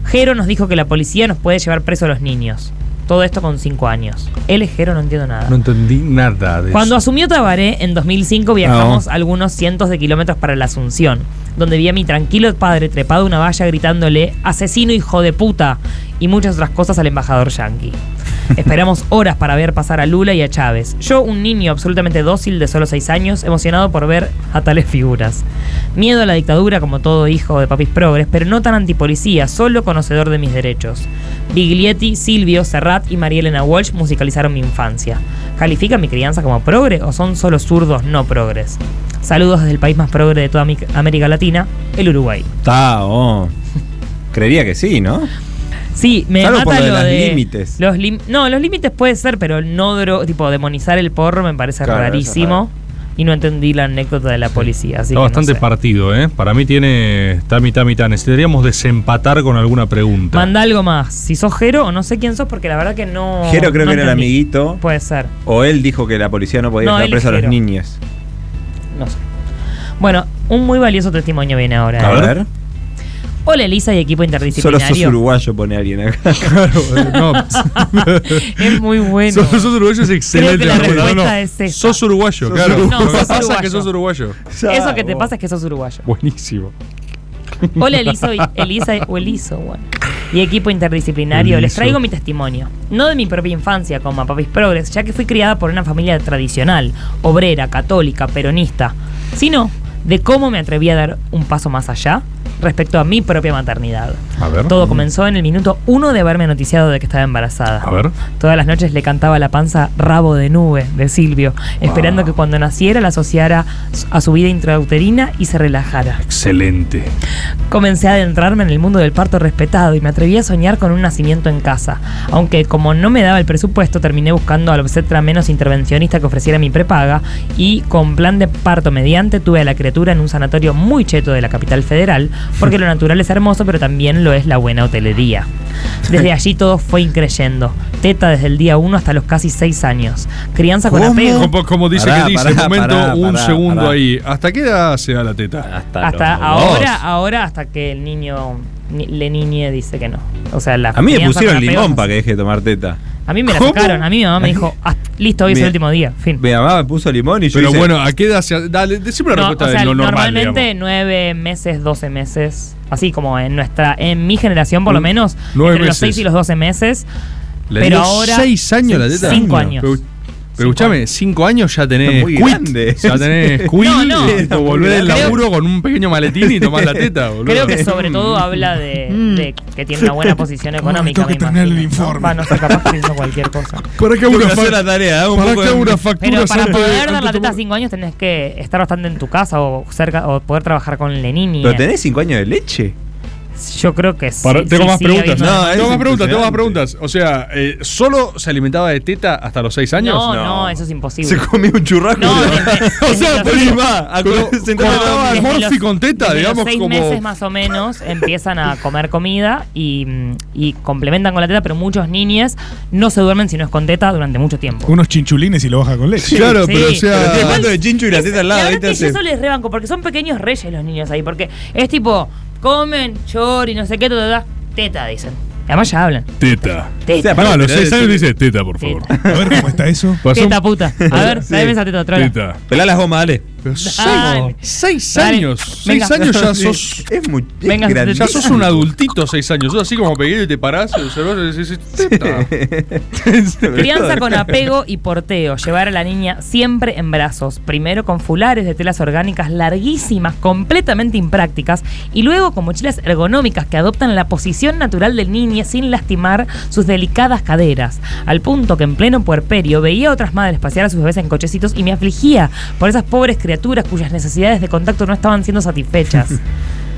I: Jero nos dijo que la policía nos puede llevar preso a los niños. Todo esto con 5 años. Él es Jero, no entiendo nada.
F: No entendí nada de
I: Ah. Cuando
F: eso.
I: asumió Tabaré en 2005 viajamos algunos cientos de kilómetros para la Asunción, donde vi a mi tranquilo padre trepado a una valla gritándole asesino hijo de puta y muchas otras cosas al embajador yanqui. Esperamos horas para ver pasar a Lula y a Chávez. Yo, un niño absolutamente dócil de solo seis años, emocionado por ver a tales figuras. Miedo a la dictadura como todo hijo de papis progres, pero no tan antipolicía, solo conocedor de mis derechos. Biglietti, Silvio, Serrat y María Elena Walsh musicalizaron mi infancia. ¿Califican mi crianza como progre o son solo zurdos no progres? Saludos desde el país más progre de toda mi- América Latina, el Uruguay.
G: Está, oh. Creería que sí, ¿no?
I: Sí, me
G: Salvo
I: mata
G: por lo de
I: lo
G: los
I: de
G: límites.
I: los lim- no, los límites puede ser, pero no dro- tipo demonizar el porro me parece
F: Claro, eso es
I: rarísimo. Y no entendí la anécdota de la policía. Así
F: Está
I: que
F: bastante
I: no sé.
F: partido, ¿eh? Para mí tiene. Está mitad, mitad. Necesitaríamos desempatar con alguna pregunta.
I: Manda algo más. Si sos Jero o no sé quién sos, porque la verdad que no.
G: Jero creo
I: no
G: que era el
I: entendí.
G: amiguito.
I: Puede ser.
G: O él dijo que la policía no podía
I: No,
G: estar
I: él
G: presa a los
I: dijeron.
G: niños.
I: No sé. Bueno, un muy valioso testimonio viene ahora.
G: A
I: ¿eh?
G: ver.
I: Hola Elisa y equipo
G: Solo sos
I: interdisciplinario.
G: uruguayo, pone alguien acá. claro,
F: no.
I: eh, es muy bueno.
F: Sos, sos uruguayo es excelente.
I: Creo que la
F: pregunta.
I: respuesta
F: No, no.
I: es esa.
F: Sos uruguayo,
I: Sos
F: claro.
I: uruguayo. No,
F: Lo que
I: sos
F: pasa es que
I: uruguayo.
F: sos uruguayo.
I: Eso que te pasa es que sos uruguayo.
F: Buenísimo.
I: Hola Eliso, y- Elisa o Eliso, bueno. Y equipo interdisciplinario, les
M: Eliso.
I: traigo mi testimonio. No de mi propia infancia como a Papis Progres, ya que fui criada por una familia tradicional, obrera, católica, peronista, sino de cómo me atreví a dar un paso más allá respecto a mi propia maternidad.
F: A ver. Mm.
I: Todo comenzó en el minuto uno de haberme noticiado de que estaba embarazada.
F: A ver.
I: Todas las noches le cantaba a la panza Rabo de Nube de Silvio, esperando que cuando naciera la asociara a su vida intrauterina y se relajara.
F: Excelente.
I: Comencé a adentrarme en el mundo del parto respetado y me atreví a soñar con un nacimiento en casa, aunque como no me daba el presupuesto terminé buscando al obstetra menos intervencionista que ofreciera mi prepaga y con plan de parto mediante tuve a la criatura en un sanatorio muy cheto de la capital federal, porque lo natural es hermoso pero también lo es la buena hotelería. Desde allí todo fue increyendo, teta desde el día 1 hasta los casi 6 años, crianza con apego
F: Como, como dice
I: Pará,
F: que dice,
I: pará,
F: momento,
I: pará,
F: un
I: pará,
F: segundo
I: pará.
F: ahí. ¿Hasta qué edad se da la teta? Hasta,
I: Hasta ahora, ahora hasta que el niño, ni- le niñe dice que no. O sea, la
G: A mí me
I: crianza
G: pusieron
I: con apegos
G: limón para que deje de tomar teta.
I: A mí me la
G: ¿Cómo?
I: sacaron, a mí mi mamá me dijo, "Ah, listo, hoy es
G: Bien.
I: el último día, fin.
G: Mi
F: Ah,
G: mamá me puso limón y yo.
F: Pero
G: hice-
F: bueno, ¿a qué edad se Dale, decime la
I: No,
F: respuesta
I: o sea,
F: de lo normal.
I: normalmente
F: digamos.
I: nueve meses, doce meses, así como en nuestra, en mi generación por lo
F: Mm,
I: menos,
F: nueve
I: entre los
F: meses.
I: seis y los doce meses.
F: Le
I: pero
F: dio
I: ahora.
F: seis años la teta.
I: Cinco años.
F: Pero, pero escúchame, cinco años ya tenés
G: Está muy
F: quit.
G: grande.
F: Ya tenés
G: Sí.
F: quit.
I: No, no.
F: y tipo, volvés del
I: Creo-
F: laburo con un pequeño maletín y tomás la teta, boludo.
I: Creo que sobre todo habla de, de que tiene una buena posición económica. me imagino. el informe. Va, no sé, capaz que hizo cualquier cosa.
F: Para que haga
G: Tengo
F: una,
G: que
F: fa-
G: hacer la tarea, hago Ah, un
F: para
G: poco
F: que haga
G: de-
F: una factura
I: Pero para
F: antes de-
I: poder dar
F: antes
I: la
F: de
I: teta a 5 años tenés que estar bastante en tu casa o cerca o poder trabajar con Lenini.
G: ¿Pero tenés cinco años de leche?
I: Yo creo que sí.
F: Para- tengo
I: sí,
F: más
I: sigue
F: preguntas.
I: habiendo-
F: tengo más preguntas, tengo más preguntas. O sea, eh, ¿solo se alimentaba de teta hasta los 6 años?
I: No, no, eso es imposible.
F: Se comió un churrasco. o sea,
I: desde
F: pero
I: los-
F: va. Se encontraba
I: desde
F: Morphy
I: los-
F: con teta,
I: desde
F: digamos,
I: los seis
F: como.
I: meses más o menos empiezan a comer comida y, mm, y complementan con la teta, pero muchos niños no se duermen si no es con teta durante mucho tiempo.
A: Unos chinchulines y lo baja con leche.
I: Sí, Claro, sí. pero, o sea-
G: Pero tiene plato de chincho y la teta al
I: La
G: lado.
I: verdad
G: ¿viste?
I: que yo
G: Hace-
I: eso les rebanco porque son pequeños reyes los niños ahí, porque es tipo, comen, chori, no sé qué, todo, todo, teta, dicen. Además ya hablan.
F: Teta.
I: Teta. O sea,
F: No, a los
I: pero
F: 6
I: debe
F: años dice
I: ser-
F: teta, por favor.
A: A ver cómo está eso.
G: Pues
F: Pasó
I: Teta
F: un-
I: puta. A ver,
F: Sí.
I: dame esa teta, trola.
F: Teta. Pelá las gomas, dale. Pero 6
I: Dale.
F: años.
I: Venga.
F: 6 años ya sos.
G: Es muy.
I: Venga, grande.
F: ya sos un adultito, 6 años. Sos así como pequeño y te parás, observás y decís, teta.
I: Crianza con apego y porteo. Llevar a la niña siempre en brazos. Primero con fulares de telas orgánicas larguísimas, completamente imprácticas. Y luego con mochilas ergonómicas que adoptan la posición natural del niño sin lastimar sus delicadas caderas. Al punto que en pleno puerperio veía a otras madres pasear a sus bebés en cochecitos y me afligía por esas pobres criaturas cuyas necesidades de contacto no estaban siendo satisfechas.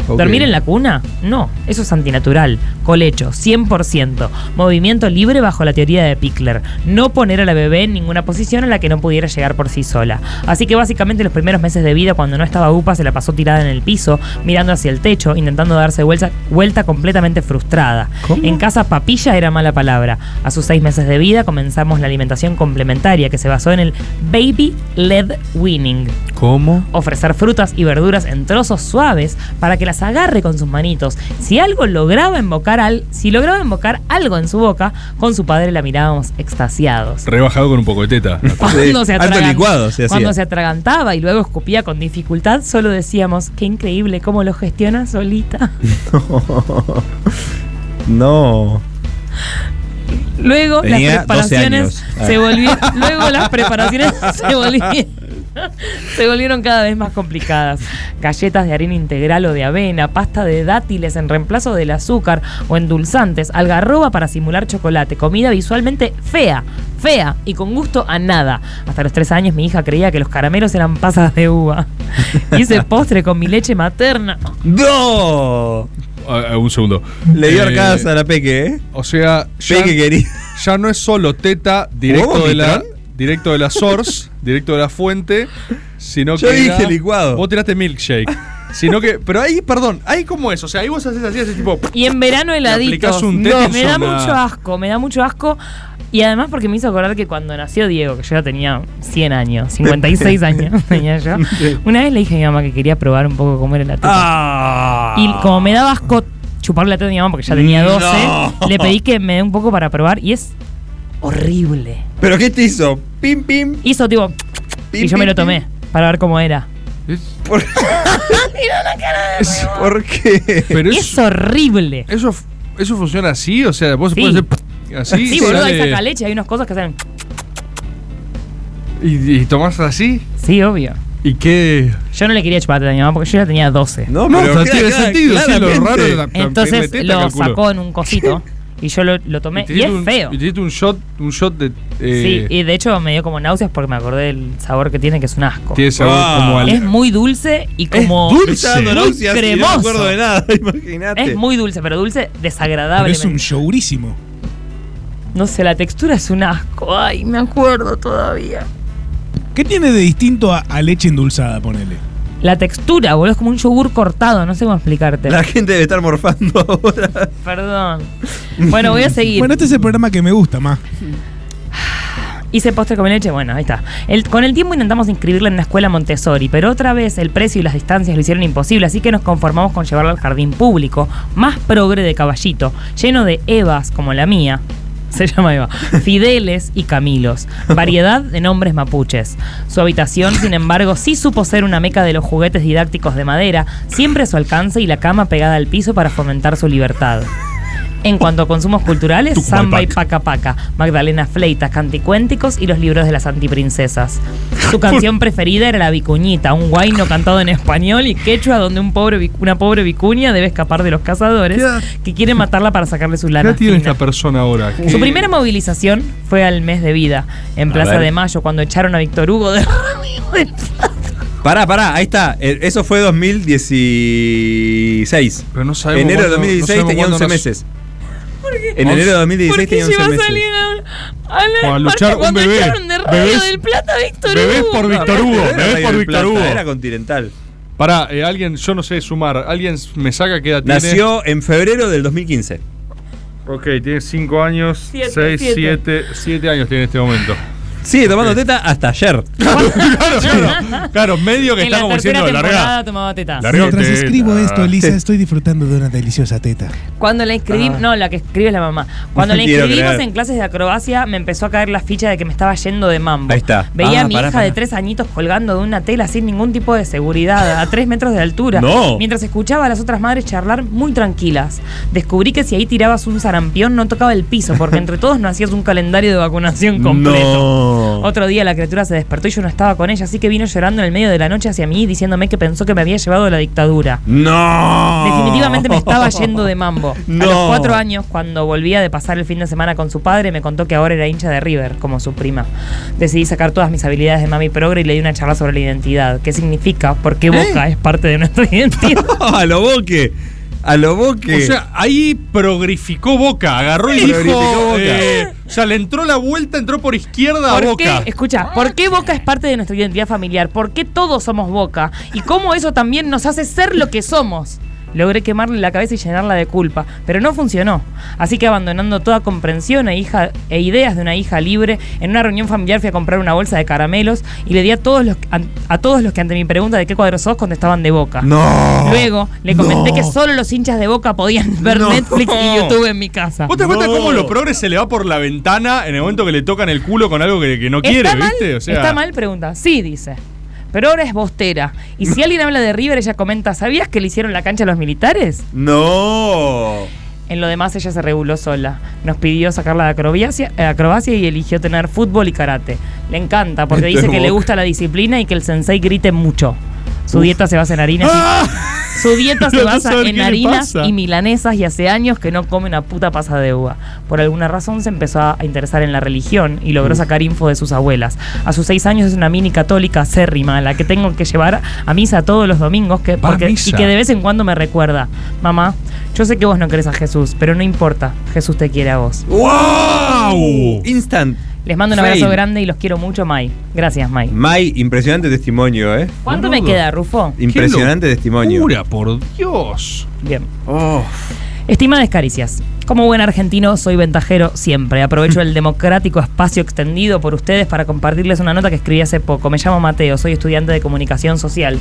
N: Ok.
I: ¿Dormir en la cuna? No, eso es antinatural. Colecho, 100%. Movimiento libre bajo la teoría de Pickler. No poner a la bebé en ninguna posición a la que no pudiera llegar por sí sola. Así que básicamente los primeros meses de vida, cuando no estaba UPA, se la pasó tirada en el piso, mirando hacia el techo, intentando darse vuelta, vuelta completamente frustrada. En casa, papilla era mala palabra. A sus seis meses de vida comenzamos la alimentación complementaria que se basó en el Baby Led Winning.
F: ¿Cómo?
I: Ofrecer frutas y verduras en trozos suaves para que las agarre con sus manitos. Si algo lograba embocar al, si lograba embocar algo en su boca, con su padre la mirábamos extasiados.
F: Rebajado con un poco de teta.
I: Cuando se,
F: Alto
I: atragan-
F: licuado se
I: cuando
F: hacía.
I: se atragantaba y luego escupía con dificultad, solo decíamos, qué increíble cómo lo gestiona solita.
G: No.
I: Luego
G: Tenía
I: las
G: 12
I: preparaciones
G: años.
I: se
G: Ah.
I: volvieron, luego las preparaciones se volvieron, se volvieron cada vez más complicadas. Galletas de harina integral o de avena, pasta de dátiles en reemplazo del azúcar o endulzantes, algarroba para simular chocolate, comida visualmente fea, fea y con gusto a nada. Hasta los tres años mi hija creía que los caramelos eran pasas de uva. Hice postre con mi leche materna.
G: ¡No!
F: Ah, eh, un segundo. Eh,
G: Le dio arcadas a la Peque, ¿eh?
F: O sea, ya,
G: Peque
F: ya no es solo teta
G: ¿Jugamos
F: directo de la
G: Mitrán?
F: directo de la source, directo de la fuente, sino
G: Yo
F: que
G: dije
F: era-
G: licuado.
F: Vos tiraste milkshake. Sino que, pero ahí, perdón, ahí como es, o sea, ahí vos haces así, haces tipo
I: Y en verano heladitos.
F: aplicás un
I: No,
F: Tetris
I: me
F: o
I: da
F: una-
I: mucho asco, me da mucho asco. Y además porque me hizo acordar que cuando nació Diego, que yo ya tenía 100 años, 56 años tenía yo, una vez le dije a mi mamá que quería probar un poco cómo era la teta. Y como me daba asco chupar la teta de mi mamá porque ya tenía 12,
G: Ah. No.
I: le pedí que me dé un poco para probar y es horrible.
G: ¿Pero qué te hizo? Pim, pim.
I: Hizo tipo... y yo me lo tomé para ver cómo era.
G: ¿Por qué?
F: Pero
I: es horrible.
F: Eso, eso funciona así, o sea, vos
I: Sí.
F: puedes hacer
G: Ah,
F: así.
I: sí,
F: y
I: boludo,
F: sale-
I: ahí saca leche, hay unas cosas que salen...
F: y, y tomás así.
I: Sí, obvio.
F: ¿Y qué?
I: Yo no le quería chupar la teta a mi mamá porque yo ya tenía 12.
F: No, pero pero tiene queda- sentido, sí, lo claramente. raro era-
I: Entonces
F: teta,
I: lo
F: calculo.
I: sacó en un cosito y yo lo, lo tomé.
F: te
I: Y,
F: diste
I: es
F: un-
I: feo.
F: Y te diste un shot, un shot de.
I: Sí,
F: eh,
I: y de hecho me dio como náuseas porque me acordé del sabor que tiene, que es un asco.
F: Tiene sabor
I: Ah.
F: como al-
I: Es muy dulce y como.
F: dulce. Me está dando
I: muy
F: náuseas y no me
I: cremoso.
F: acuerdo de nada,
G: imagínate.
I: Es muy dulce, pero dulce
A: Pero
I: desagradable.
A: es un showrísimo.
I: No sé, la textura es un asco. Ay, me acuerdo todavía.
A: ¿Qué tiene de distinto a, a leche endulzada, ponele?
I: La textura, boludo, es como un yogur cortado, no sé cómo explicarte.
G: La gente debe estar morfando ahora.
I: Perdón. Bueno, voy a seguir.
A: Bueno, este es el programa que me gusta más.
I: Hice postre con leche, bueno, ahí está. El- con el tiempo intentamos inscribirla en una escuela Montessori, pero otra vez el precio y las distancias lo hicieron imposible, así que nos conformamos con llevarla al jardín público, más progre de caballito, lleno de Evas como la mía. Se llama Eva. Fideles y Camilos. Variedad de nombres mapuches. Su habitación, sin embargo, sí supo ser una meca de los juguetes didácticos de madera, siempre a su alcance y la cama pegada al piso para fomentar su libertad. En cuanto a consumos culturales, Samba y Paca Paca, Magdalena Fleitas, Canticuénticos y los libros de las antiprincesas. Su canción preferida era La Vicuñita, un guayno cantado en español y quechua donde un pobre, vic- una pobre vicuña debe escapar de los cazadores que quieren matarla para sacarle su
F: ¿Qué
I: lana.
F: edad tiene
I: fina.
F: esta persona ahora?
I: Su primera movilización fue al mes de vida, en
G: A
I: Plaza
G: ver.
I: de Mayo, cuando echaron a Víctor Hugo de...
G: Pará, pará, ahí está. Eh, Eso fue 2016.
F: Pero no sabemos
G: Enero de
F: cuándo-
G: 2016
F: no sabemos
G: tenía
F: cuándo
G: 11
F: nos-
G: meses. En enero de 2016 tenía 11 meses.
I: a la
G: Para
I: marcha
G: luchar un
I: cuando
G: bebé.
I: echaron de Radio
F: Bebés-
I: del Plata a Víctor
F: bebés
I: Hugo.
F: por Víctor Hugo, bebés por Víctor Hugo.
G: Era continental.
F: Pará, eh, alguien, yo no sé sumar. Alguien me saca qué edad tiene.
G: Nació en febrero del 2015.
F: Ok, tiene 5 años,
G: Siete,
F: 6,
G: siete.
F: 7, 7 años tiene en este momento.
G: Sigue tomando teta hasta ayer.
F: claro, claro, claro, medio que
I: en
F: está
I: la
F: como
I: tercera
F: diciendo
I: temporada
F: larga.
I: tomaba tetas.
F: Larga
A: Mientras
F: teta.
A: escribo esto, Elisa, estoy disfrutando de una deliciosa teta.
I: Cuando la inscribimos,
A: Ah.
I: no, la que escribe es la mamá. Cuando la
A: Quiero
I: inscribimos
A: creer.
I: en clases de acrobacia, me empezó a caer la ficha de que me estaba yendo de mambo.
G: Ahí está.
I: Veía
G: Ah,
I: a mi
G: pará,
I: hija de
G: pará.
I: tres añitos colgando de una tela sin ningún tipo de seguridad, a tres metros de altura.
G: No.
I: Mientras escuchaba a las otras madres charlar muy tranquilas. Descubrí que si ahí tirabas un sarampión no tocaba el piso, porque entre todos no hacías un calendario de vacunación completo.
G: No.
I: Otro día la criatura se despertó y yo no estaba con ella, así que vino llorando en el medio de la noche hacia mí diciéndome que pensó que me había llevado la dictadura.
G: No.
I: Definitivamente me estaba yendo de mambo.
G: No.
I: A los cuatro años, cuando volvía de pasar el fin de semana con su padre, me contó que ahora era hincha de River, como su prima. Decidí sacar todas mis habilidades de mami progre y le di una charla sobre la identidad. ¿Qué significa? ¿Por
G: ¿Eh?
I: qué Boca es parte de nuestra identidad?
G: a lo boque. A lo boque.
F: O sea, ahí progrificó Boca, agarró y
G: Progrificó
F: dijo.
G: Boca.
F: eh, o sea, le entró la vuelta, entró por izquierda a
I: ¿Por
F: Boca.
I: qué? Escucha, ¿por qué Boca es parte de nuestra identidad familiar? ¿Por qué todos somos Boca? ¿Y cómo eso también nos hace ser lo que somos? Logré quemarle la cabeza y llenarla de culpa, pero no funcionó. Así que abandonando toda comprensión e, hija, e ideas de una hija libre, en una reunión familiar fui a comprar una bolsa de caramelos y le di a todos los, a, a todos los que ante mi pregunta de qué cuadro sos contestaban de Boca.
G: No.
I: Luego le comenté
F: No.
I: que solo los hinchas de Boca podían ver
F: No.
I: Netflix y YouTube en mi casa.
F: ¿Vos te das cuenta cómo los progres se le va por la ventana en el momento que le tocan el culo con algo que, que no quiere,
I: ¿Está mal?
F: viste? O sea,
I: ¿Está mal? Pregunta. Sí, dice. Pero ahora es bostera. Y si alguien habla de River, ella comenta, ¿sabías que le hicieron la cancha a los militares?
G: No.
I: En lo demás ella se reguló sola. Nos pidió sacarla de acrobacia, eh, acrobacia y eligió tener fútbol y karate. Le encanta porque
M: Esto
I: dice
M: es
I: que le
M: Boca.
I: gusta la disciplina y que el sensei grite mucho. Su
M: Uf.
I: dieta se basa en harinas. y-
G: Ah.
F: ¡Ah!
I: Su dieta se
M: No
I: basa
M: saben qué
I: en
M: le
I: harinas
M: pasa.
I: y milanesas y hace años que no come una puta pasa de uva. Por alguna razón se empezó a interesar en la religión y logró
M: Uf.
I: sacar info de sus abuelas. A sus seis años es una mini católica acérrima a la que tengo que llevar a misa todos los domingos que,
M: Va a
I: porque- y
M: misa.
I: que de vez en cuando me recuerda. Mamá, yo sé que vos no crees a Jesús, pero no importa, Jesús te quiere a vos.
G: ¡Wow! Instant.
I: Les mando un
G: Fail.
I: abrazo grande y los quiero mucho, Mai. Gracias, Mai.
G: May, impresionante testimonio, ¿eh?
I: ¿Cuánto me queda, Rufo?
G: Impresionante testimonio. Eh,
F: Pura, por Dios.
I: Bien. Estimadas caricias, como buen argentino soy ventajero siempre. Aprovecho el democrático espacio extendido por ustedes para compartirles una nota que escribí hace poco. Me llamo Mateo, soy estudiante de comunicación social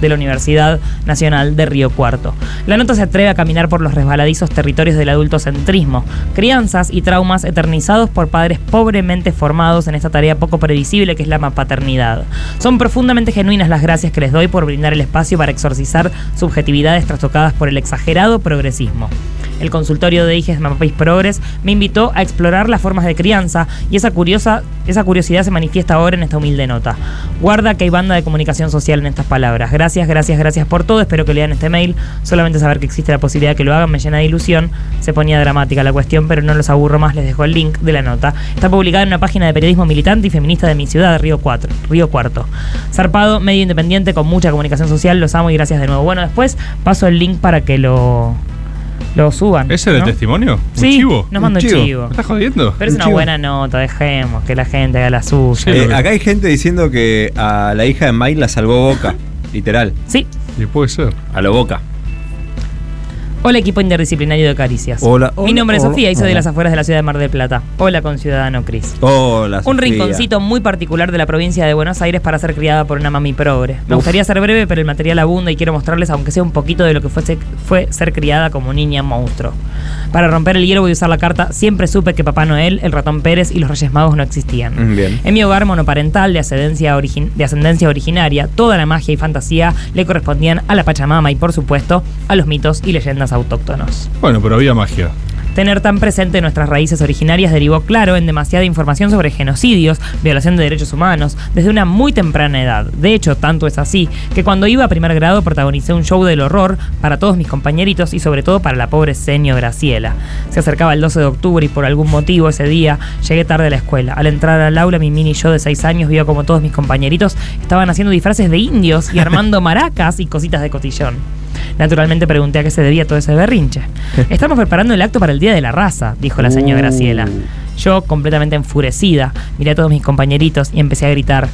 I: de la Universidad Nacional de Río Cuarto. La nota se atreve a caminar por los resbaladizos territorios del adultocentrismo, crianzas y traumas eternizados por padres pobremente formados en esta tarea poco previsible que es la paternidad. Son profundamente genuinas las gracias que les doy por brindar el espacio para exorcizar subjetividades trastocadas por el exagerado progresismo. El consultorio de Hijes Mapapis Progres me invitó a explorar las formas de crianza y esa, curiosa, esa curiosidad se manifiesta ahora en esta humilde nota. Guarda que hay banda de comunicación social en estas palabras. Gracias, gracias, gracias por todo. Espero que lean este mail. Solamente saber que existe la posibilidad de que lo hagan me llena de ilusión. Se ponía dramática la cuestión, pero no los aburro más. Les dejo el link de la nota. Está publicada en una página de periodismo militante y feminista de mi ciudad, Río, 4, Río Cuarto. Zarpado, medio independiente, con mucha comunicación social. Los amo y gracias de nuevo. Bueno, después paso el link para que lo, lo suban.
F: ¿Ese era
I: ¿no?
F: el testimonio? ¿Un
I: Sí,
F: chivo?
I: nos manda un chivo.
F: ¿Me estás jodiendo?
I: Pero es una buena nota, dejemos que la gente haga la suya.
G: Eh, acá hay gente diciendo que a la hija de May la salvó Boca, literal.
I: Sí.
F: Y puede ser.
G: A lo Boca.
I: Hola equipo interdisciplinario de Caricias.
G: Hola,
I: Mi
G: hola,
I: nombre es
G: hola,
I: Sofía y soy de
G: hola.
I: las afueras de la ciudad de Mar del Plata. Hola con Ciudadano Cris.
G: Hola,
I: Un
G: Sofía.
I: rinconcito muy particular de la provincia de Buenos Aires para ser criada por una mami progre. Me
G: Uf.
I: gustaría ser breve, pero el material abunda y quiero mostrarles, aunque sea un poquito, de lo que fuese- fue ser criada como niña monstruo. Para romper el hielo voy a usar la carta Siempre supe que Papá Noel, el ratón Pérez y los Reyes Magos no existían.
M: Mm, bien.
I: En mi hogar monoparental de ascendencia, origin- de ascendencia originaria, toda la magia y fantasía le correspondían a la Pachamama y, por supuesto, a los mitos y leyendas autóctonos.
F: Bueno, pero había magia.
I: Tener tan presente nuestras raíces originarias derivó, claro, en demasiada información sobre genocidios, violación de derechos humanos, desde una muy temprana edad. De hecho, tanto es así, que cuando iba a primer grado protagonicé un show del horror para todos mis compañeritos y sobre todo para la pobre senio Graciela. Se acercaba el 12 de octubre y por algún motivo ese día llegué tarde a la escuela. Al entrar al aula, mi mini yo de 6 años vio como todos mis compañeritos estaban haciendo disfraces de indios y armando maracas y cositas de cotillón. Naturalmente pregunté a qué se debía todo ese berrinche. Estamos preparando el acto para el Día de la Raza, dijo la señora
M: Uh.
I: Graciela. Yo, completamente enfurecida, miré a todos mis compañeritos y empecé a gritar.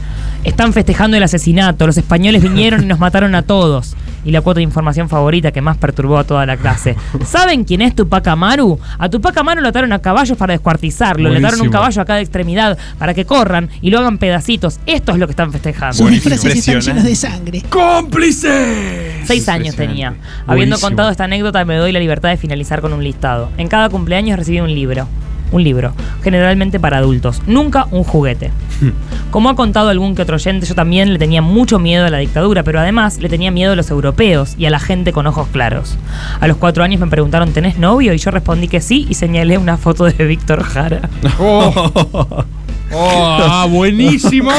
I: Están festejando el asesinato, los españoles vinieron y nos mataron a todos. Y la cuota de información favorita que más perturbó a toda la clase. ¿Saben quién es Tupac Amaru? A Tupac Amaru lo ataron a caballos para descuartizarlo. Le ataron un
M: Buenísimo.
I: caballo a cada extremidad para que corran y lo hagan pedacitos. Esto es lo que están festejando.
M: Sus disfraces están llenos de
I: sangre. ¡Cómplice! Seis años tenía. Habiendo
M: Buenísimo.
I: contado esta anécdota, me doy la libertad de finalizar con un listado. En cada cumpleaños recibí un libro. Un libro, generalmente para adultos, nunca un juguete. Como ha contado algún que otro oyente, yo también le tenía mucho miedo a la dictadura, pero además le tenía miedo a los europeos y a la gente con ojos claros. A los cuatro años me preguntaron, ¿tenés novio? Y yo respondí que sí y señalé una foto de Víctor Jara.
F: ¡Ah, buenísimo!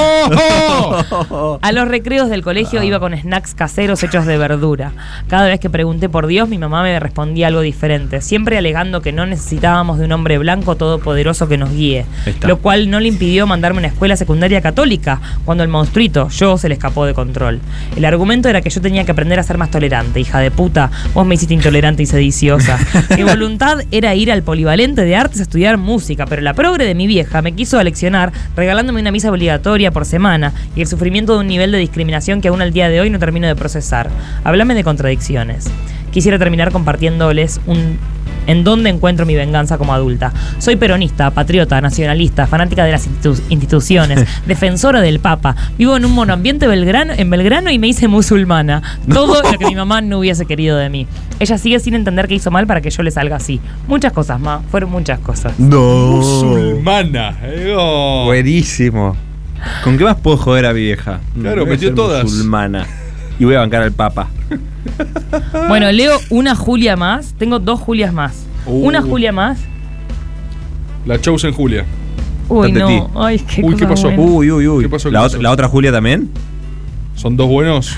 I: A los recreos del colegio iba con snacks caseros hechos de verdura. Cada vez que pregunté por Dios, mi mamá me respondía algo diferente, siempre alegando que no necesitábamos de un hombre blanco todopoderoso que nos guíe,
M: Está.
I: lo cual no le impidió mandarme a una escuela secundaria católica, cuando el monstruito, yo, se le escapó de control. El argumento era que yo tenía que aprender a ser más tolerante, hija de puta, vos me hiciste intolerante y sediciosa. Mi voluntad era ir al polivalente de artes a estudiar música, pero la progre de mi vieja me quiso aleccionar regalándome una misa obligatoria por semana y el sufrimiento de un nivel de discriminación que aún al día de hoy no termino de procesar. Háblame de contradicciones. Quisiera terminar compartiéndoles un en dónde encuentro mi venganza como adulta. Soy peronista, patriota, nacionalista, fanática de las institu- instituciones, defensora del Papa. Vivo en un monoambiente Belgrano, en Belgrano y me hice musulmana. Todo lo que mi mamá no hubiese querido de mí. Ella sigue sin entender que hizo mal para que yo le salga así. Muchas cosas más, fueron muchas cosas.
G: No.
F: Musulmana. eh, oh.
G: Buenísimo. ¿Con qué más puedo joder a mi vieja?
F: Claro,
G: Voy a
F: metió
G: ser
F: todas.
G: Musulmana. Y voy a bancar al Papa.
I: Bueno, leo una Julia más. Tengo dos Julias más.
F: Uh.
I: Una Julia más.
F: La Chosen Julia.
I: Uy,
G: Tante
I: no.
G: T.
I: Ay, qué
F: Uy, ¿qué
I: cosa
F: pasó?
I: buena.
G: Uy, uy, uy.
F: ¿Qué pasó?
G: ¿La,
F: ¿Qué
G: ot-
F: pasó?
G: la otra Julia también?
F: ¿Son dos buenos?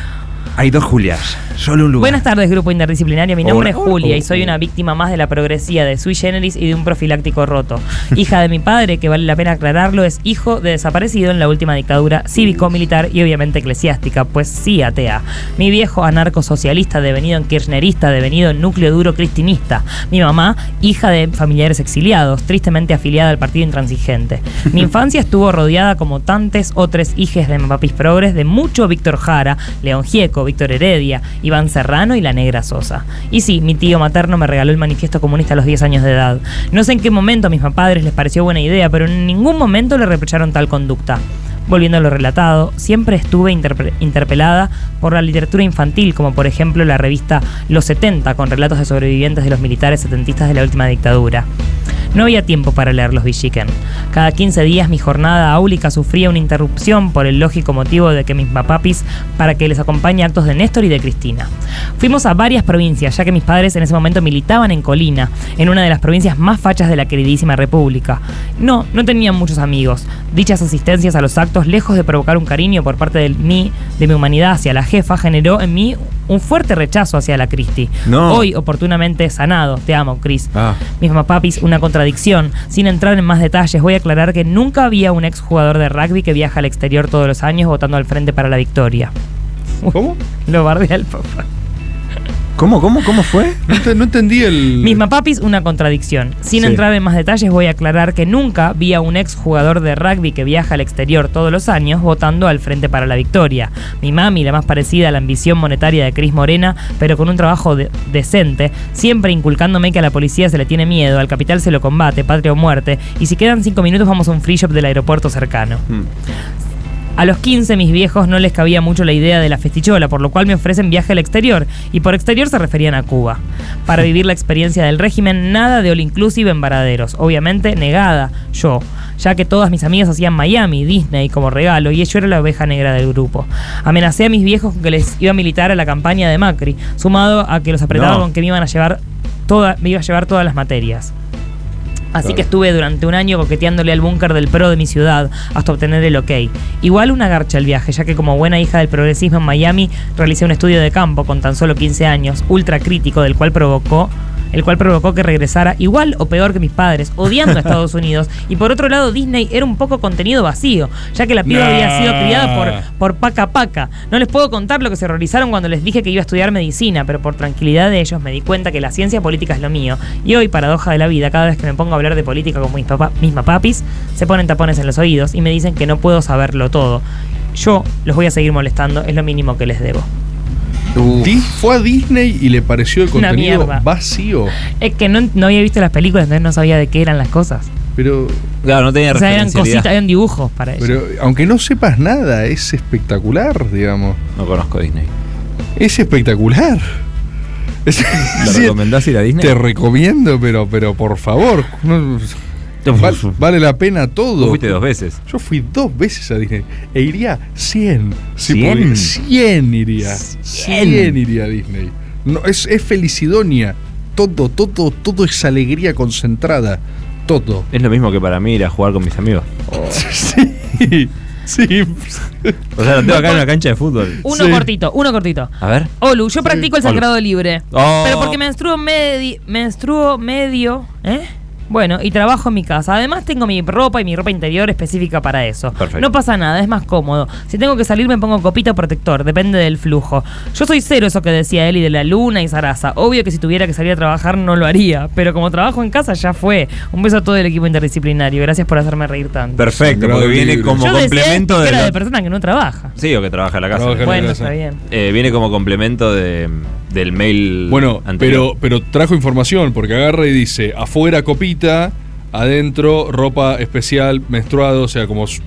G: Hay dos Julias. Solo un lugar.
I: Buenas tardes, grupo interdisciplinario. Mi nombre
G: Hola.
I: es Julia y soy una víctima más de la progresía de sui generis y de un profiláctico roto. Hija de mi padre, que vale la pena aclararlo, es hijo de desaparecido en la última dictadura cívico-militar y obviamente eclesiástica, pues sí atea. Mi viejo anarcosocialista, devenido en kirchnerista, devenido en núcleo duro cristinista. Mi mamá, hija de familiares exiliados, tristemente afiliada al partido intransigente. Mi infancia estuvo rodeada como tantes otros hijes de papis progres de mucho Víctor Jara, León Gieco, Víctor Heredia, Iván Serrano y la Negra Sosa. Y sí, mi tío materno me regaló el manifiesto comunista a los 10 años de edad. No sé en qué momento a mis padres les pareció buena idea, pero en ningún momento le reprocharon tal conducta. Volviendo a lo relatado, siempre estuve interpre- interpelada por la literatura infantil, como por ejemplo la revista Los 70, con relatos de sobrevivientes de los militares setentistas de la última dictadura. No había tiempo para leer los Villiquen. Cada 15 días mi jornada áulica sufría una interrupción por el lógico motivo de que mis papapis para que les acompañe actos de Néstor y de Cristina. Fuimos a varias provincias, ya que mis padres en ese momento militaban en Colina, en una de las provincias más fachas de la queridísima República. No, no tenían muchos amigos. Dichas asistencias a los actos, lejos de provocar un cariño por parte de mí, de mi humanidad hacia la jefa, generó en mí un fuerte rechazo hacia la Cristi.
G: No.
I: Hoy, oportunamente sanado. Te amo, Cris.
G: Ah.
I: Mis papis, una contradicción. Sin entrar en más detalles, voy a aclarar que nunca había un exjugador de rugby que viaja al exterior todos los años votando al frente para la victoria.
F: ¿Cómo?
I: Lo bardea el papá.
G: ¿Cómo, cómo, cómo fue?
F: No, ent- no entendí el.
I: Misma papis, una contradicción. Sin
F: Sí.
I: entrar en más detalles, voy a aclarar que nunca vi a un ex jugador de rugby que viaja al exterior todos los años votando al Frente para la Victoria. Mi mami, la más parecida a la ambición monetaria de Cris Morena, pero con un trabajo de- decente, siempre inculcándome que a la policía se le tiene miedo, al capital se lo combate, patria o muerte, y si quedan cinco minutos vamos a un free shop del aeropuerto cercano. A los 15 mis viejos no les cabía mucho la idea de la festichola, por lo cual me ofrecen viaje al exterior, y por exterior se referían a Cuba. Para vivir la experiencia del régimen, nada de all inclusive en varaderos, obviamente negada yo, ya que todas mis amigas hacían Miami, Disney como regalo, y yo era la oveja negra del grupo. Amenacé a mis viejos con que les iba a militar a la campaña de Macri, sumado a que los apretaba
M: No.
I: con que me iban a llevar toda, me iba a llevar todas las materias. Así
M: Claro.
I: que estuve durante un año coqueteándole al búnker del pro de mi ciudad hasta obtener el ok. Igual una garcha el viaje, ya que como buena hija del progresismo en Miami realicé un estudio de campo con tan solo 15 años, ultra crítico, del cual provocó el cual provocó que regresara igual o peor que mis padres, odiando a Estados Unidos. Y por otro lado, Disney era un poco contenido vacío, ya que la piba
M: Nah.
I: había sido criada por por paca paca. No les puedo contar lo que se horrorizaron cuando les dije que iba a estudiar medicina, pero por tranquilidad de ellos me di cuenta que la ciencia política es lo mío. Y hoy, paradoja de la vida, cada vez que me pongo a hablar de política con mis, papá, mis papis, se ponen tapones en los oídos y me dicen que no puedo saberlo todo. Yo los voy a seguir molestando, es lo mínimo que les debo.
F: Di- Fue a Disney y le pareció el
I: Una
F: contenido
I: mierda.
F: vacío.
I: Es que no, no había visto las películas, entonces no sabía de qué eran las cosas.
F: Pero.
G: Claro, no tenía
I: O sea, eran cositas, eran dibujos para ellos.
F: Pero aunque no sepas nada, es espectacular, digamos.
G: No conozco Disney.
F: Es espectacular. Es-
G: ¿La
F: sí,
G: recomendás ir a Disney?
F: Te recomiendo, pero, pero por favor. no- val- vale la pena todo.
G: Vos fuiste dos veces.
F: Yo fui dos veces a Disney. E iría 100. Si
G: ¿Cien?
F: pudiera. 100 iría. 100 iría a Disney. No, es, es felicidonia. Todo, todo, todo es alegría concentrada. Todo.
G: Es lo mismo que para mí ir a jugar con mis amigos.
F: Sí. Sí.
G: O sea, lo tengo acá en una cancha de fútbol.
I: Uno cortito, Oh, uno cortito.
G: A ver.
I: Olu, yo practico el
G: Olu.
I: sagrado libre.
G: Oh.
I: Pero porque menstruo, medi- menstruo medio, ¿eh? Bueno, y trabajo en mi casa. Además tengo mi ropa y mi ropa interior específica para eso.
M: Perfecto.
I: No pasa nada, es más cómodo. Si tengo que salir me pongo copita protector, depende del flujo. Yo soy cero eso que decía Eli de la luna y Sarasa. Obvio que si tuviera que salir a trabajar no lo haría, pero como trabajo en casa ya fue. Un beso a todo el equipo interdisciplinario. Gracias por hacerme reír tanto.
G: Perfecto, porque viene como
I: Yo decía
G: complemento
I: que
G: de.
I: era
G: lo-
I: de persona que no trabaja.
G: Sí, o que trabaja en la casa.
F: Trabaja en la Bueno, casa.
I: está bien.
G: Eh, viene como complemento de, del mail.
F: Bueno,
G: anterior.
F: pero, pero trajo información, porque agarra y dice, afuera copita, adentro ropa especial, menstruado, o sea, como s-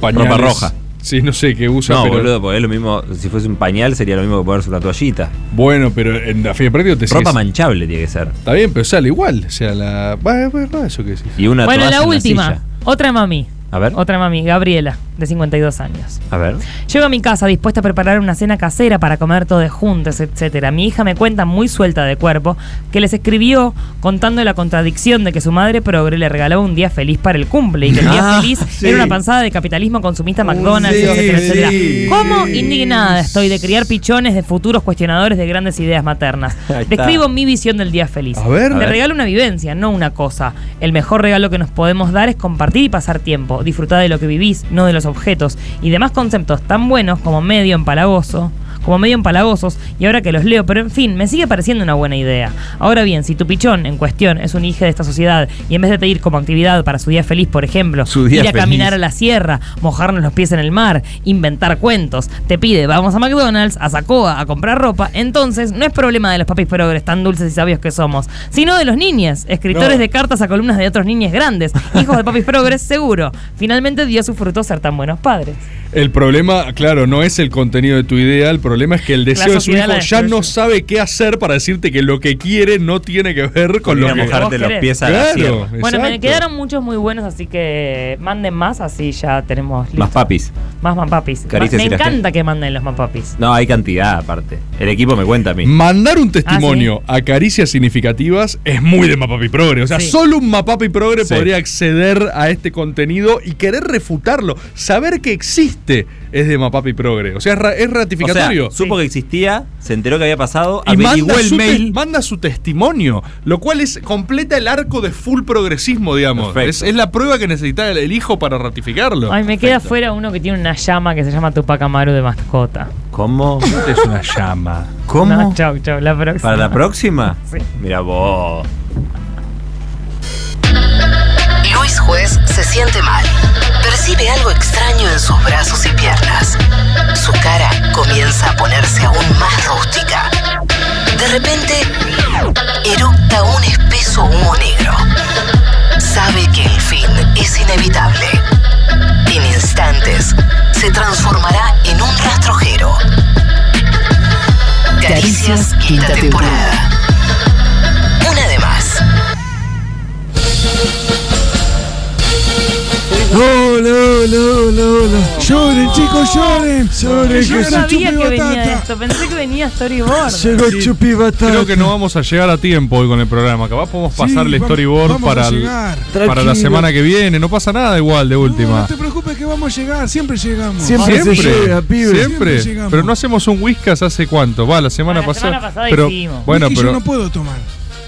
F: pañales.
G: Ropa roja.
F: Sí, no sé qué usa,
G: No,
F: pero-
G: boludo, porque es lo mismo. Si fuese un pañal, sería lo mismo que ponerse una toallita.
F: Bueno, pero en la fin de práctica te
G: Ropa
F: sigues-
G: manchable tiene que ser.
F: Está bien, pero sale igual. O sea, la... Va, es verdad eso que decís.
G: Y una
I: bueno,
G: toalla
I: la
G: en
I: última.
G: silla.
I: Otra mami.
G: A ver.
I: Otra mami, Gabriela. de 52 años.
H: A ver.
I: Llego a mi casa dispuesta a preparar una cena casera para comer todos juntos, etcétera. Mi hija me cuenta muy suelta de cuerpo que les escribió contando la contradicción de que su madre progre le regaló un día feliz para el cumple y que el día
M: Ah,
I: feliz
M: sí.
I: era una panzada de capitalismo consumista McDonald's,
M: día
I: etcétera,
M: feliz.
I: etcétera. ¿Cómo indignada estoy de criar pichones de futuros cuestionadores de grandes ideas maternas?
M: Ahí está.
I: Describo mi visión del día feliz.
M: A ver. A
I: Te
M: ver.
I: regalo una vivencia, no una cosa. El mejor regalo que nos podemos dar es compartir y pasar tiempo. Disfrutar de lo que vivís, no de los objetos. Y demás conceptos tan buenos como medio empalagoso. Como medio empalagosos, y ahora que los leo, pero en fin, me sigue pareciendo una buena idea. Ahora bien, si tu pichón en cuestión es un hija de esta sociedad, y en vez de pedir como actividad para su día feliz, por ejemplo,
M: Su día
I: ir a
M: feliz.
I: caminar a la sierra, mojarnos los pies en el mar, inventar cuentos, te pide vamos a McDonald's, a Sacoa, a comprar ropa, entonces no es problema de los papis progres tan dulces y sabios que somos, sino de los niñes, escritores
M: No.
I: de cartas a columnas de otros niñes grandes, hijos de papis progres seguro. Finalmente dio su fruto ser tan buenos padres.
F: El problema, claro, no es el contenido de tu idea, el problema es que el deseo de su
I: sociedad
F: hijo
I: la
F: ya no sabe qué hacer para decirte que lo que quiere no tiene que ver con lo
G: Ir a
F: que
G: mojarte los pies a la
F: Claro,
G: sierra.
I: Bueno, me
F: exacto.
I: quedaron muchos muy buenos, así que manden más, así ya tenemos
G: Más papis.
I: más mampapis.
G: Caricias
I: Me
G: y las
I: encanta que manden los mampapis.
G: No, hay cantidad aparte. El equipo me cuenta a mí.
F: Mandar un testimonio a caricias significativas es muy de Mapapi Progre. O sea,
G: Sí.
F: solo un Mapapi Progre
G: Sí.
F: podría acceder a este contenido y querer refutarlo. Saber que existe es de Mapapi Progre. O sea, es, ra- es ratificatorio.
G: O sea, supo que existía, se enteró que había pasado,
F: y manda
G: averiguó el
F: su, te-
G: mail.
F: manda su testimonio, lo cual es completa el arco de full progresismo, digamos. Es, es la prueba que necesita el, el hijo para ratificarlo.
I: Ay, me queda fuera uno que tiene una llama que se llama Tupac Amaru de mascota.
G: ¿Cómo?
F: es una llama.
G: ¿Cómo?
I: No, chau, chau, la próxima.
G: ¿Para la próxima?
I: Sí.
G: Mira vos.
E: Luis Juez se siente mal. Percibe algo extraño en sus brazos y piernas. Su cara comienza a ponerse aún más rústica. De repente, eructa un espeso humo negro. Sabe que el fin es inevitable. En instantes, se transformará en un rastrojero. Caricias, quinta temporada. Una de más.
N: No, no, no, no, no. Lloren, chicos, lloren. Lloren,
I: Yo
N: que
I: no
N: se
I: sabía
N: chupe
I: que venía
N: batata.
I: esto, pensé que venía storyboard.
N: Llegó
F: Sí.
N: Chupi Batata.
F: Creo que no vamos a llegar a tiempo hoy con el programa. Capaz podemos
N: Sí,
F: pasar el
N: vamos-
F: storyboard
N: vamos a
F: para, el-
N: llegar.
F: para
N: Tranquilo.
F: la semana que viene. No pasa nada igual de última.
N: No te preocupes que vamos a llegar, siempre llegamos. ¿Eh?
F: Siempre, siempre,
N: Siempre llegamos.
F: pero no hacemos un whiskas hace cuánto, va la semana
N: la
F: pasada.
N: semana pasada
F: pero
N: hicimos.
F: bueno,
N: Whisky
F: pero
N: yo no puedo tomar.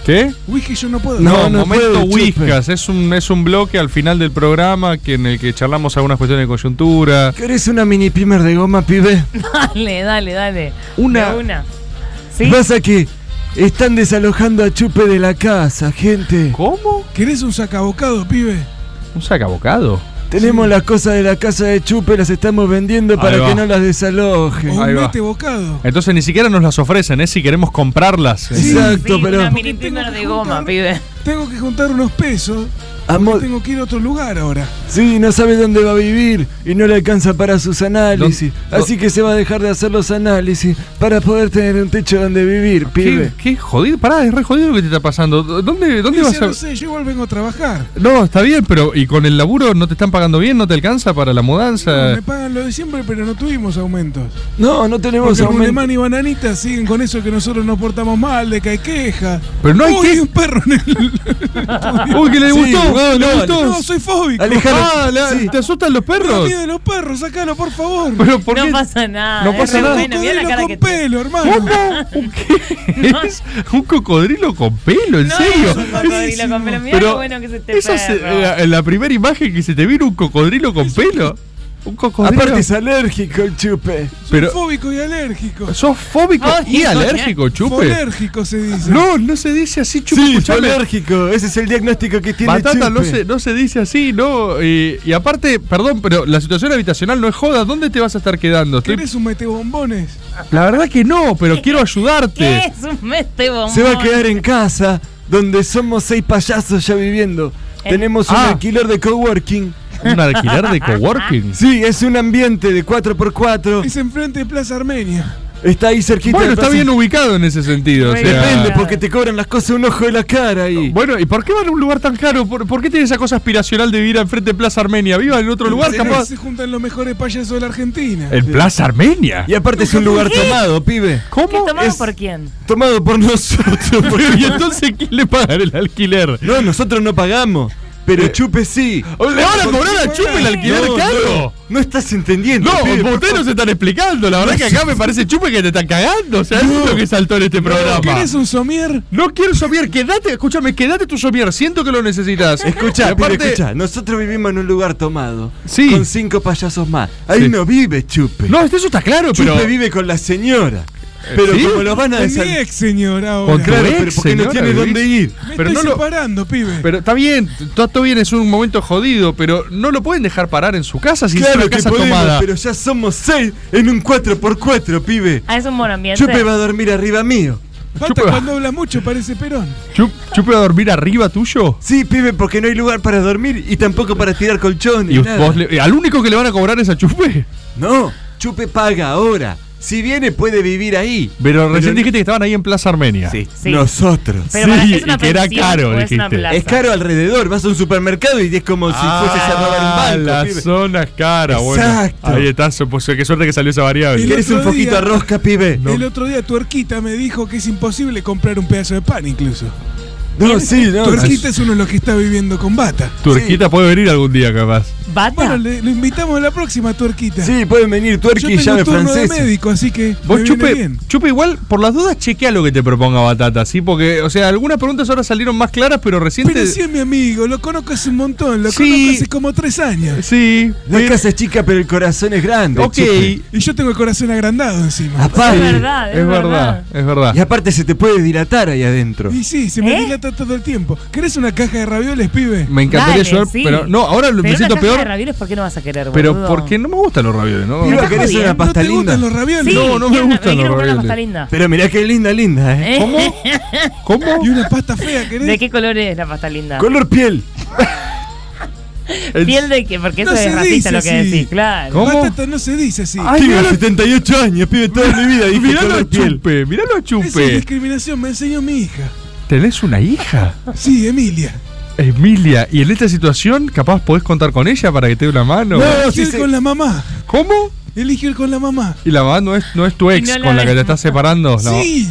F: ¿qué?
N: Whisky yo no puedo
F: No,
N: tomar.
F: momento whiskas es un es un bloque al final del programa que en el que charlamos algunas cuestiones de coyuntura.
N: ¿Querés una mini primer de goma, pibe?
I: Dale, dale, dale.
N: Una-
I: De una. ¿Sí?
N: Pasa que están desalojando a Chupe de la casa, gente.
F: ¿Cómo?
N: ¿Querés un sacabocado, pibe?
F: ¿Un sacabocado?
N: Tenemos las cosas de la casa de Chupe, las estamos vendiendo
F: Ahí
N: para
F: va.
N: que no las desalojen.
F: Ahí va.
N: Este bocado.
F: Entonces ni siquiera nos las ofrecen, es si queremos comprarlas.
N: Exacto, pero.
I: Una mini primer de goma, pibe.
N: Tengo que juntar unos pesos. tengo que ir a otro lugar ahora. Sí, no sabe dónde va a vivir y no le alcanza para sus análisis.
F: Don-
N: Así que se va a dejar de hacer los análisis para poder tener un techo donde vivir,
F: ¿Qué,
N: pibe.
F: qué jodido, pará, es re jodido lo que te está pasando. ¿Dónde, dónde vas a.?
N: sé, yo igual vengo a trabajar.
F: No, está bien, pero ¿y con el laburo no te están pagando bien? ¿No te alcanza para la mudanza?
N: pagan lo de siempre, pero no tuvimos aumentos. No, no tenemos
F: Porque
N: aumentos.
F: Rudemán
N: y Bananita siguen con eso que nosotros nos portamos mal, de que hay queja.
F: Pero no hay Uy,
N: un perro en el.
F: Uy, que le gustó, le gustó.
N: No, soy fóbico.
F: Alejandro, Ah, la- sí. ¿te asustan los perros?
N: No miedo de los perros, sacalo, por favor.
F: Pero, ¿por
I: no
F: qué?
I: pasa nada.
F: No
I: es
F: pasa
I: re
F: nada.
I: Bueno, mira la
N: Cocodrilo
I: cara
N: con
I: que tiene.
N: pelo, hermano.
F: ¿Es un cocodrilo con pelo? ¿En
I: No
F: serio?
I: es un cocodrilo con pelo. Mirá
F: Pero
I: lo bueno que es este
F: Esa es
I: perro.
F: la, la primera imagen que se te vino un cocodrilo con pelo. Un cocodrilo.
N: Aparte es alérgico el chupe.
F: Pero-
N: fóbico y alérgico.
F: ¿Sos fóbico y
N: Fóbico,
F: alérgico,
N: ¿eh?
F: chupe?
N: Alérgico se dice.
F: No, no se dice así, chupe.
N: Sí,
F: escuchame.
N: alérgico. Ese es el diagnóstico que tiene
F: Batata,
N: chupe.
F: no se, no se dice así, ¿no? Y, y aparte, perdón, pero la situación habitacional no es joda. ¿Dónde te vas a estar quedando? Estoy-
N: ¿Querés un metebombones?
F: La verdad que no, pero quiero ayudarte.
I: ¿Qué es un mete bombón?
N: Se va a quedar en casa, donde somos seis payasos ya viviendo.
I: Eh.
N: Tenemos un
I: Ah.
N: alquiler de coworking.
F: ¿Un alquiler de coworking?
N: Sí, es un ambiente de 4x4.
M: enfrente de Plaza Armenia.
N: Está ahí cerquita.
F: Bueno,
N: del
F: está
N: brazo.
F: bien ubicado en ese sentido. o sea-
N: Depende, porque te cobran las cosas un ojo de la cara ahí.
F: Bueno, ¿y por qué van a un lugar tan caro? ¿Por, por qué tiene esa cosa aspiracional de vivir al frente de Plaza Armenia? Viva en otro lugar,
N: Se-
F: capaz.
N: se juntan los mejores payasos de la Argentina.
F: ¿El Plaza Armenia?
N: Y aparte es un lugar tomado, pibe.
I: ¿Qué
N: ¿Cómo?
I: tomado
N: Es
I: por quién?
N: tomado por nosotros.
F: ¿Y entonces quién le paga el alquiler?
N: No, nosotros no pagamos. Pero Chupe sí.
F: ¡Oh, ¿Le van a cobrar a Chupe el alquiler
N: No,
F: caro?
N: No, no estás entendiendo.
F: No,
N: pibe, por
F: ustedes no se están explicando. La verdad que acá me parece chupe que te están cagando. O sea, eso es lo que saltó en este programa.
N: ¿querés un somier?
F: No quiero somier. Quédate, escúchame, quédate tu somier. Siento que lo necesitas.
N: Escucha,
F: Y aparte-
N: escucha, nosotros vivimos en un lugar tomado.
F: Sí.
N: Con cinco payasos más. Ahí
F: Sí.
N: no vive Chupe.
F: No, eso está claro,
N: Chupe
F: pero-
N: vive con la señora. Pero
F: ¿sí?
N: como los van a
F: Con mi
N: desalentar.
F: ex señora ahora. Con tu
N: Claro,
F: ex
N: pero porque no
F: señora
N: tiene
F: vivís.
N: dónde ir.
F: Me Pero estoy no lo-
N: separando, pibe.
F: Pero está bien, todo todo bien, es un momento jodido, pero no lo pueden dejar parar en su casa si es
N: claro
F: una
N: que
F: casa
N: podemos,
F: tomada.
N: pero ya somos seis en un 4x4, pibe.
I: Ah, es un buen ambiente.
N: Chupe va a dormir arriba mío.
F: Chupe va- cuando
N: habla mucho parece Perón.
F: Chup- ¿Chupe va a dormir arriba tuyo?
N: Sí, pibe, porque no hay lugar para dormir y tampoco para tirar colchones.
F: ¿Y
N: nada.
F: vos le- eh, al único que le van a cobrar es a Chupe?
N: No, Chupe paga ahora. Si viene puede vivir ahí.
F: Pero recién dijiste que estaban ahí en Plaza Armenia. Sí,
I: Sí.
N: Nosotros.
I: Pero para-
F: Sí,
I: es una
F: y que era
I: pensión,
F: caro,
I: o es una
F: dijiste.
I: plaza.
N: Es caro alrededor, vas a un supermercado y es como si fueses a robar un banco.
F: Ah, la
N: pibe.
F: zona es cara, bueno.
N: Ah, Exacto.
F: Ahí está, su- pues, qué suerte que salió esa variable.
N: ¿Quieres un poquito de rosca, pibe?
F: No.
M: El otro día Tuerquita me dijo que es imposible comprar un pedazo de pan incluso.
N: No, sí, no.
M: Tuerquita es uno de los que está viviendo con bata.
F: Turquita puede venir algún día, capaz.
I: ¿Bata?
M: Bueno, le- lo invitamos a la próxima, Tuerquita.
N: Sí, pueden venir
M: Yo
N: tuerqui y
M: tengo
N: llame
M: turno
N: francés.
M: de médico, así que
F: Vos,
M: me viene
F: Chupe,
M: bien.
F: Chupe, igual, por las dudas, chequea lo que te proponga Batata, ¿sí? Porque, o sea, algunas preguntas ahora salieron más claras, pero recién
M: Pero
F: te-
M: sí es mi amigo, lo conozco hace un montón, lo
F: Sí.
M: conozco hace como tres años.
F: Sí.
N: La casa es chica, pero el corazón es grande.
F: Ok.
N: Chupe.
M: Y yo tengo el corazón agrandado encima.
N: Aparte-
F: es verdad, es verdad.
N: Y aparte se te puede dilatar ahí adentro.
M: Y sí, se me
I: ¿Eh?
M: dilata todo el tiempo. ¿Querés una caja de ravioles, pibe?
F: Me encantaría
I: Dale,
F: ayudar,
I: sí.
F: pero no, ahora lo-
I: Pero
F: me
I: una
F: siento
I: caja
F: peor.
I: de ravioles, ¿por qué no vas a querer,
F: Pero
I: boludo?
F: porque no me gustan los ravioles, ¿no?
N: Iba
I: ¿Me
N: a querer
I: estás
N: ser una
I: jodiendo?
N: pasta
I: ¿No te
N: linda.
I: gustan los ravioles? Sí,
F: no, no me
I: quiero- me
F: gustan los
I: quiero comprar una
F: ravioles.
I: pasta linda.
N: Pero mirá qué linda, linda, ¿eh?
F: ¿Cómo? ¿Cómo?
M: ¿Y una pasta fea querés?
I: ¿De qué color es la pasta linda?
N: Color piel.
I: Piel de que, porque eso
M: No
I: es
M: se
I: racista
M: dice
I: lo que
M: así.
I: decís, claro.
M: Batata no se dice así.
N: Tengo 78 años, pibe, toda mi vida. dije
F: Miralo
N: color
F: a
N: piel.
F: Chupe, miralo a
M: Esa es
F: Chupe.
M: discriminación, me enseñó mi hija.
F: ¿Tenés una hija?
M: Sí, Emilia.
F: Emilia, y en esta situación, capaz podés contar con ella para que te dé una mano.
M: Eligió ir con la mamá.
F: ¿Cómo?
M: Eligió ir con la mamá.
F: Y la mamá no es, no es tu ex
I: No la
F: con la que te
I: ves.
F: estás separando. la-
M: Sí.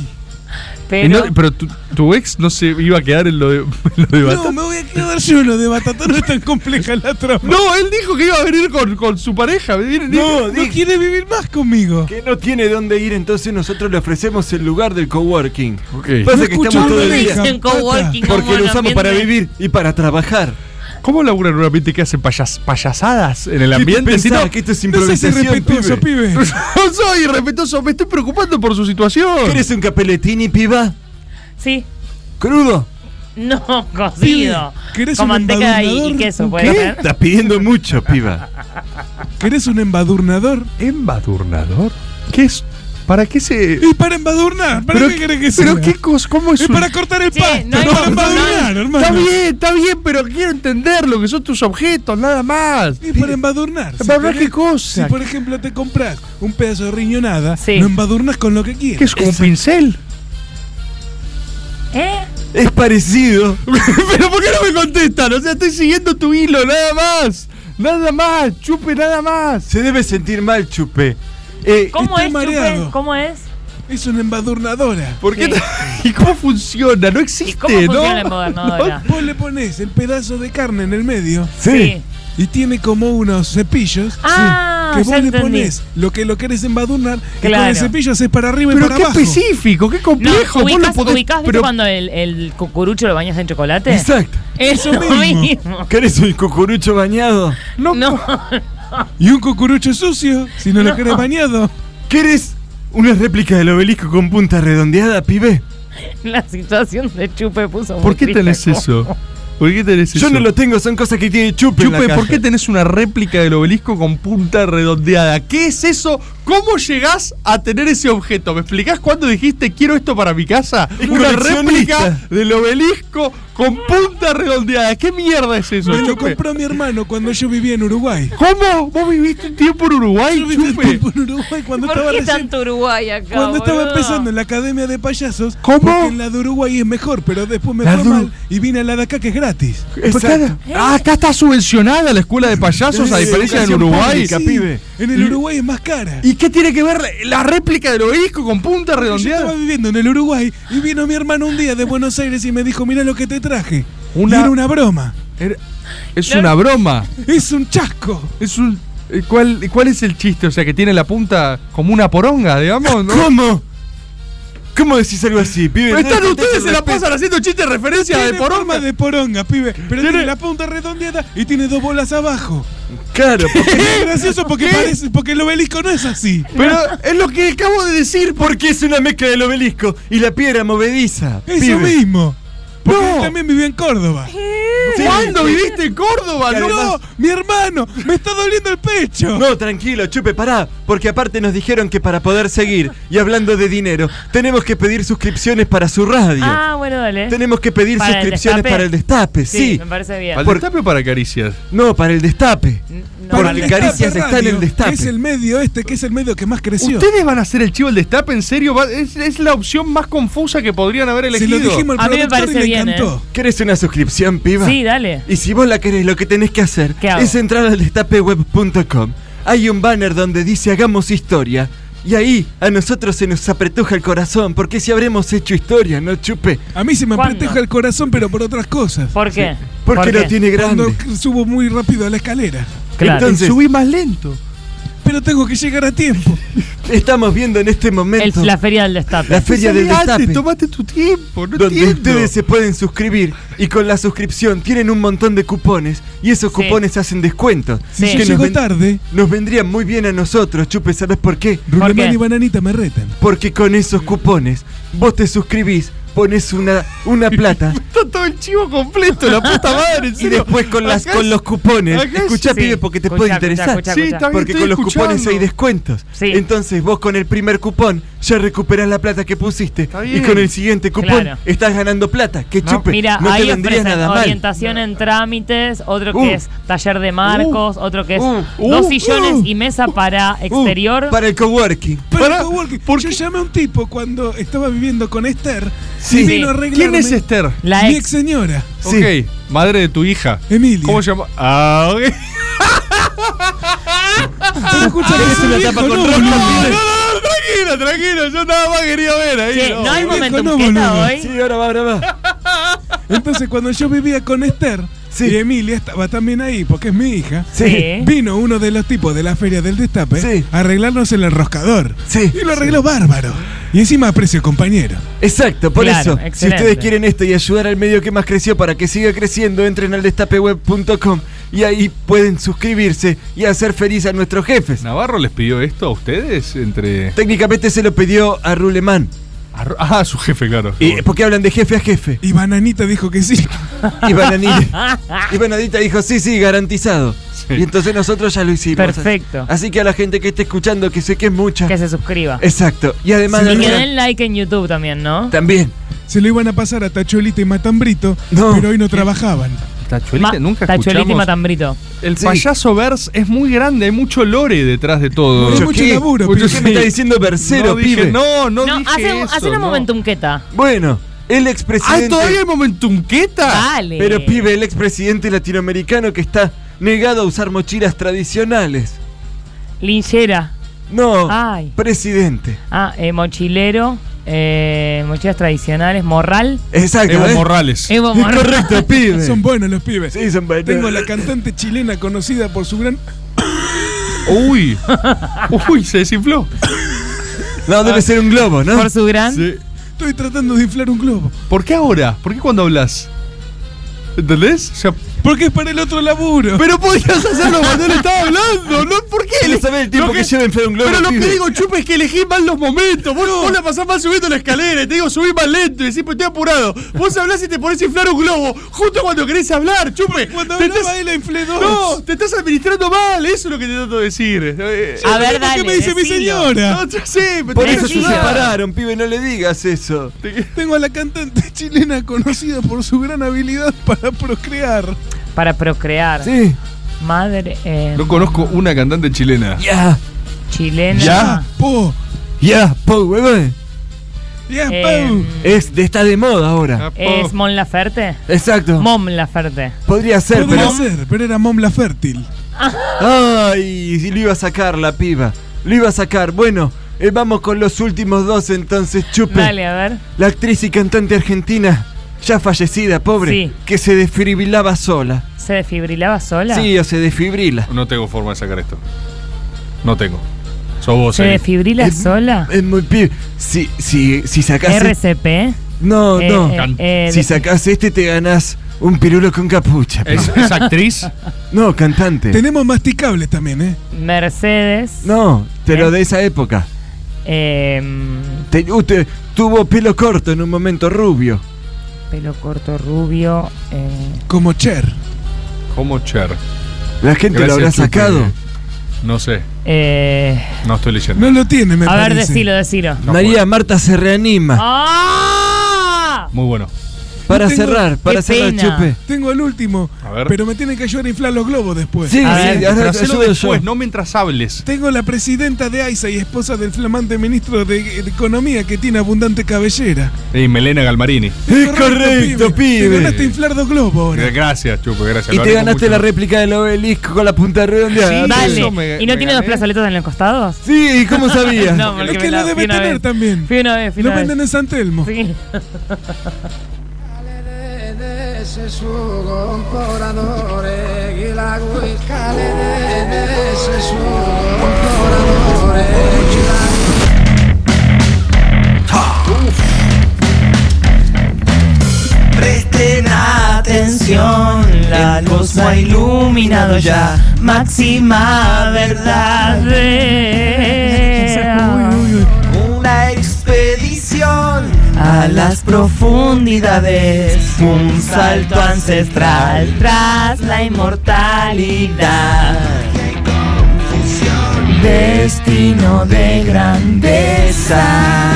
F: Y no-
I: Pero,
F: pero tu, tu ex no se iba a quedar en lo de, en lo de
M: No,
F: Batata.
M: me voy a quedar yo lo de batata. No es tan compleja la trama.
F: No, él dijo que iba a venir con, con su pareja. Viene-
N: No,
M: No
N: dije
M: quiere vivir más conmigo.
N: que no tiene dónde ir, entonces nosotros le ofrecemos el lugar del coworking.
F: Ok.
N: Pasa
M: No
N: que
M: escucho
N: estamos todo
M: nada.
N: el
I: me
N: día.
I: dicen coworking como
N: Porque
I: un
N: lo usamos para
I: ambiente-
N: vivir y para trabajar.
F: ¿Cómo laburan en un ambiente que hacen payas- payasadas en el
N: ¿Qué te
F: ambiente? Si
N: pensás
F: no-
N: que esto es
M: No seas
N: improvisación,
M: irrespetuoso,
N: pibe?
M: pibe.
F: no soy irrespetuoso, me estoy preocupando por su situación.
N: ¿Quieres un capeletini, piba?
I: sí.
N: ¿Crudo?
I: No, cocido.
M: ¿querés
I: Con
M: un
I: manteca y, y
M: embadurnador?
I: queso,
M: ¿Un
I: puede
N: ¿Qué?
I: ser.
N: Estás pidiendo mucho, piba.
M: ¿Querés un embadurnador?
F: ¿Embadurnador? ¿Qué es? ¿Para qué se.?
M: Es para embadurnar. ¿Para
F: Pero
M: qué
F: qué-
M: querés que sea?
F: ¿Pero qué cosa? ¿Cómo es
M: Es
F: un-
M: para cortar el
I: Che,
M: pasto.
I: no hay
M: No, para
I: razón.
M: embadurnar,
F: Está
M: hermano.
F: bien, está bien, pero quiero entenderlo, que son tus objetos, nada más.
M: Es para embadurnar. Si
F: ¿Para qué
M: querés- Si
F: cosa?
M: por ejemplo te compras un pedazo de riñonada,
I: Sí.
M: lo embadurnas con lo que
F: ¿Qué
M: quieras.
F: es como un pincel?
I: ¿Eh?
N: Es parecido.
F: pero ¿por qué no me contestan? O sea, estoy siguiendo tu hilo, nada más. Nada más, chupe, nada más.
N: Se debe sentir mal, Chupe. Eh,
I: ¿Cómo
M: Estoy
I: es,
M: mareado.
I: Chupe? ¿Cómo es?
M: Es una embadurnadora.
F: ¿Por qué?
I: Sí.
F: ¿Y cómo funciona? No existe,
I: ¿Y cómo
F: ¿no?
I: funciona la embadurnadora?
M: Vos le pones el pedazo de carne en el medio
I: Sí.
M: y tiene como unos cepillos.
I: Ah,
M: Que vos
I: ya
M: le
I: entendí.
M: pones lo que lo querés embadurnar que
I: Claro.
M: con el cepillo haces para arriba y
F: Pero
M: para
F: qué
M: abajo.
F: específico, qué
I: No,
F: complejo. Vos lo
I: ubicás,
F: podés-
I: ubicás, ¿viste
F: pero-
I: cuando el, el cucurucho lo bañas en chocolate?
N: Exacto.
I: Eso lo
M: mismo.
I: mismo.
N: ¿Querés un cucurucho bañado?
I: No,
M: Y un cucurucho sucio, si no, lo querés bañado.
N: ¿Querés una réplica del obelisco con punta redondeada, pibe?
I: la situación de Chupe puso muy
F: ¿Por qué
I: triste
F: tenés
I: como-
F: eso? ¿Por qué tenés eso?
N: Yo no lo tengo, son cosas que tiene Chupe. en la
F: Chupe, ¿por
N: caja.
F: qué tenés una réplica del obelisco con punta redondeada? ¿Qué es eso? ¿Cómo llegás a tener ese objeto? ¿Me explicás cuándo dijiste quiero esto para mi casa?
N: Es
F: Una
N: coleccionista.
F: réplica del obelisco con punta redondeada. ¿Qué mierda es eso?
M: Me lo
F: Chupe?
M: compró mi hermano cuando yo vivía en Uruguay.
F: ¿Cómo? ¿Vos viviste un tiempo en Uruguay?
M: Yo viví un tiempo en Uruguay cuando
O: ¿Por
M: estaba
O: qué
M: recién-
O: tanto Uruguay acá?
M: Cuando estaba
O: boludo?
M: empezando en la academia de payasos,
F: ¿Cómo?
M: porque en la de Uruguay es mejor, pero después me
F: La
M: fue
F: de Ur-
M: mal y vine a la de acá que es gratis.
F: Acá, ah, acá está subvencionada la escuela de payasos, a
M: Sí,
F: diferencia del
M: educación
F: Uruguay.
M: pública, pibe. En el Uruguay es más cara.
F: ¿Y qué tiene que ver la réplica del obelisco con punta redondeada?
M: Yo estaba viviendo en el Uruguay y vino mi hermano un día de Buenos Aires y me dijo, mira lo que te traje.
F: Una-
M: Y era una broma.
F: Es una broma.
M: Es un chasco.
F: Es un. eh, ¿Cuál, ¿Cuál es el chiste? O sea, que tiene la punta como una poronga, digamos. ¿no?
N: ¿Cómo? ¿Cómo decís algo así, pibe?
F: Están ustedes se la pasan haciendo chistes de referencia de
M: Tiene
F: poronga.
M: forma de poronga, pibe. Pero tiene, la punta redondeada y tiene dos bolas abajo.
N: Claro,
M: porque es gracioso porque parece porque el obelisco no es así.
N: Pero es lo que acabo de decir, porque es una mezcla del obelisco y la piedra movediza.
M: Eso
N: pibe.
M: mismo. Porque él también vivió en Córdoba.
F: ¿Cuándo viviste en Córdoba?
N: Que
M: No,
N: además-
M: mi hermano, me está doliendo el pecho.
N: No, tranquilo, chupe, pará, porque aparte nos dijeron que para poder seguir, y hablando de dinero, tenemos que pedir suscripciones para su radio.
I: Ah, bueno, dale.
N: Tenemos que pedir
I: Para el
N: suscripciones
I: destape.
N: para el destape, sí.
I: Me parece bien.
F: ¿Al
N: Por-
F: destape o para caricias?
N: No, para el destape.
M: Para el
N: porque
M: Destape
N: Caricias está en
M: Radio,
N: el destape.
M: que es el medio este, que es el medio que más creció.
F: ¿Ustedes van a hacer el chivo del destape? ¿En serio? Va- Es, es la opción más confusa que podrían haber
N: Se
F: elegido.
N: lo dijimos
I: al A mí me productor y parece le bien, ¿eh? encantó.
N: ¿Querés una suscripción, piba?
I: Sí, dale.
N: Y si vos la querés, lo que tenés que hacer
I: hago?
N: es entrar al destapeweb.com. Hay un banner donde dice hagamos historia. Y ahí a nosotros se nos apretuja el corazón, porque si habremos hecho historia, no chupe.
M: A mí se me
N: ¿Cuándo?
M: apreteja el corazón, pero por otras cosas.
I: ¿Por
N: qué? Sí. Porque ¿Por lo qué? tiene grande.
M: Cuando subo muy rápido a la escalera.
N: Claro. Entonces- Subí
M: más lento. Pero tengo que llegar a tiempo.
N: Estamos viendo en este momento
I: El- la feria del destape.
N: la feria del
I: Salí antes,
N: destape.
F: Tomate tu tiempo, no
N: donde
F: entiendo.
N: ustedes se pueden suscribir y con la suscripción tienen un montón de cupones y esos cupones hacen descuentos.
M: Si yo llego tarde,
N: Nos vendrían muy bien a nosotros, Chupe, ¿sabes por qué?
M: Rulemán y Bananita me retan.
N: Porque con esos cupones vos te suscribís, pones una, una plata
F: Está todo el chivo completo, la puta madre. en
N: y
F: serio.
N: después con, las,
F: Acá
N: con
F: es-
N: los cupones.
F: acá es-
N: Escuchá,
F: Sí.
N: pibe, porque te
F: Escuchá,
N: puede
F: escuchá,
N: interesar.
F: escuchá,
N: Sí,
F: escuchá.
N: está bien, porque
F: estoy
N: con los
F: escuchando.
N: cupones hay descuentos. Entonces vos con el primer cupón ya recuperás la plata que pusiste. Y
I: bien.
N: con el siguiente cupón
I: Claro.
N: estás ganando plata. Que chupe,
I: Mira,
N: Eh, no te
I: ahí
N: vendría
I: ofrecen
N: nada mal.
I: orientación en trámites, otro que
N: Uh.
I: es taller de marcos, otro que es
N: Uh.
I: dos
N: Uh.
I: sillones
N: Uh.
I: y mesa para exterior.
N: Para el coworking.
M: Pero coworking, yo llamé a un tipo cuando estaba viviendo con Esther
F: Sí.
M: y vino a
F: Sí.
M: arreglarme.
F: ¿Quién es Esther? La
M: Mi
F: ex.
M: ex señora.
F: Ok, madre de tu hija.
M: Emilia.
F: ¿Cómo se llama? Ah, ok.
M: Pero escucha,
F: Ah,
M: es una
F: viejo,
M: tapa con
F: no,
M: rosca,
F: no,
M: pibe.
F: no, no, tranquilo, tranquilo. Yo nada más quería ver ahí.
M: Che, ¿no hay
F: Viejo,
M: momentum
F: no,
M: quieta
F: boludo.
I: hoy?
N: Sí, ahora va, ahora va.
M: Entonces cuando yo vivía con Esther y Emilia estaba también ahí porque es mi hija,
I: Sí.
M: vino uno de los tipos de la feria del destape a arreglarnos el enroscador. Y lo arregló bárbaro. Y encima aprecio compañero.
N: Exacto, por
M: Claro,
N: eso, si
M: excelente.
N: ustedes quieren esto y ayudar al medio que más creció para que siga creciendo, entren al destapeweb.com y ahí pueden suscribirse y hacer feliz a nuestros jefes.
F: ¿Navarro les pidió esto a ustedes? Entre.
N: Técnicamente se lo pidió a Ruleman.
F: Ah, su jefe, claro.
N: Y, porque hablan de jefe a jefe.
M: Y Bananita dijo que sí.
N: Y Bananita, y Bananita dijo, sí, sí, garantizado. Y entonces nosotros ya lo hicimos.
I: Perfecto.
N: Así que a la gente que esté escuchando, que sé que es mucha.
I: Que se suscriba.
N: Exacto. Y además...
I: y que
N: Ruleman-
I: den like en YouTube también, ¿no?
N: También.
M: Se lo iban a pasar a Tacholita y Matambrito, pero hoy no trabajaban.
F: Tachuelita,
I: Ma-
F: nunca
I: Tachuelita y
F: escuchamos.
I: Matambrito.
F: El payaso verse es muy grande, hay mucho lore detrás de todo.
N: Mucho Mucho qué, laburo, mucho pibe. qué me está diciendo versero,
F: no, dije-
N: pibe.
F: No, no,
I: No,
F: dije
I: hace,
F: eso,
I: hace una
F: no.
I: momentumqueta.
N: Bueno, el expresidente.
I: Ah, ¿todavía hay
F: momentumqueta?
I: Dale.
N: Pero pibe, el expresidente latinoamericano que está negado a usar mochilas tradicionales.
I: Linchera.
N: No,
I: Ay.
N: presidente.
I: Ah, eh, mochilero, eh, mochilas tradicionales, morral.
N: Exacto. ¿eh?
F: Evo Morales.
I: Evo Morales.
N: Correcto, pibe.
M: Son buenos los pibes.
N: Sí, son buenos.
M: Tengo a la cantante chilena conocida por su gran.
F: Uy. Uy, se desinfló. Ah.
N: No, debe ser un globo, ¿no?
I: Por su gran.
F: Sí.
M: Estoy tratando de inflar un globo.
F: ¿Por qué ahora? ¿Por qué cuando hablas? ¿Entendés? O sea,
M: Porque es para el otro laburo.
F: Pero podías hacerlo cuando él estaba hablando, ¿no? ¿Por qué
N: no sabés el tiempo que lleva en Fede un globo,
F: Pero lo que
N: pibe.
F: digo, Chupa, es que elegís mal los momentos. Vos, vos la pasás mal subiendo la escalera y te digo, subí más lento y decís, pues estoy apurado. Vos hablás y te ponés a inflar un globo justo cuando querés hablar, Chupe. Cuando
M: hablaba él, la inflé dos.
F: No, te estás administrando mal, eso es lo que te trato de decir. Eh,
M: A ver,
F: ¿por
M: dale,
F: ¿Qué me dice mi
M: decilo.
F: señora? No, yo sé, me
N: Por
F: tenés
N: eso
F: que
N: se
F: ayudar.
N: separaron, pibe, no le digas eso.
M: Tengo a la cantante chilena conocida por su gran habilidad para procrear.
I: Para procrear.
N: Sí.
I: Madre. eh,
F: No conozco una cantante chilena.
N: Ya.
I: Chilena.
M: Po.
N: Ya, po, huevón.
M: Ya,
I: Eh,
N: Es, de- está de moda
F: Ah,
N: ahora.
I: ¿Es Mon Laferte?
N: Exacto.
I: Mom Laferte.
N: Podría ser,
M: Podría
N: pero.
M: ser, pero era Mom la Fértil.
N: Ay, si lo iba a sacar la piba. Lo iba a sacar. Bueno, eh, vamos con los últimos dos entonces, chupe.
I: Dale, a ver.
N: La actriz y cantante argentina, ya fallecida, pobre,
I: Sí.
N: que se desfibrilaba sola.
I: ¿Se desfibrilaba sola?
N: Sí, o se desfibrila.
F: No tengo forma de sacar esto. No tengo. Sos vos,
I: ¿Se
F: Eli.
I: desfibrila
N: Es-
I: sola?
N: Es muy pibe. Si, si, si sacás. este,
I: ¿RCP?
N: No,
I: Eh,
N: no.
I: eh, eh,
N: si
I: de-
N: sacás este, te ganás un pirulo con capucha.
F: ¿Es,
N: pibe.
F: es actriz?
N: No, cantante.
M: Tenemos masticables también, ¿eh?
I: Mercedes.
N: No,
I: Eh.
N: pero de esa época.
I: em,
N: Te- usted tuvo pelo corto en un momento rubio.
I: pelo corto, rubio. eh,
M: Como Cher.
F: Como Cher.
N: La gente lo habrá
F: Chupe.
N: sacado.
F: No sé,
I: eh,
F: no estoy leyendo.
M: No lo tiene, me
I: a ver,
M: parece.
I: decilo, decilo.
F: No
N: María Marta se reanima.
I: ¡Ah!
F: Muy bueno.
N: Para
M: Tengo-
N: cerrar, para cerrar, chupe.
M: Tengo el último,
F: A ver.
M: pero me tienen que ayudar a inflar los globos después.
N: Sí,
F: A
N: sí,
F: ver,
N: ahora
F: pero hacelo
N: ayudo yo.
F: después, no mientras hables.
M: Tengo la presidenta de AISA y esposa del flamante ministro de de Economía que tiene abundante cabellera.
F: Y Melena Galmarini.
N: Es correcto,
M: Te
N: pibe.
M: ganaste inflar dos globos ahora.
F: Gracias, Chupe, gracias.
N: Y
F: lo
N: te
F: agradezco
N: ganaste
F: mucho.
N: la réplica del obelisco con la punta redondeada.
F: Sí,
I: Dale.
F: eso me-
I: ¿Y no
F: me
I: tiene dos
F: gané.
I: plazoletas en los costados?
N: Sí, ¿y ¿cómo sabías?
I: no, porque
M: Es
I: me
M: que
I: la-
M: lo
I: fui
M: debe
I: una
M: tener
I: vez.
M: también.
I: Fui una vez, fui
M: Lo
I: una vez.
M: venden en San Telmo.
I: Sí.
G: Presten atención, la luz ha iluminado ya máxima verdadera. Una expedición a las profundidades, un salto ancestral tras la inmortalidad. Destino de grandeza.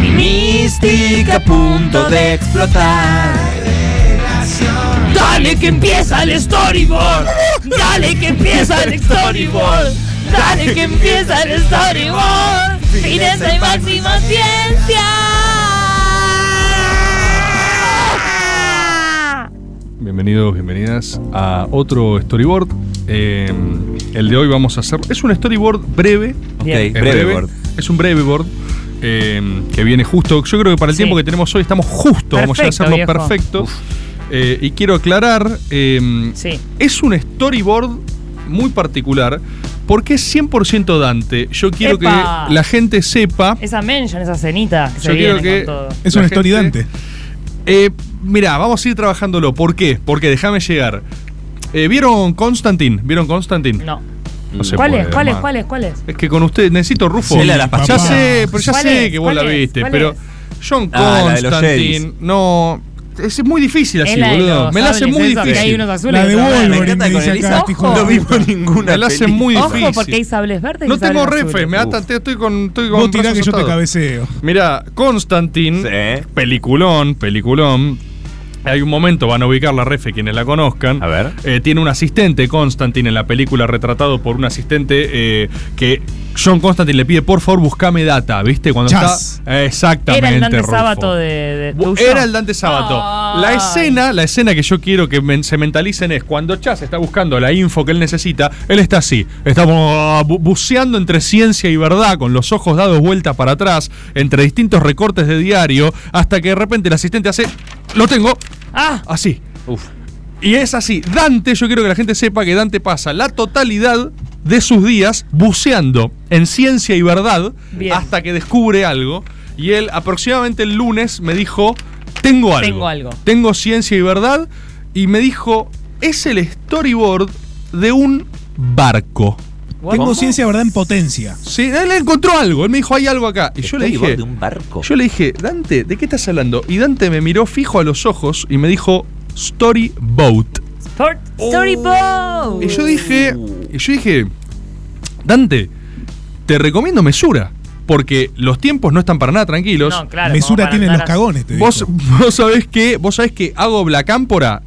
G: Mi mística a punto de explotar. Dale que empieza el storyboard. Dale que empieza el storyboard. Dale que empieza el storyboard. Fineza y máxima ciencia.
F: Bienvenidos, bienvenidas a otro storyboard. Eh, el de hoy vamos a hacer. Es un storyboard breve.
D: Ok,
F: Es
D: breve board.
F: Es un breve board. eh, que viene justo. Yo creo que para el
I: Sí.
F: tiempo que tenemos hoy estamos justo. vamos a
I: Perfecto,
F: hacerlo
I: viejo.
F: perfecto. Eh, y quiero aclarar. eh,
I: Sí.
F: Es un storyboard muy particular. Porque es 100% Dante. Yo quiero
I: ¡Epa!
F: que la gente sepa.
I: Esa mention, esa cenita que se
F: Yo quiero
I: viene
F: que.
I: con todo.
M: Es
F: la
M: un story
F: gente-
M: Dante.
F: eh, mirá, vamos a ir trabajándolo. ¿Por qué? Porque déjame llegar. Eh, ¿Vieron Constantine? ¿Vieron Constantine?
I: No.
F: No se
I: ¿Cuáles?
F: puede,
I: ¿Cuáles?
F: hermano.
I: ¿Cuáles? ¿Cuáles?
F: Es que con usted necesito Rufo.
D: Sí, la de las
F: ya
D: pastillas.
F: sé, pero ya
I: ¿Cuál
F: sé
I: es?
F: que vos
I: ¿Cuál
F: la
I: es?
F: viste,
I: ¿Cuál
F: pero
I: es?
F: John
D: Ah, la de los
F: Constantine.
D: Jedis.
F: no, es muy difícil así,
I: Es la de
F: boludo.
I: los
F: Me la hace
I: sables
F: muy
I: esos que
F: difícil.
I: hay unos azules
M: La
I: y
M: de
I: otros verdes.
M: Wolverine, dice acá, este hijo de
N: No
I: Ojo.
N: vimos ninguna.
F: Me la hacen
N: película.
F: muy
I: Ojo,
F: difícil.
I: porque hay sables verdes y
F: no tengo
I: sables
F: refe,
I: azules.
F: me atate, estoy con. Estoy con
M: Vos tirá
F: brazos
M: que yo te
F: atados.
M: cabeceo.
F: Mirá, Constantine,
D: Sí.
F: peliculón, peliculón. Hay un momento, van a ubicar la refe quienes la conozcan.
D: A ver.
F: Eh, tiene un asistente, Constantine, en la película retratado por un asistente eh, que John Constantine le pide, por favor, buscame data, ¿viste? Cuando
M: Chas.
F: está. Exactamente.
I: Era el Dante
F: Rufo.
I: Sábato de, de
F: Bu-
I: tuyo.
F: Era el Dante Sábato. La
I: Ay.
F: escena, la escena que yo quiero que men- se mentalicen es cuando Chas está buscando la info que él necesita, él está así, está como, ah, bu- buceando entre ciencia y verdad, con los ojos dados vuelta para atrás, entre distintos recortes de diario, hasta que de repente el asistente hace, lo tengo,
I: Ah,
F: así.
D: Uf.
F: Y es así. Dante, yo quiero que la gente sepa que Dante pasa la totalidad de sus días buceando en ciencia y verdad
I: Bien.
F: hasta que descubre algo. Y él aproximadamente el lunes me dijo, tengo algo.
I: Tengo algo.
F: Tengo ciencia y verdad. Y me dijo, es el storyboard de un barco.
A: Tengo ciencia, verdad, en potencia.
F: Sí, él encontró algo, él me dijo, hay algo acá. Y yo
A: Estoy
F: le
A: a
F: dije.
A: bordo de un
F: barco. Yo le dije, Dante, ¿de qué estás hablando? Y Dante me miró fijo a los ojos y me dijo, Story Boat.
I: Storyboat.
F: Y yo dije. Y yo dije. Dante, te recomiendo mesura. Porque los tiempos no están para nada tranquilos.
A: No, claro, Mesura como para tienen andar los a- cagones, te
F: vos, vos sabés que, vos sabés que Hago Blacámpora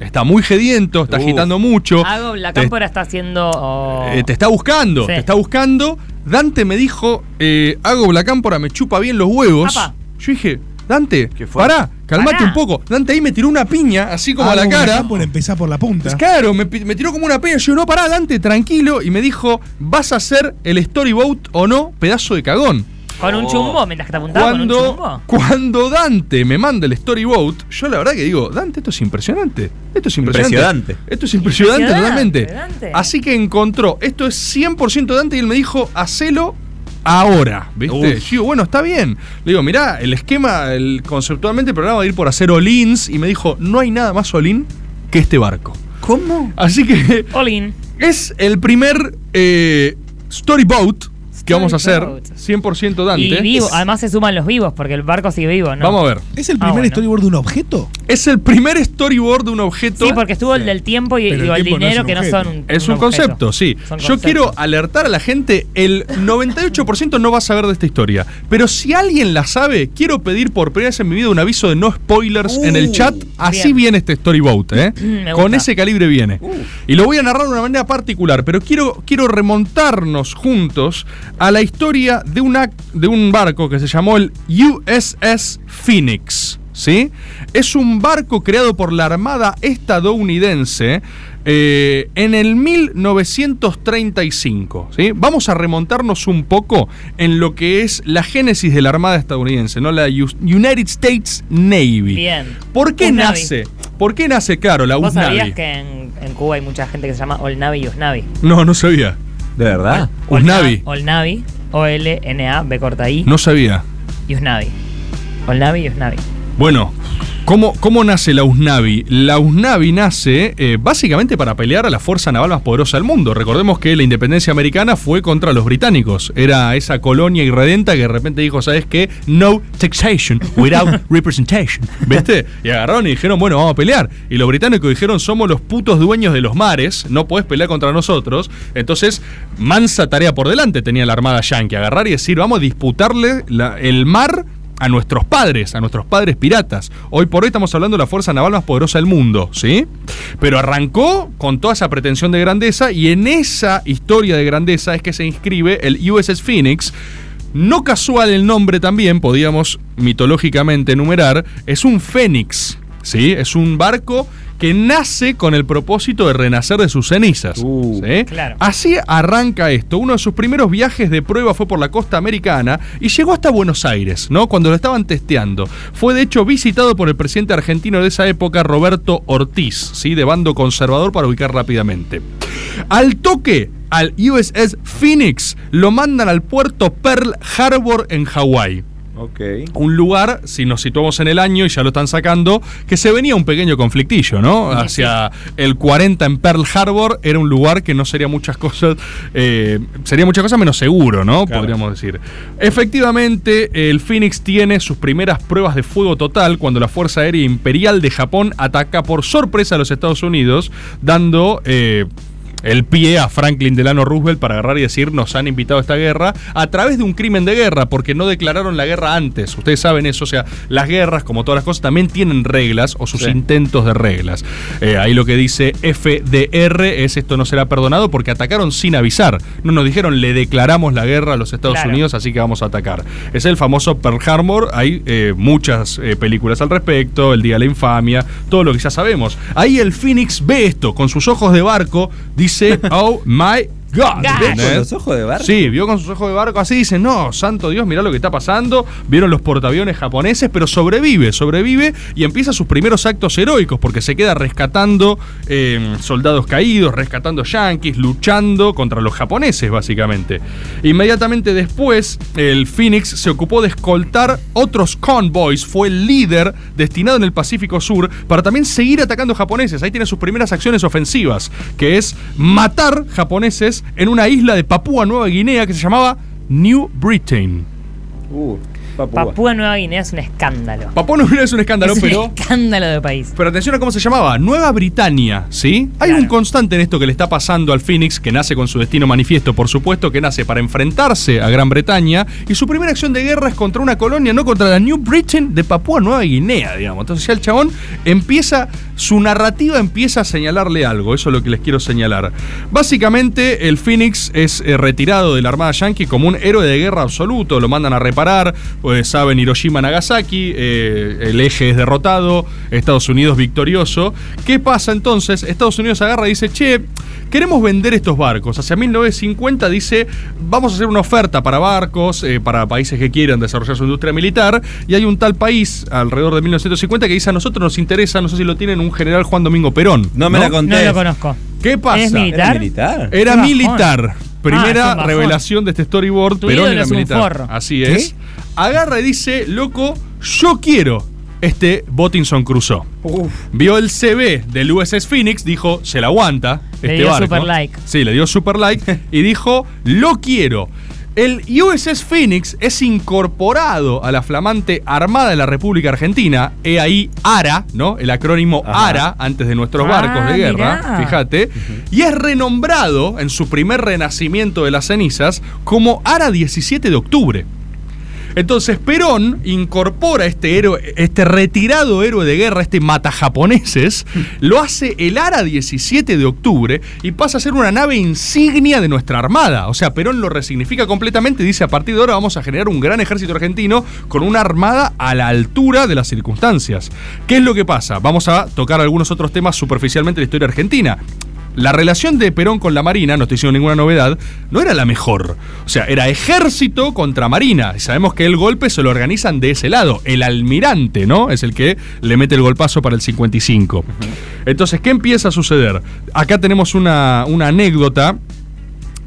F: está muy gediento, está agitando mucho.
I: Hago, la
F: te-
I: cámpora está haciendo. oh.
F: eh, te está buscando,
I: Sí.
F: te está buscando. Dante me dijo, eh, hago Blacámpora, me chupa bien los huevos.
I: Apa.
F: Yo dije, Dante,
A: fue? Ah,
F: pará, calmate
A: Pará.
F: un poco. Dante ahí me tiró una piña, así como a la
A: Hago
F: cara.
A: Blacán Por empezar por la punta.
F: Claro, me, pi- me tiró como una piña. Yo, no, pará, Dante, tranquilo. Y me dijo, ¿vas a hacer el storyboat o no? Pedazo de cagón.
I: Con un chumbo, mientras que te apuntaba con un
F: Cuando,
I: chumbo.
F: cuando Dante me manda el storyboat, yo la verdad que digo, Dante, esto es impresionante. Esto es impresionante.
G: Impresionante.
F: Esto es impresionante,
G: Impresionante,
F: totalmente. Así que encontró, esto es 100% Dante y él me dijo, hacelo ahora. ¿Viste?
G: Uf.
F: Yo digo, bueno, está bien. Le digo, mirá, el esquema, el, conceptualmente el programa va a ir por hacer Olins y me dijo, no hay nada más Olin que este barco.
I: ¿Cómo?
F: Así que
I: Olin.
F: es el primer eh, storyboat que vamos a hacer, 100% Dante.
I: Y vivo, además se suman los vivos, porque el barco sigue vivo, ¿no? Ah,
F: Vamos a ver. ¿Es el primer
I: storyboard
A: de un objeto?
F: Es el primer storyboard de un objeto.
I: Sí, porque estuvo el del tiempo y,
F: Pero
I: y
F: el
I: el
F: tiempo no
I: dinero
F: es un
I: que no
F: objeto.
I: son un.
F: Es
I: un
F: un concepto, sí.
I: Son
F: Yo
I: conceptos.
F: quiero alertar a la gente, el 98% no va a saber de esta historia. Pero si alguien la sabe, quiero pedir por primera vez en mi vida un aviso de no spoilers en
I: Uh,
F: el chat. Así
G: bien.
F: viene este storyboat, ¿eh?
I: Mm,
G: Me
F: Con
G: gusta.
F: ese calibre viene.
I: Uh.
F: Y lo voy a narrar de una manera particular, pero quiero, quiero remontarnos juntos a la historia de, una, de un barco que se llamó el USS Phoenix. ¿Sí? Es un barco creado por la Armada estadounidense eh, en el 1935. ¿sí? Vamos a remontarnos un poco en lo que es la génesis de la Armada estadounidense, ¿no? la Us- United States Navy.
I: Bien.
F: ¿Por qué
I: Usnavi.
F: nace? ¿Por qué nace, claro, la
I: ¿Vos
F: USNAVI?
I: sabías que en, en Cuba hay mucha gente que se llama Olnavi y Usnavi?
F: No, no sabía. ¿De verdad? Usnavi.
I: Olnavi, O-L-N-A, B corta I,
F: No sabía.
I: y Usnavi. Olnavi y Usnavi.
F: Bueno, ¿cómo, cómo nace la USNAVI? La USNAVI nace eh, básicamente para pelear a la fuerza naval más poderosa del mundo. Recordemos que la independencia americana fue contra los británicos. Era esa colonia irredenta que de repente dijo, ¿sabes qué? No taxation without representation. ¿Viste? Y agarraron y dijeron, bueno, vamos a pelear. Y los británicos dijeron, somos los putos dueños de los mares, no podés pelear contra nosotros. Entonces, mansa tarea por delante tenía la Armada Yankee. Agarrar y decir, vamos a disputarle la- el mar a nuestros padres, a nuestros padres piratas. Hoy por hoy estamos hablando de la fuerza naval más poderosa del mundo, ¿sí? Pero arrancó con toda esa pretensión de grandeza y en esa historia de grandeza es que se inscribe el USS Phoenix. No casual el nombre también, podíamos mitológicamente enumerar, es un fénix, ¿sí? Es un barco que nace con el propósito de renacer de sus cenizas. ¿sí?
I: claro.
F: Así arranca esto. Uno de sus primeros viajes de prueba fue por la costa americana y llegó hasta Buenos Aires, ¿no? Cuando lo estaban testeando. Fue de hecho visitado por el presidente argentino de esa época, Roberto Ortiz, ¿sí? De bando conservador para ubicar rápidamente. Al toque, al USS Phoenix, lo mandan al puerto Pearl Harbor en Hawái. Un lugar, si nos situamos en el año y ya lo están sacando, que se venía un pequeño conflictillo, ¿no? Hacia el 40 en Pearl Harbor era un lugar que no sería muchas cosas, eh, sería muchas cosas menos seguro, ¿no? Podríamos decir. Efectivamente, el Phoenix tiene sus primeras pruebas de fuego total cuando la Fuerza Aérea Imperial de Japón ataca por sorpresa a los Estados Unidos, dando... eh, el pie a Franklin Delano Roosevelt para agarrar y decir nos han invitado a esta guerra a través de un crimen de guerra, porque no declararon la guerra antes. Ustedes saben eso, o sea, las guerras, como todas las cosas, también tienen reglas o sus intentos de reglas. Eh, ahí lo que dice FDR es esto no será perdonado porque atacaron sin avisar. No nos dijeron le declaramos la guerra a los Estados
G: Claro.
F: Unidos, así que vamos a atacar. Es el famoso Pearl Harbor, hay eh, muchas eh, películas al respecto, El Día de la Infamia, todo lo que ya sabemos. Ahí el Phoenix ve esto, con sus ojos de barco, dice, oh my God.
G: ¿Ve
F: ¿entendés?
G: con los ojos de barco?
F: Sí, vio con sus ojos de barco así, dice, no, santo Dios, mirá lo que está pasando. Vieron los portaaviones japoneses, pero sobrevive, sobrevive y empieza sus primeros actos heroicos porque se queda rescatando eh, soldados caídos, rescatando yanquis, luchando contra los japoneses, básicamente. Inmediatamente después, el Phoenix se ocupó de escoltar otros convoys, fue el líder destinado en el Pacífico Sur para también seguir atacando japoneses. Ahí tiene sus primeras acciones ofensivas, que es matar japoneses inglés en una isla de Papúa Nueva Guinea que se llamaba New Britain.
I: Papúa Nueva Guinea es un escándalo.
F: Papúa Nueva Guinea es un escándalo,
I: es
F: pero.
I: un escándalo de país.
F: Pero atención a cómo se llamaba, Nueva Britania, ¿sí? Hay un constante en esto que le está pasando al Phoenix, que nace con su destino manifiesto, por supuesto, que nace para enfrentarse a Gran Bretaña, y su primera acción de guerra es contra una colonia, no contra la New Britain de Papúa Nueva Guinea, digamos. Entonces ya el chabón empieza, su narrativa empieza a señalarle algo, eso es lo que les quiero señalar. Básicamente, el Phoenix es eh, retirado de la Armada Yankee como un héroe de guerra absoluto, lo mandan a reparar, pues, saben Hiroshima, Nagasaki, eh, el eje es derrotado, Estados Unidos victorioso. ¿Qué pasa entonces? Estados Unidos agarra y dice, che, queremos vender estos barcos. Hacia 1950 dice, vamos a hacer una oferta para barcos, eh, para países que quieran desarrollar su industria militar, y hay un tal país alrededor de 1950 que dice, a nosotros nos interesa, no sé si lo tienen, un general Juan Domingo Perón.
H: No me la contés. No lo
I: conozco.
F: ¿Qué pasa?
I: ¿Es
F: ¿Era
I: militar? ¿Era
F: militar?
I: militar?
F: Era
I: Qué bajón.
F: militar.
I: Ah,
F: Primera
I: es un bajón.
F: revelación de este storyboard,
I: Tu
F: Perón
I: ídolo
F: era
I: es un
F: militar.
I: forro.
F: Así
I: ¿Qué?
F: es. Agarra y dice, loco, yo quiero este Bottinson Crusoe. Vio el CV del USS Phoenix, dijo, se la aguanta.
I: Le
F: este
I: dio
F: barco.
I: super like.
F: Sí, le dio super like y dijo, lo quiero. El USS Phoenix es incorporado a la flamante Armada de la República Argentina, he ahí ARA, ¿no? El acrónimo ARA, antes de nuestros
D: Ah,
F: barcos de guerra,
D: mirá.
F: fíjate, y es renombrado en su primer renacimiento de las cenizas como ARA 17 de octubre. Entonces Perón incorpora este héroe, este retirado héroe de guerra, este mata japoneses, lo hace el ARA 17 de octubre y pasa a ser una nave insignia de nuestra armada. O sea, Perón lo resignifica completamente y dice a partir de ahora vamos a generar un gran ejército argentino con una armada a la altura de las circunstancias. ¿Qué es lo que pasa? Vamos a tocar algunos otros temas superficialmente de la historia argentina. La relación de Perón con la Marina, no estoy diciendo ninguna novedad, no era la mejor. O sea, era ejército contra Marina. Y Sabemos que el golpe se lo organizan de ese lado. El almirante, ¿no? Es el que le mete el golpazo para el 55. Entonces, ¿qué empieza a suceder? Acá tenemos una, una anécdota.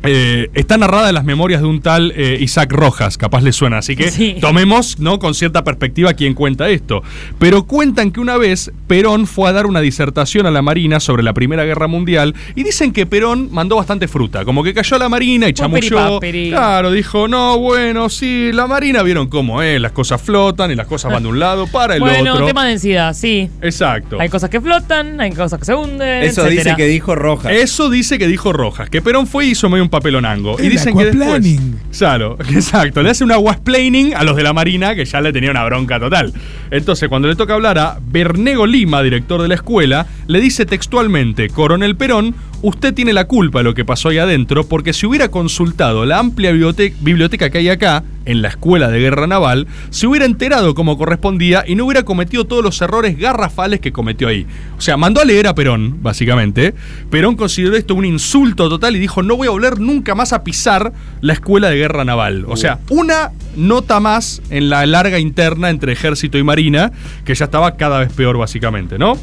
F: eh, está narrada en las memorias de un tal eh, Isaac Rojas, capaz le suena, así que
D: Sí.
F: tomemos ¿no? con cierta perspectiva quien cuenta esto. Pero cuentan que una vez Perón fue a dar una disertación a la Marina sobre la Primera Guerra Mundial y dicen que Perón mandó bastante fruta, como que cayó a la Marina y chamulló.
D: piripapiri.
F: Claro, dijo, no, bueno, sí, la Marina vieron cómo es, las cosas flotan y las cosas van de un lado para el
I: bueno,
F: otro.
I: tema de densidad, sí.
F: Exacto.
I: Hay cosas que flotan, hay cosas que se hunden. etcétera.
F: dijo Rojas. Eso dice que dijo Rojas, que Perón fue y hizo medio un papelonango. Y
M: El
F: dicen que después.
M: aquaplaning.
F: Claro, exacto. Le hace una wasplaining a los de la Marina, que ya le tenía una bronca total. Entonces, cuando le toca hablar a Bernego Lima, director de la escuela, le dice textualmente: Coronel Perón, usted tiene la culpa de lo que pasó ahí adentro, porque si hubiera consultado la amplia bibliote- biblioteca que hay acá, en la Escuela de Guerra Naval, se hubiera enterado como correspondía y no hubiera cometido todos los errores garrafales que cometió ahí. O sea, mandó a leer a Perón, básicamente. Perón consideró esto un insulto total y dijo, no voy a volver nunca más a pisar la escuela de guerra naval. O sea, una nota más en la larga interna entre ejército y marina, que ya estaba cada vez peor, básicamente, ¿no?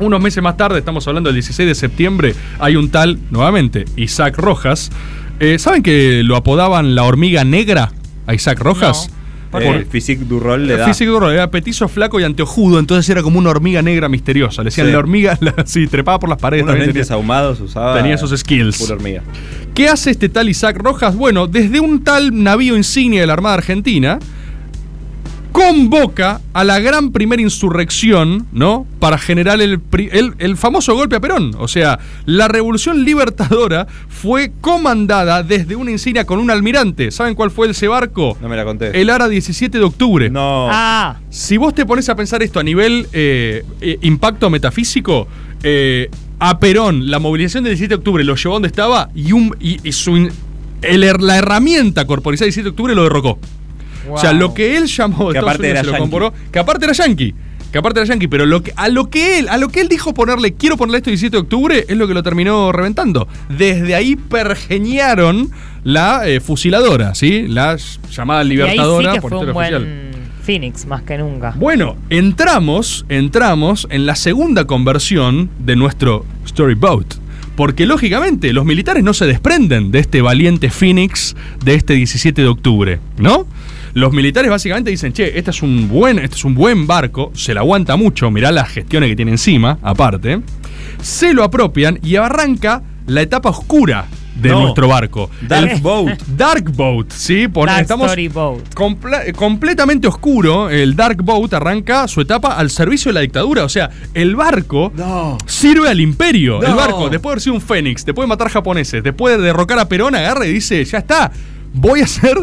F: Unos meses más tarde, estamos hablando del 16 de septiembre, hay un tal, nuevamente, Isaac Rojas. Eh, ¿Saben que lo apodaban la hormiga negra a Isaac Rojas?
H: Eh, Physique du Roll le
F: El
H: da.
F: físico gordo, era petizo, flaco y anteojudo, entonces era como una hormiga negra misteriosa. Le decían
H: Sí.
F: la hormiga, la- sí, trepaba por las paredes.
H: Unos
F: también
H: lentes
F: tenía.
H: ahumados usaba.
F: Tenía esos skills.
H: Pura hormiga.
F: ¿Qué hace este tal Isaac Rojas? Bueno, desde un tal navío insignia de la Armada Argentina, convoca a la gran primera insurrección, ¿no? Para generar el, pri- el- el famoso golpe a Perón. O sea, la revolución libertadora fue comandada desde una insignia con un almirante. ¿Saben cuál fue ese barco?
H: No me la conté.
F: El ARA 17 de octubre. No.
I: Ah.
F: Si vos te pones a pensar esto a nivel eh, eh, impacto metafísico, eh, a Perón, la movilización del 17 de octubre lo llevó donde estaba y, un, y, y su in- el her- la herramienta corporizada del 17 de octubre lo derrocó. O sea, lo que él llamó
H: Que
F: Estados
H: aparte
F: Unidos
H: era
F: se lo
H: yanqui.
F: compró, que aparte era yankee. Que aparte era yankee, pero lo que, a lo que él, a lo que él dijo ponerle, quiero ponerle esto el 17 de octubre, es lo que lo terminó reventando. Desde ahí pergeñaron la eh, fusiladora, ¿sí? La ll- llamada
I: Y ahí sí
F: libertadora
I: que
F: por
I: fue un
F: historia
I: buen
F: oficial.
I: Phoenix, más que nunca.
F: Bueno, entramos, entramos en la segunda conversión de nuestro storyboat. Porque lógicamente los militares no se desprenden de este valiente Phoenix de este 17 de octubre, ¿no? Los militares básicamente dicen, che, este es un buen, este es un buen barco, se la aguanta mucho, mirá las gestiones que tiene encima, aparte. Se lo apropian y arranca la etapa oscura
D: de
F: No.
D: nuestro barco.
F: Dark
D: El-
F: Boat. Dark Boat, sí, pone-
I: Dark
F: estamos
I: Story Boat.
F: compla- eh, completamente oscuro. El Dark Boat arranca su etapa al servicio de la dictadura. O sea, el barco sirve al imperio. El
D: No.
F: barco, después de haber sido un fénix, después de matar japoneses, después de derrocar a Perón, agarra y dice: Ya está, voy a ser.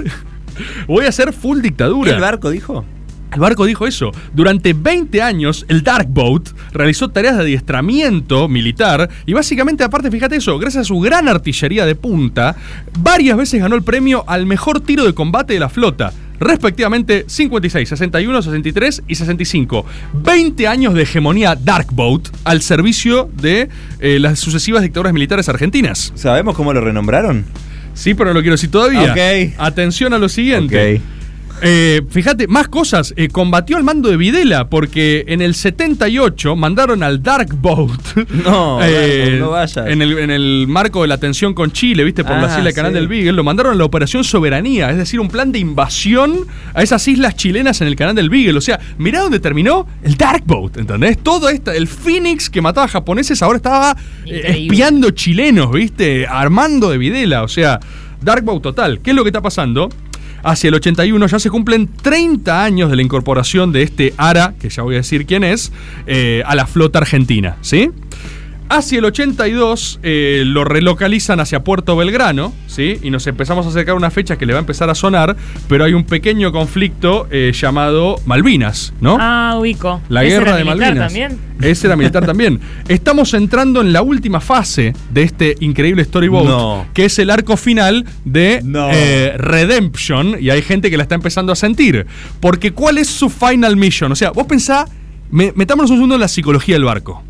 F: Voy a ser full dictadura.
G: ¿El barco dijo?
F: El barco dijo eso. Durante 20 años, el Dark Boat realizó tareas de adiestramiento militar y básicamente, aparte, fíjate eso, gracias a su gran artillería de punta, varias veces ganó el premio al mejor tiro de combate de la flota. Respectivamente 56, 61, 63 y 65. 20 años de hegemonía Dark Boat al servicio de eh, las sucesivas dictaduras militares argentinas.
G: ¿Sabemos cómo lo renombraron? Ah,
F: Sí, pero no lo quiero decir todavía.
G: Ok.
F: Atención a lo siguiente.
G: Ok.
F: Eh, fíjate, más cosas. Eh, combatió al mando de Videla porque en el 78 mandaron al Dark Boat.
G: No, Dark Boat, no vayas.
F: Eh, En el, en el marco de la tensión con Chile, viste, por
G: Ah,
F: las islas Canal
G: sí.
F: del Beagle, lo mandaron a la Operación Soberanía, es decir, un plan de invasión a esas islas chilenas en el Canal del Beagle. O sea, mirá dónde terminó el Dark Boat, ¿entendés? Todo esto, el Phoenix que mataba japoneses ahora estaba eh, espiando chilenos, viste, armando de Videla, o sea, Dark Boat total. ¿Qué es lo que está pasando? Hacia el 81 ya se cumplen 30 años de la incorporación de este ARA, que ya voy a decir quién es, eh, a la flota argentina, ¿sí? Hacia el 82 eh, lo relocalizan hacia Puerto Belgrano, ¿sí? Y nos empezamos a acercar a una fecha que le va a empezar a sonar, pero hay un pequeño conflicto eh, llamado Malvinas, ¿no?
I: Ah, ubico.
F: La
I: ¿Ese
F: guerra
I: era
F: de
I: militar
F: Malvinas.
I: también?
F: Ese era militar también. Estamos entrando en la última fase de este increíble storyboard,
G: No.
F: que es el arco final de eh, Redemption, y hay gente que la está empezando a sentir. Porque ¿cuál es su final mission? O sea, vos pensá, me- metámonos un segundo en la psicología del barco.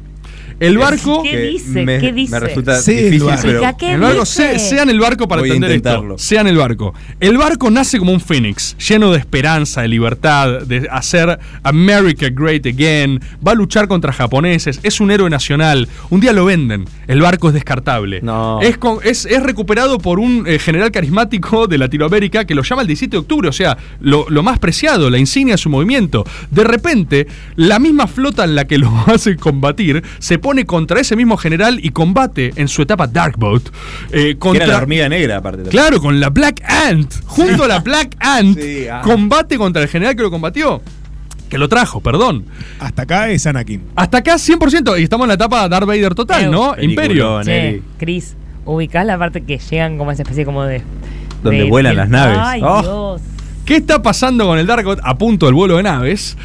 F: El barco.
I: ¿Qué dice? Me- ¿Qué dice? me resulta
F: Sí, el
I: difícil,
F: barco.
I: pero- ¿Qué
F: El barco,
I: dice?
F: se- sean el barco para
G: Voy a
F: entender esto.
G: intentarlo.
F: Sean el barco. El barco nace como un fénix, lleno de esperanza, de libertad, de hacer America great again. Va a luchar contra japoneses, es un héroe nacional. Un día lo venden. El barco es descartable. Es, con- es, es recuperado por un eh, general carismático de Latinoamérica que lo llama el 17 de octubre, o sea, lo, lo más preciado, la insignia de su movimiento. De repente, la misma flota en la que lo hace combatir se pone contra ese mismo general y combate en su etapa Dark Boat. eh,
G: Que era
F: contra-
G: la hormiga negra, aparte.
F: Claro, con la Black Ant. Junto a la Black Ant,
G: Sí, ah.
F: combate contra el general que lo combatió. Que lo trajo, perdón.
A: Hasta acá es Anakin.
F: Hasta acá 100%. Y estamos en la etapa Darth Vader total, Ah, ¿no? Imperio.
I: Che, Cris, ubicás la parte que llegan como esa especie como de.
F: Donde
I: de-
F: vuelan
I: del-
F: las naves.
I: Ay,
F: Oh.
I: Dios.
F: ¿Qué está pasando con el Dark Boat? A punto del vuelo de naves.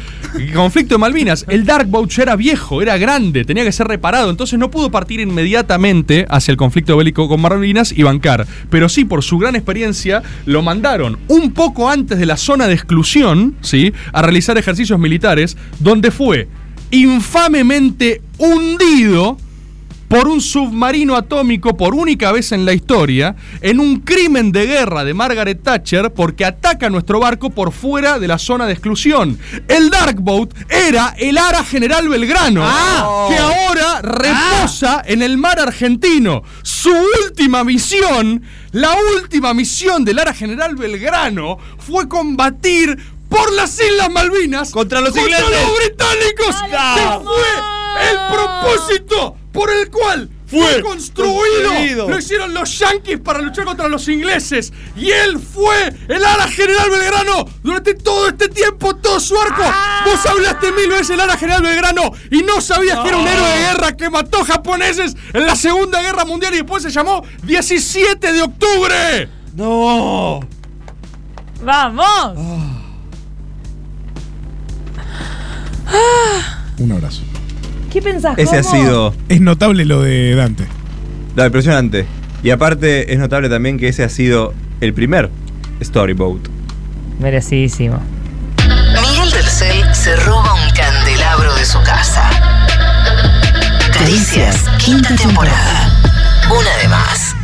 F: Conflicto de Malvinas. El Dark Boat ya era viejo, era grande, tenía que ser reparado. Entonces no pudo partir inmediatamente hacia el conflicto bélico con Malvinas y bancar. Pero sí, por su gran experiencia, lo mandaron un poco antes de la zona de exclusión, ¿sí? A realizar ejercicios militares, donde fue infamemente hundido por un submarino atómico por única vez en la historia, en un crimen de guerra de Margaret Thatcher porque ataca nuestro barco por fuera de la zona de exclusión. El Dark Boat era el Ara General Belgrano, que ahora reposa en el mar argentino. Su última misión, la última misión del Ara General Belgrano fue combatir por las Islas Malvinas contra
G: los ingleses.
F: los británicos. que fue el propósito por el cual fue,
G: Fue
F: construido.
G: construido.
F: Lo hicieron los yanquis para luchar contra los ingleses. Y él fue el ala general Belgrano durante todo este tiempo, todo su arco. Vos hablaste mil veces el ala general Belgrano y no sabías que era un héroe de guerra que mató japoneses en la Segunda Guerra Mundial y después se llamó 17 de octubre. No.
I: ¡Vamos!
H: Ah.
A: Un abrazo.
I: ¿Qué pensás?
G: Ese ha
I: ¿Cómo?
G: sido.
A: Ah, Es notable lo de Dante.
G: No, impresionante. Y aparte, es notable también que ese ha sido el primer Storyboat.
I: Merecidísimo.
E: Miguel del Cel se roba un candelabro de su casa. Caricias, quinta temporada. Una de más.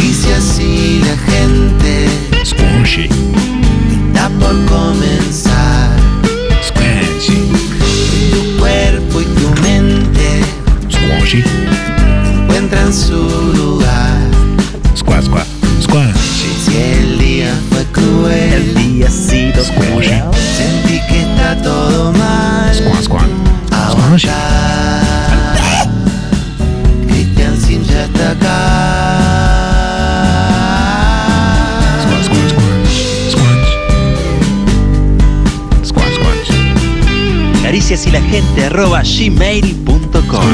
L: Dice así la gente
P: Squishy,
L: está por comenzar
P: squishy,
L: Tu cuerpo y tu mente
P: squashy,
L: encuentran su lugar
P: squash, squash, squash.
L: Si el día fue cruel El día se
O: noticias y la gente arroba gmail.com.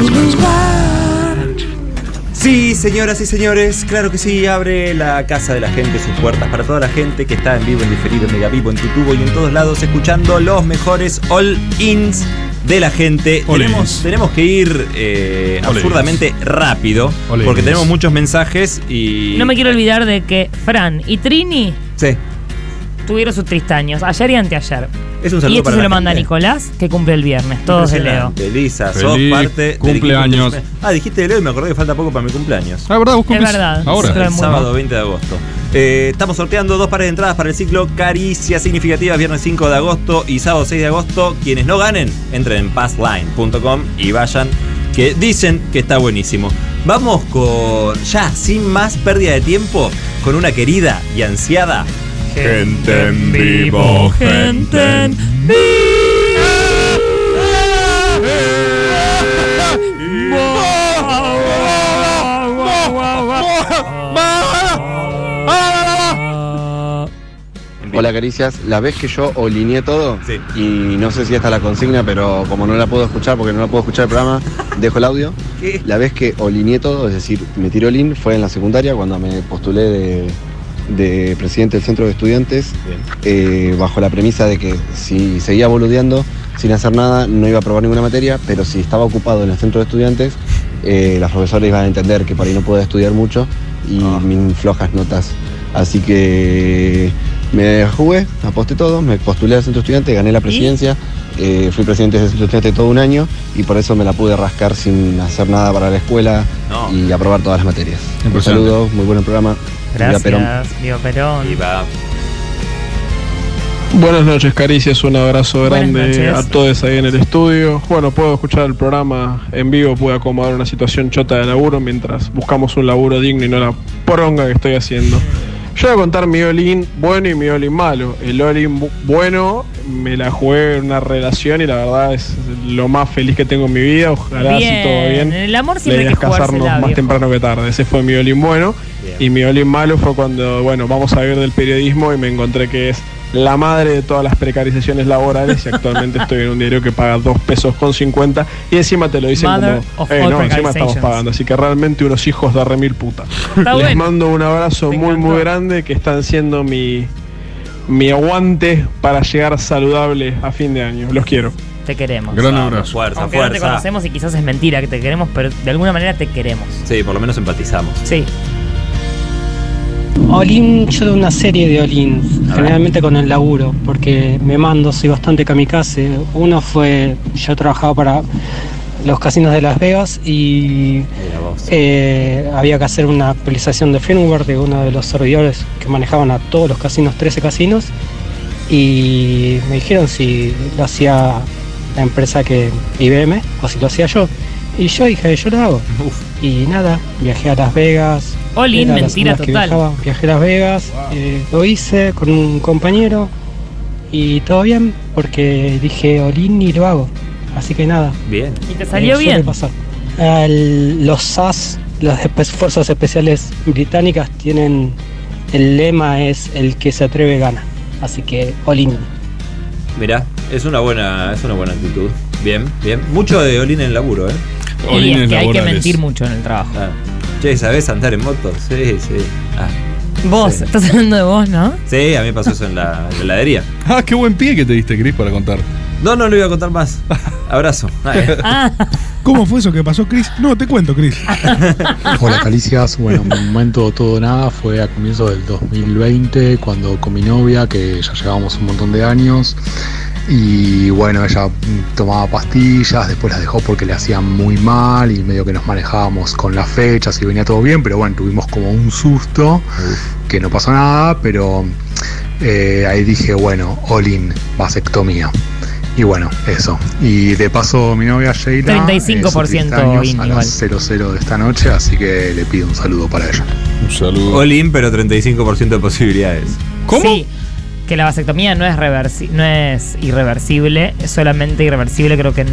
H: Sí, señoras y señores, claro que sí, abre la casa de la gente, sus puertas para toda la gente que está en vivo, en diferido, en megavivo, en tu tubo y en todos lados, escuchando los mejores all-ins de la gente.
G: All-ins.
H: Tenemos, tenemos que ir eh,
G: All-ins.
H: absurdamente rápido,
G: All-ins.
H: porque tenemos muchos mensajes y...
I: No me quiero olvidar de que Fran y Trini
H: Sí.
I: tuvieron sus tristaños ayer y anteayer.
H: Es un saludo
I: y esto
H: para
I: se
H: la
I: lo manda
H: gente.
I: Nicolás, que cumple el viernes. Todos de Leo.
H: Impresionante, Lisa, sos
F: Feliz
H: parte del equipo
F: cumpleaños.
H: de- Ah, dijiste de Leo y me acordé que falta poco para mi cumpleaños.
F: Ah, verdad, vos
I: Es cumplís verdad, ahora. dentro de
H: El
I: muy
H: sábado
I: poco.
H: 20 de agosto. Eh, estamos sorteando dos pares de entradas para el ciclo Caricias Significativas, viernes 5 de agosto y sábado 6 de agosto. Quienes no ganen, entren en passline.com y vayan, que dicen que está buenísimo. Vamos con, ya, sin más pérdida de tiempo, con una querida y ansiada. Gente en vivo, gente en
Q: Hola Caricias, la vez que yo olineé todo, y no sé si esta es la consigna, pero como no la puedo escuchar porque no la puedo escuchar el programa, dejo el audio.
H: ¿Qué?
Q: La vez que olineé todo, es decir, me tiró olín, fue en la secundaria cuando me postulé de, de presidente del centro de estudiantes, eh, bajo la premisa de que si seguía boludeando sin hacer nada, no iba a aprobar ninguna materia, pero si estaba ocupado en el centro de estudiantes, eh, las profesoras iban a entender que por ahí no podía estudiar mucho y mis flojas notas. Así que me jugué, aposté todo, me postulé al centro estudiante, gané la presidencia, eh, fui presidente del centro estudiante todo un año y por eso me la pude rascar sin hacer nada para la escuela y aprobar todas las materias. Un
I: Impresionante.
Q: saludo, muy buen programa. Viva
I: Gracias,
Q: Perón.
I: Diego Perón.
R: Buenas noches, Caricias. Un abrazo
I: Buenas
R: grande
I: noches.
R: a todos ahí en el estudio. Bueno, puedo escuchar el programa en vivo, puedo acomodar una situación chota de laburo mientras buscamos un laburo digno y no la poronga que estoy haciendo. Yo voy a contar mi olín bueno y mi olín malo. El olín bu- bueno me la jugué en una relación y la verdad es lo más feliz que tengo en mi vida. Ojalá si todo bien.
I: Bien, el amor siempre
R: La idea
I: hay que
R: es
I: jugársela,
R: casarnos más
I: viejo.
R: temprano que tarde. Ese fue mi violín bueno. Y mi violín malo fue cuando, bueno, vamos a ver del periodismo y me encontré que es la madre de todas las precarizaciones laborales y actualmente estoy en un diario que paga 2 pesos con 50 y encima te lo dicen
I: Mother of
R: como, eh,
I: all
R: no, encima estamos
I: precarizations.
R: pagando, así que realmente unos hijos de remil puta.
I: Está
R: Les
I: bueno.
R: mando un abrazo muy muy grande que están siendo mi mi aguante para llegar saludable a fin de año. Los quiero.
I: Te queremos.
R: Gran Vamos, abrazo. fuerza,
I: Aunque no te
R: fuerza.
I: conocemos y quizás es mentira que te queremos, pero de alguna manera te queremos.
H: Sí, por lo menos empatizamos.
I: Sí.
S: Olin, yo de una serie de Olins, generalmente con el laburo, porque me mando, soy bastante kamikaze. Uno fue, yo trabajaba para los casinos de Las Vegas y eh, había que hacer una actualización de firmware de uno de los servidores que manejaban a todos los casinos, 13 casinos, y me dijeron si lo hacía la empresa que IBM o si lo hacía yo. Y yo dije, yo lo hago. Y nada, viajé a Las Vegas.
I: All in,
S: era la segunda
I: mentira
S: vez que
I: total.
S: viajaba, Viajé a Las Vegas, eh, lo hice con un compañero y todo bien porque dije Olin y lo hago. Así que nada.
H: Bien.
I: Y te salió
S: eh, suele
I: bien.
S: pasar. Al- los SAS, las espe- fuerzas especiales británicas, tienen el lema es el que se atreve gana. Así que Olin.
H: Mirá, es una buena, es una buena actitud. Bien, bien. Mucho de Olin en el laburo, ¿eh?
I: Y Olín es en que hay que laborales. mentir mucho en el trabajo.
H: Ah. Che, ¿sabés andar en moto? Sí, sí. Ah.
I: Vos,
H: Sí.
I: estás hablando de vos, ¿no?
H: Sí, a mí me pasó eso en la, en la heladería.
F: Ah, qué buen pie que te diste, Chris, para contar.
H: No, no le iba a contar más. Abrazo. Ah, eh.
M: ¿Cómo fue eso que pasó, Chris? No, te cuento, Chris.
T: Hola Caricias, bueno, mi momento todo o nada fue a comienzos del 2020 cuando con mi novia, que ya llevábamos un montón de años, y bueno, ella mm, tomaba pastillas, después las dejó porque le hacían muy mal y medio que nos manejábamos con las fechas y venía todo bien, pero bueno, tuvimos como un susto, que no pasó nada, pero eh, ahí dije, bueno, Olin, vasectomía. Y bueno, eso. Y de paso mi novia Sheila.
I: 35%
T: eh, su cumpleaños
I: Olin
T: a las 00 de esta noche, así que le pido un saludo para ella.
H: Un saludo. Olin, pero 35% de posibilidades.
I: ¿Cómo? Sí, que la vasectomía no es, reversi no es irreversible, es solamente irreversible creo que... en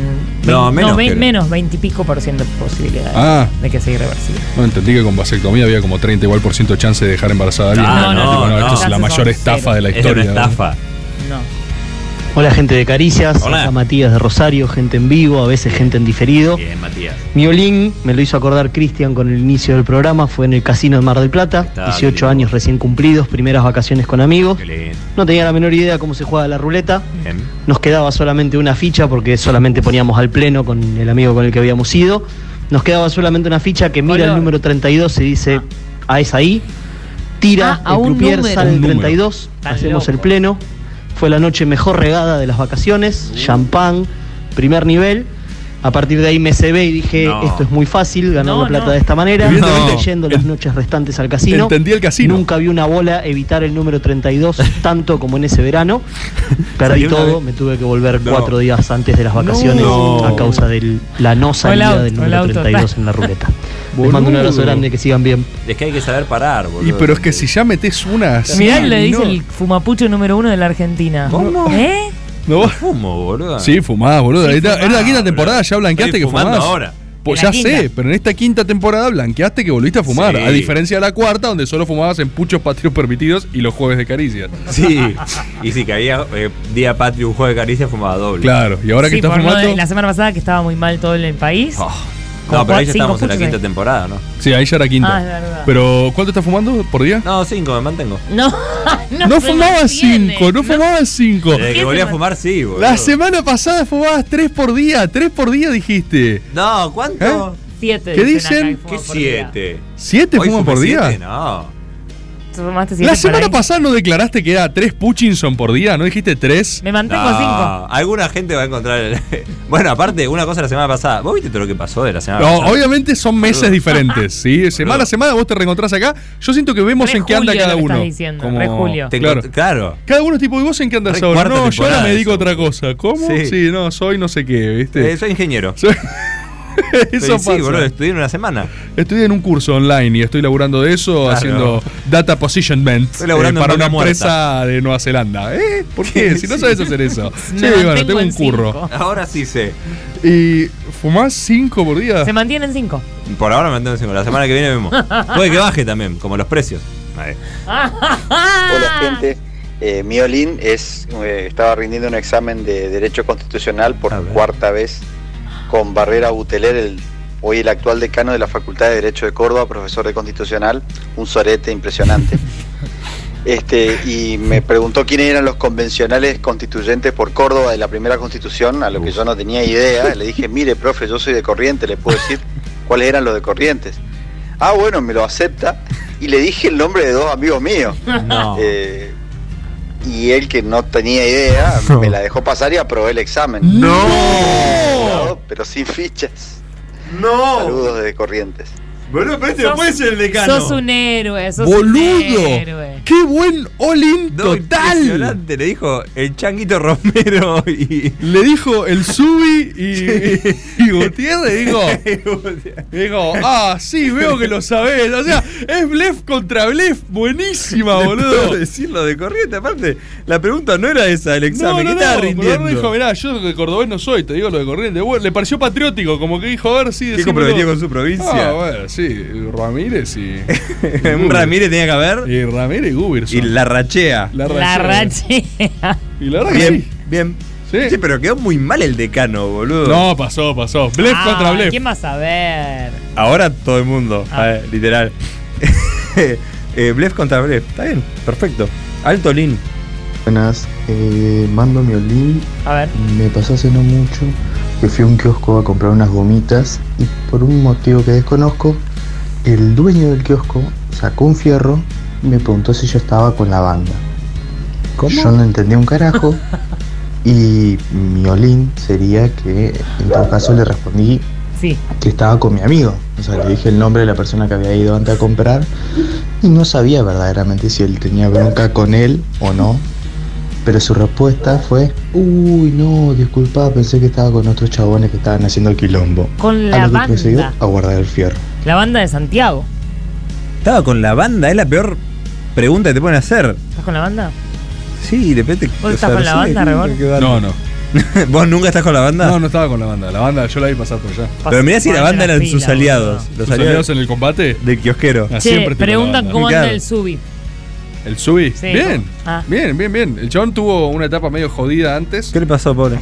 F: No,
I: vein-
F: menos,
I: vein-
F: creo.
I: menos 20 y pico por ciento de posibilidades
F: Ah.
I: de que sea irreversible.
F: No entendí que con vasectomía había como 30 igual por ciento de chance de dejar embarazada a alguien.
I: No, no,
F: Tipo,
I: no,
F: esto
I: no.
F: es la mayor
I: Chances son
F: estafa de la
I: cero.
F: historia.
I: Es una estafa. No.
U: Hola gente de Caricias,
H: Hola.
U: acá Matías de Rosario, gente en vivo, a veces gente en diferido.
H: Bien, Matías.
U: Mi olín me lo hizo acordar Cristian con el inicio del programa, fue en el Casino de Mar del Plata,
H: Está,
U: 18 años recién cumplidos, primeras vacaciones con amigos.
H: lindo.
U: No tenía la menor idea cómo se jugaba la ruleta, nos quedaba solamente una ficha porque solamente poníamos al pleno con el amigo con el que habíamos ido. Nos quedaba solamente una ficha que mira el
I: Color.
U: número 32 y dice, ah, es ahí. Tira,
I: Ah, a
U: el
I: un
U: croupier
I: número.
U: sale
I: Un
U: el
I: número.
U: 32,
I: Tan
U: hacemos el
I: loco.
U: pleno. Fue la noche mejor regada de las vacaciones,
I: Uh.
U: champán, primer nivel. A partir de ahí me cebé y dije,
H: No.
U: esto es muy fácil, ganar
H: No,
U: la plata
H: no.
U: de esta manera.
H: Evidentemente.
U: Fui yendo las noches restantes al casino.
H: Entendí
U: el casino. Nunca vi una bola evitar el número 32 tanto como en ese verano. Perdí
H: Salió una
U: todo,
H: vez.
U: me tuve que volver cuatro días antes de las vacaciones
H: No.
U: a causa de la no
H: Fue el
U: salida
H: auto,
U: del
H: el
U: número
H: auto,
U: 32
H: está.
U: en la ruleta. Les mando un abrazo
H: Boludo.
U: grande, que sigan bien.
H: Es que hay que saber parar, boludo.
F: Y pero es que si ya metes una.
I: Mirá,
F: así,
I: le dice
F: no.
I: el fumapucho número uno de la Argentina.
F: ¿Cómo?
I: ¿Eh?
F: No,
H: fumo, boludo.
F: Sí, fumás, Ah, boludo.
H: Sí,
F: Era-
H: fumás,
F: era la quinta temporada,
H: boludo.
F: ya blanqueaste
H: Estoy
F: que
H: fumando
F: fumás.
H: ahora.
F: Pues
H: En
F: ya
H: la
F: sé,
H: quinta.
F: pero en esta quinta temporada blanqueaste que volviste a fumar.
H: Sí.
F: A diferencia de la cuarta, donde solo fumabas en puchos patrios permitidos y los jueves de caricias.
H: Sí. Y si caía eh, día patrio un juego de caricias, fumaba doble.
F: Claro, y ahora
I: Sí, por no- la semana pasada que estaba muy mal todo en el país.
H: Oh.
F: Ah.
I: Como
H: No, pero ahí ya
I: cinco
H: estamos en la
I: puchos
H: quinta
I: ahí.
H: temporada, ¿no?
F: Sí, ahí ya era quinta.
I: Ah, es verdad.
F: Pero, ¿cuánto estás fumando por día?
H: No, cinco, me mantengo.
I: No,
F: No, fumabas cinco, no fumabas cinco.
H: Desde que volví a fumar, sí, boludo.
F: La semana pasada fumabas tres por día, tres por día dijiste. ¿Eh?
H: No, ¿cuánto?
I: Siete.
F: ¿Qué
I: acá
F: dicen?
I: que fuma por día.
H: siete?
F: ¿Siete
H: Hoy
F: fuman
H: fumé
F: por día?
H: siete, No.
I: Tú fumaste siete
F: La
I: por
F: semana
I: ahí.
F: pasada no declaraste que era tres Puchinson por día, ¿no dijiste tres?
I: Me mantengo a cinco.
H: Alguna gente va a encontrar. el- bueno, aparte, una cosa la semana pasada. ¿Vos viste todo lo que pasó de la semana
F: No,
H: pasada?
F: obviamente son meses
H: Boludo.
F: diferentes, ¿sí? Semana a semana vos te reencontrás acá. Yo siento que vemos
H: Re
F: en qué anda
H: Julio
F: cada
H: lo que
F: uno.
H: estás diciendo, re Julio. Te
F: Claro.
H: encont- claro.
F: Cada uno es tipo, ¿y vos en qué andas
H: Re
F: ahora?
H: cuarta
F: No, yo ahora
H: temporada
F: me dedico a
H: eso,
F: otra cosa. ¿Cómo? Sí.
H: Sí.
F: no, soy no sé qué, ¿viste?
H: Eh, soy ingeniero.
F: Eso
H: Pero
F: pasa.
H: Sí, boludo, estudié en una semana.
F: Estoy en un curso online y estoy laburando de eso,
H: Claro.
F: haciendo data positionment eh,
H: Estoy laburando en
F: para
H: vaca
F: una
H: muerta.
F: empresa de Nueva Zelanda. ¿Eh? ¿Por qué? Si no
H: Sí.
F: sabes hacer eso.
H: Me
F: sí, bueno,
H: mantengo
F: tengo un
H: en
F: curro.
H: cinco. Ahora sí sé.
F: ¿Y fumás cinco por día?
I: Se mantienen cinco.
H: Por ahora me mantengo en cinco. La semana que viene vemos. Puede que baje también, como los precios. Ahí.
V: Hola gente, Eh, mi Olin es, eh, estaba rindiendo un examen de Derecho Constitucional por cuarta vez con Barrera Buteler, el, hoy el actual decano de la Facultad de Derecho de Córdoba, profesor de Constitucional, un sorete impresionante. Este, y me preguntó quiénes eran los convencionales constituyentes por Córdoba de la primera constitución, a lo que yo no tenía idea. Le dije, mire, profe, yo soy de Corrientes, le puedo decir cuáles eran los de Corrientes. Ah, bueno, me lo acepta. Y le dije el nombre de dos amigos míos.
H: No.
V: Eh, y él que no tenía idea, me la dejó pasar y aprobé el examen. ¡No! Pero sin fichas. ¡No! Saludos de Corrientes.
H: Boludo,
V: este
H: pero este
I: Sos- Sos un héroe, sos un héroe.
F: ¡Qué buen all-in
H: total! Impresionante, le dijo el changuito Romero y.
F: Le dijo el Subi y, y Gutiérrez, digo. Digo, ah, sí, veo que lo sabés. O sea, es blef contra blef. Buenísima, boludo.
H: Puedo decirlo de corriente, aparte, la pregunta no era esa del examen, que estaba
F: pero
H: rindiendo.
F: Barro dijo, mirá, yo de cordobés no soy, te digo lo de corriente. Bueno, le pareció patriótico, como que dijo, a ver, sí,
H: Qué
F: decímelo.
H: comprometido con su provincia.
F: Ah, bueno, sí, Ramírez y...
H: Un Ramírez tenía que haber.
F: Y Ramírez y Gubirson.
H: Y la rachea.
F: La
I: La rachea.
F: Y la verdad que
H: Bien, bien. Sí. pero quedó muy mal el decano, boludo.
F: No, pasó, pasó. Blef
I: Ah,
F: contra blef.
I: ¿Quién Ah. va a saber?
H: Ahora todo el mundo, a ver, literal. Eh, blef contra blef. Está bien, perfecto. Alto Lin.
B: Buenas, eh, mando mi olín.
I: A ver.
B: Me pasó hace no mucho que fui a un kiosco a comprar unas gomitas y por un motivo que desconozco, el dueño del kiosco sacó un fierro y me preguntó si yo estaba con la banda. Yo no entendí un carajo y mi olín sería que en todo caso le respondí
I: Sí.
B: que estaba con mi amigo. O sea, le dije el nombre de la persona que había ido antes a comprar y no sabía verdaderamente si él tenía bronca con él o no. Pero su respuesta fue, uy, no, disculpa, pensé que estaba con otros chabones que estaban haciendo el quilombo.
I: Con
B: a
I: la
B: lo que procedió
I: banda.
B: a guardar el fierro.
I: La banda de Santiago.
H: Estaba con la banda, es la peor pregunta que te pueden hacer.
I: ¿Estás con la banda?
H: Sí, de repente.
I: ¿Vos estás con la banda, Rebor?
F: No, no.
H: ¿Vos nunca estás con la banda?
F: No, no estaba con la banda. La banda yo la vi pasar por allá.
H: Pero mirá si la banda eran sus aliados.
F: ¿Sus aliados en el combate?
H: Del kiosquero.
F: Ah,
I: Che, preguntan cómo anda
H: Claro.
I: el Subi.
F: El Subi.
I: Sí.
F: Bien.
I: Ah.
F: Bien, bien, bien. El chabón tuvo una etapa medio jodida antes. Eh,
W: ¿Qué le pasó, pobre?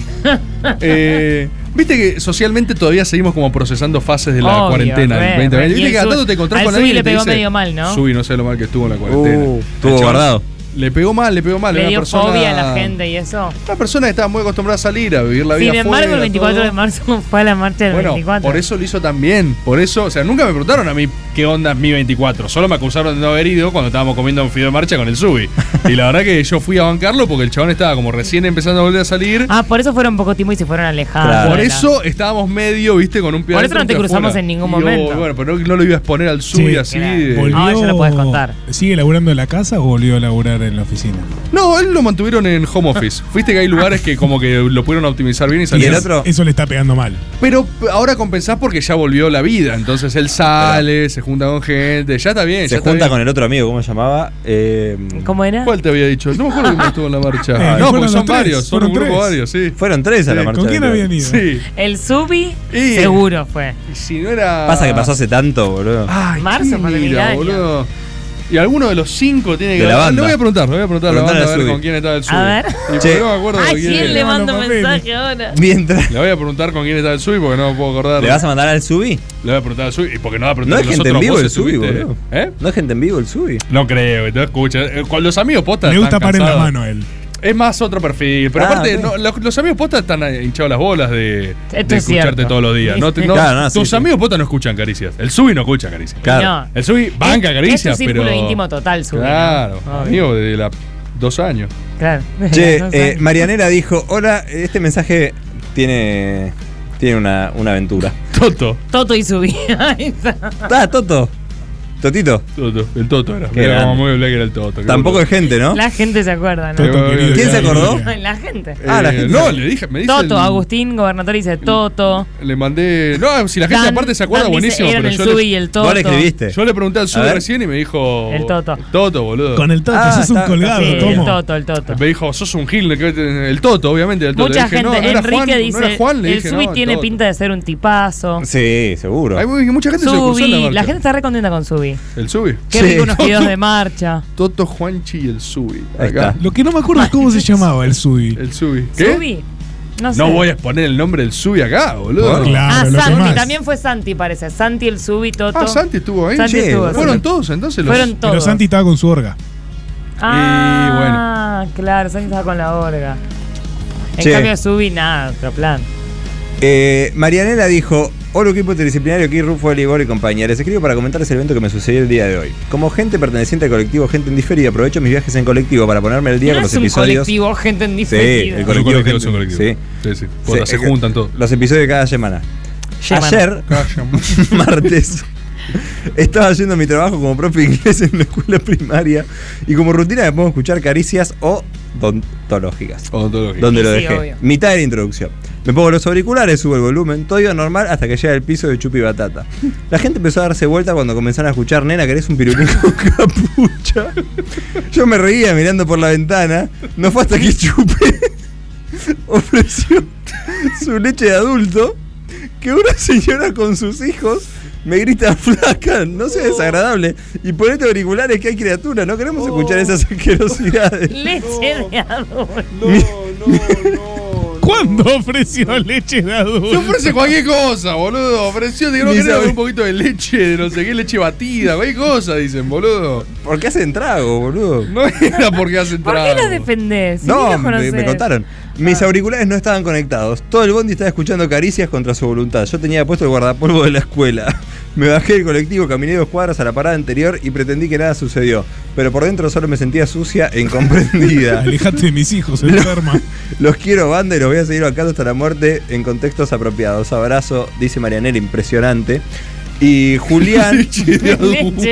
F: Viste que socialmente todavía seguimos como procesando fases de la
I: Obvio,
F: cuarentena
I: re,
F: del 2020.
I: re. Y
F: Viste
I: el
F: que a
I: Subi-
F: tanto te encontrás
I: al
F: con
I: Subi
F: alguien y
I: le
F: te
I: pegó
F: dice,
I: medio mal, ¿no?
F: Subi, no sé lo mal que estuvo en la cuarentena.
W: Uh,
F: El
W: estuvo
F: chabón
W: guardado.
F: Le pegó mal, le pegó mal.
I: Le
F: Era
I: dio
F: una persona,
I: fobia a la gente y eso.
F: Una persona que estaba muy acostumbrada a salir, a vivir la vida
I: Sin embargo,
F: afuera,
I: el 24
F: todo.
I: de marzo fue a la marcha del
F: Bueno,
I: 24.
F: por eso lo hizo también. Por eso, o sea, nunca me preguntaron a mí qué onda es mi 24. Solo me acusaron de no haber ido cuando estábamos comiendo un fideo de marcha con el Subi. y la verdad que yo fui a bancarlo porque el chabón estaba como recién empezando a volver a salir.
I: Ah, por eso fueron poco tiempo y se fueron alejando.
F: Por eso estábamos medio, viste, con un pie
I: Por
F: adentro,
I: eso no te
F: un pie
I: cruzamos
F: afuera.
I: en ningún
F: Y, oh,
I: momento. Ah,
F: bueno, pero no, no lo iba a exponer al Subi
A: Sí,
F: así.
A: claro.
F: de-
A: Volvió-
I: contar.
A: ¿Sigue laburando en la casa o volvió a laburar en la oficina?
F: No, él lo mantuvieron en home office. Viste que hay lugares que como que lo pudieron optimizar bien y
A: Y
F: salieron.
A: es- Eso le está pegando mal.
F: Pero p- ahora compensás porque ya volvió la vida. Entonces él sale, se junta con gente. Ya está bien.
H: Se
F: ya está
H: junta
F: bien.
H: con el otro amigo, ¿cómo se llamaba? Eh,
I: ¿Cómo era?
F: ¿Cuál te había dicho? No me acuerdo cómo estuvo en la marcha.
H: Ay,
F: no,
H: fueron
F: porque son
H: los tres,
F: varios, son un
H: fueron tres.
F: grupo varios, sí.
H: Fueron tres a la
F: Sí,
H: marcha del otro.
F: Sí.
I: El Subi
F: Y-
I: seguro fue.
F: Si no era.
H: Pasa que pasó hace tanto, boludo.
F: Ay,
I: Marzo
F: qué
I: fue de mil
F: mira,
I: años.
F: boludo. Y alguno de los cinco tiene que.
H: De la
F: Ah,
H: banda.
F: Le voy a preguntar, le voy a preguntar a la
H: Preguntale
F: banda
H: a
F: a ver
H: Subi.
F: con quién estaba el Subi.
I: A ver.
F: Y
H: Che.
F: no me acuerdo
I: ¿A
F: de quién
I: quién
F: era.
I: le mando mensaje ahora?
H: Mientras.
F: Le voy a preguntar con quién estaba el Subi porque no me puedo acordar.
H: ¿Le vas a mandar al Subi?
F: Le voy a preguntar al Subi. Y porque no va a
H: No
F: preguntar
H: es
F: a los
H: gente en
F: otros,
H: vivo
F: vos
H: el Subi,
F: estuviste,
H: boludo.
F: ¿Eh?
H: No es gente en vivo el Subi.
F: No creo, no escucha. Eh, Con los amigos posta.
A: Le gusta
F: están
A: parar la
F: cansados.
A: mano a él.
F: Es más otro perfil. Pero
A: Ah,
F: aparte,
A: ok.
F: no, los, los amigos potas están hinchados las bolas de,
I: Esto
F: de
I: es
F: escucharte
I: cierto.
F: todos los días. No te- no-
H: Claro, no, sí,
F: tus
H: sí.
F: amigos potas no escuchan caricias. El Subi no escucha caricias.
I: Claro. No.
F: El Subi banca
I: Es- este
F: caricias,
I: es tu
F: pero.
I: círculo íntimo total, Subi, ¿no? Ah,
F: Claro.
I: Obvio.
F: Amigo de la dos años.
I: Claro.
H: Che,
I: No sé.
H: eh, Marianela dijo, hola, este mensaje tiene, tiene una, una aventura.
F: Toto.
I: Toto y Subi. Ahí está.
H: Ah, Toto. Totito.
F: Toto, el Toto era.
H: Qué
F: Mirá
H: grande.
F: cómo muy black era el Toto. qué
H: Tampoco
F: boludo.
H: es gente, ¿no?
I: La gente se acuerda, ¿no?
H: Toto, querido. ¿Quién se acordó? Ah,
I: La gente.
F: Eh, No, le dije, me dice.
I: Toto,
F: el-
I: Agustín, gobernador, dice Toto.
F: Le mandé. No, si la gente
I: Dan-
F: aparte se acuerda,
I: Dan dice,
F: buenísimo.
I: eran
F: Pero
I: el
F: yo
I: Subi y el Toto. Vos le escribiste.
F: Yo le pregunté al
I: A
F: Subi
I: ver.
F: recién y me dijo.
I: El Toto.
F: Toto, boludo.
A: Con el Toto, Ah, sos un está- colgado,
I: Sí, el
A: Tomo.
I: Toto, el Toto.
F: Me dijo, sos un gil. que- El Toto, obviamente. El toto. Le
I: Mucha
F: dije,
I: gente,
F: no, no era
I: Enrique
F: Juan, no
I: dice,
F: era Juan, le
I: el
F: dije,
I: Subi
F: no,
I: tiene
F: Toto.
I: pinta de ser un tipazo.
H: Sí, seguro.
F: Hay muy- mucha gente se cruzó en la
I: Subi,
F: marcha.
I: la gente está re contenta con Subi.
F: El Subi.
I: Qué rico unos videos de marcha.
F: Toto, Juanchi y el Subi.
H: Ahí
F: Acá.
A: Lo que no me acuerdo es cómo se llamaba el Subi.
F: El Subi. ¿Qué?
I: Subi. No sé.
F: No voy a exponer el nombre del Subi acá, boludo.
I: Ah, Santi, también fue Santi, parece. Santi, el Subi, Toto.
F: Ah, Santi estuvo ahí.
I: Santi
F: Che,
I: estuvo.
F: Fueron todos entonces los.
I: Fueron todos.
A: Pero Santi estaba con su orga.
I: Ah, claro, Santi estaba con la orga. En
H: Che.
I: cambio, Subi, nada, otro plan.
H: Eh, Marianela dijo, hola equipo interdisciplinario, aquí Rufo, Eli, Gor y compañía. Les escribo para comentarles el evento que me sucedió el día de hoy. Como gente perteneciente al colectivo Gente en Diferido, aprovecho mis viajes en colectivo para ponerme al día
I: no
H: con
I: es
H: los
I: un
H: episodios.
I: colectivo, gente en
H: Sí,
I: diferido.
H: el colectivo,
F: colectivo,
H: gente-
F: es un colectivo.
H: Sí.
F: Sí, sí. Posta, se
G: eh,
H: es que-
F: juntan todos.
H: Los episodios de cada semana.
I: Semana.
H: Ayer, martes, estaba yendo a mi trabajo como profe de inglés en una escuela primaria y como rutina me pongo a escuchar caricias odontológicas.
F: Odontológicas.
H: Donde lo
F: Sí,
H: dejé.
F: obvio.
H: Mitad de la introducción. Me pongo los auriculares, subo el volumen, todo iba normal hasta que llega el piso de chupi batata. La gente empezó a darse vuelta cuando comenzaron a escuchar, nena, ¿querés un pirulín con capucha? Yo me reía mirando por la ventana. No fue hasta que chupé. Ofreció su leche de adulto que una señora con sus hijos me grita flaca, no sea desagradable. Y ponete auriculares que hay criatura, no queremos escuchar esas asquerosidades.
I: Leche de árbol.
A: ¿Cuándo ofreció leche de adulto?
F: Se ofrece cualquier cosa, boludo. Ofreció, digo, no
A: Ni
F: querés
A: sabe-
F: un poquito de leche, de no sé qué, leche batida, cualquier cosa, dicen, boludo.
H: ¿Por qué hacen trago, boludo?
F: No era porque hacen
I: ¿Por
F: trago.
I: qué los defendés? Si ni
H: No,
I: los
H: me,
I: conocés.
H: me contaron. Mis auriculares no estaban conectados. Todo el bondi estaba escuchando caricias contra su voluntad. Yo tenía puesto el guardapolvo de la escuela. Me bajé del colectivo, caminé dos cuadras a la parada anterior y pretendí que nada sucedió. Pero por dentro solo me sentía sucia e incomprendida.
A: Alejate de mis hijos, enferma.
H: Los quiero, banda, y los voy a seguir bancando hasta la muerte en contextos apropiados. Abrazo, dice Marianela, impresionante. Y Julián.
I: Leche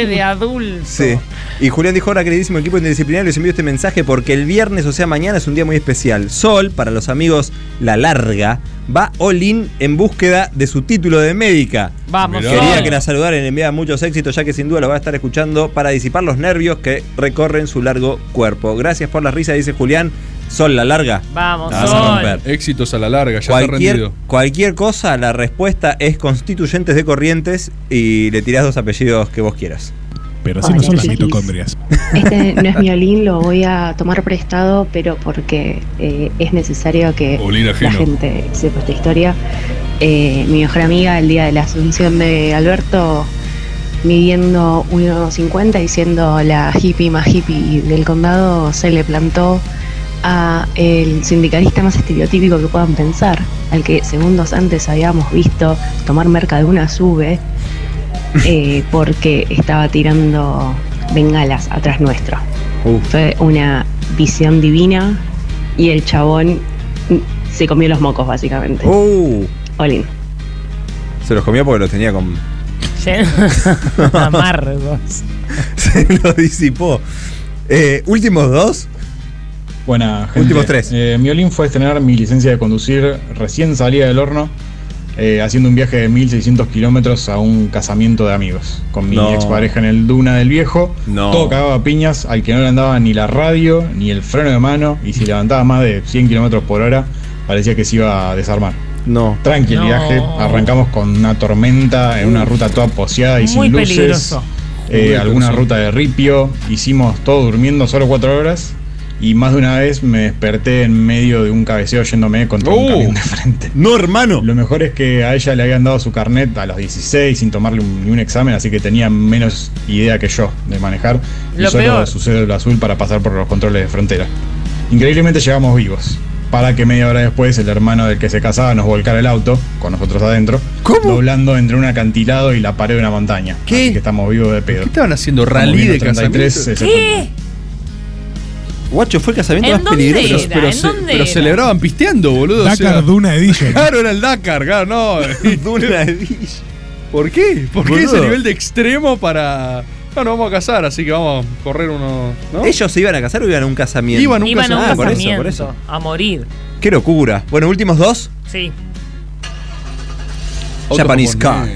I: de adulto.
H: Sí. Y Julián dijo, hola queridísimo equipo interdisciplinario, les envío este mensaje porque el viernes, o sea mañana, es un día muy especial. Sol, para los amigos La Larga, va all-in en búsqueda de su título de médica.
I: Vamos, Mirá.
H: Quería
I: Sol.
H: que la saludaran y enviara muchos éxitos, ya que sin duda lo va a estar escuchando para disipar los nervios que recorren su largo cuerpo. Gracias por la risa, dice Julián. Sol La Larga.
I: Vamos,
H: La vas a
I: Sol.
H: romper.
F: Éxitos a la larga, ya está
H: Cualquier,
F: rendido.
H: cualquier cosa, la respuesta es constituyentes de corrientes y le tirás dos apellidos que vos quieras.
A: Pero así no
X: Hola,
A: son las
X: chiquis.
A: mitocondrias.
X: Este no es violín, lo voy a tomar prestado, pero porque eh, es necesario que
F: Violín
X: la
F: ajeno.
X: gente sepa esta historia. Eh, mi mejor amiga, el día de la asunción de Alberto, midiendo 1,50 y siendo la hippie más hippie del condado, se le plantó a el sindicalista más estereotípico que puedan pensar, al que segundos antes habíamos visto tomar merca de una sube, eh, porque estaba tirando bengalas atrás nuestro. Fue una visión divina y el chabón se comió los mocos, básicamente. Olin.
G: Se los comía porque los tenía con.
I: Amargos.
G: Se los disipó. Eh, últimos dos.
C: Buena, gente.
G: Últimos tres.
C: Eh, mi olín fue estrenar mi licencia de conducir recién salida del horno, eh, haciendo un viaje de 1600 kilómetros a un casamiento de amigos. Con mi
G: No.
C: expareja en el Duna del Viejo.
G: No.
C: Todo cagaba a piñas, al que no le andaba ni la radio, ni el freno de mano, y si levantaba más de 100 kilómetros por hora, parecía que se iba a desarmar.
G: No.
C: Tranqui el
G: No.
C: viaje, arrancamos con una tormenta en una ruta toda poseada y
I: Muy
C: sin luces.
I: peligroso.
C: Eh,
I: Muy
C: alguna
I: peligroso.
C: ruta de ripio, hicimos todo durmiendo solo cuatro horas y más de una vez me desperté en medio de un cabeceo yéndome contra un
G: ¡Oh!
C: camión de frente.
G: ¡No, hermano!
C: Lo mejor es que a ella le habían dado su carnet a los 16 sin tomarle un- ni un examen, así que tenía menos idea que yo de manejar. y
I: Lo
C: solo
I: peor.
C: su cédula azul para pasar por los controles de frontera. Increíblemente llegamos vivos. Para que media hora después el hermano del que se casaba nos volcara el auto, con nosotros adentro, doblando entre un acantilado y la pared de una montaña. ¿Qué? Así que estamos vivos de pedo. ¿Qué
F: estaban haciendo?
C: Estamos
F: ¿Rally de
C: viendo 33,
F: casamiento?
C: ese-
G: Guacho, fue el casamiento
C: ¿En
G: más
C: dónde
G: peligroso.
C: era? ¿En
F: se-
C: dónde
F: pero
C: era?
F: celebraban pisteando, boludo.
M: Dakar Duna Edition.
F: Claro, era el Dakar, claro, no. Duna Edition. ¿Por qué? ¿Por qué ese
G: Boludo.
F: nivel de extremo para. No, nos vamos a casar, así que vamos a correr uno. ¿no?
G: ¿Ellos se iban a casar o iban a un casamiento?
I: Iban a un
G: Ah, por eso, por eso.
I: a morir.
G: Qué locura. Bueno, últimos dos.
I: Sí.
G: Japanese Car.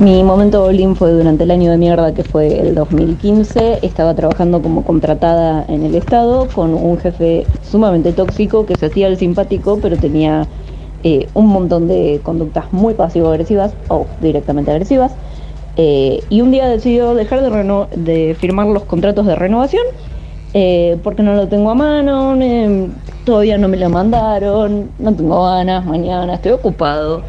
J: Mi momento bowling fue durante el año de mierda que fue el 2015. Estaba trabajando como contratada en el Estado con un jefe sumamente tóxico que se hacía el simpático, pero tenía eh, un montón de conductas muy pasivo-agresivas o directamente agresivas. Eh, y un día decidió dejar de, reno- de firmar los contratos de renovación eh, porque no lo tengo a mano, eh, todavía no me lo mandaron, no tengo ganas, mañana estoy ocupado.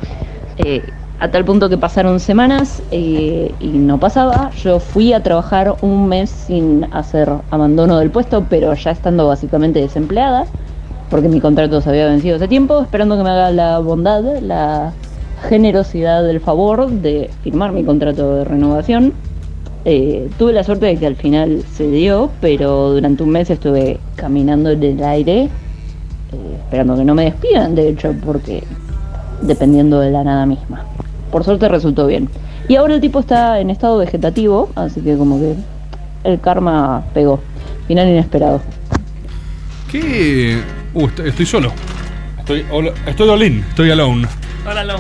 J: Eh, a tal punto que pasaron semanas eh, y no pasaba. Yo fui a trabajar un mes sin hacer abandono del puesto, pero ya estando básicamente desempleada, porque mi contrato se había vencido hace tiempo, esperando que me haga la bondad, la generosidad del favor de firmar mi contrato de renovación. Eh, tuve la suerte de que al final se dio, pero durante un mes estuve caminando en el aire, eh, esperando que no me despidan, de hecho, porque dependiendo de la nada misma. Por suerte resultó bien. Y ahora el tipo está en estado vegetativo, así que como que el karma pegó. Final inesperado.
F: ¿Qué? Uh, est- estoy solo. Estoy, olo- estoy alone. Estoy alone.
I: Hola, Long.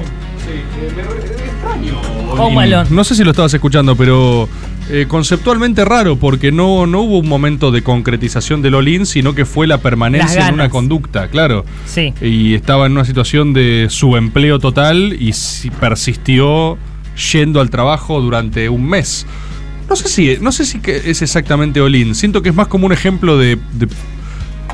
F: eh, Olin.
I: Home Alone.
F: No sé si lo estabas escuchando, pero eh, conceptualmente raro, porque no, no hubo un momento de concretización del Olin, sino que fue la
I: Las
F: permanencia
I: ganas.
F: en una conducta, claro.
I: Sí.
F: Y estaba en una situación de subempleo total y si- persistió yendo al trabajo durante un mes. No sé si, no sé si que es exactamente Olin. Siento que es más como un ejemplo de, de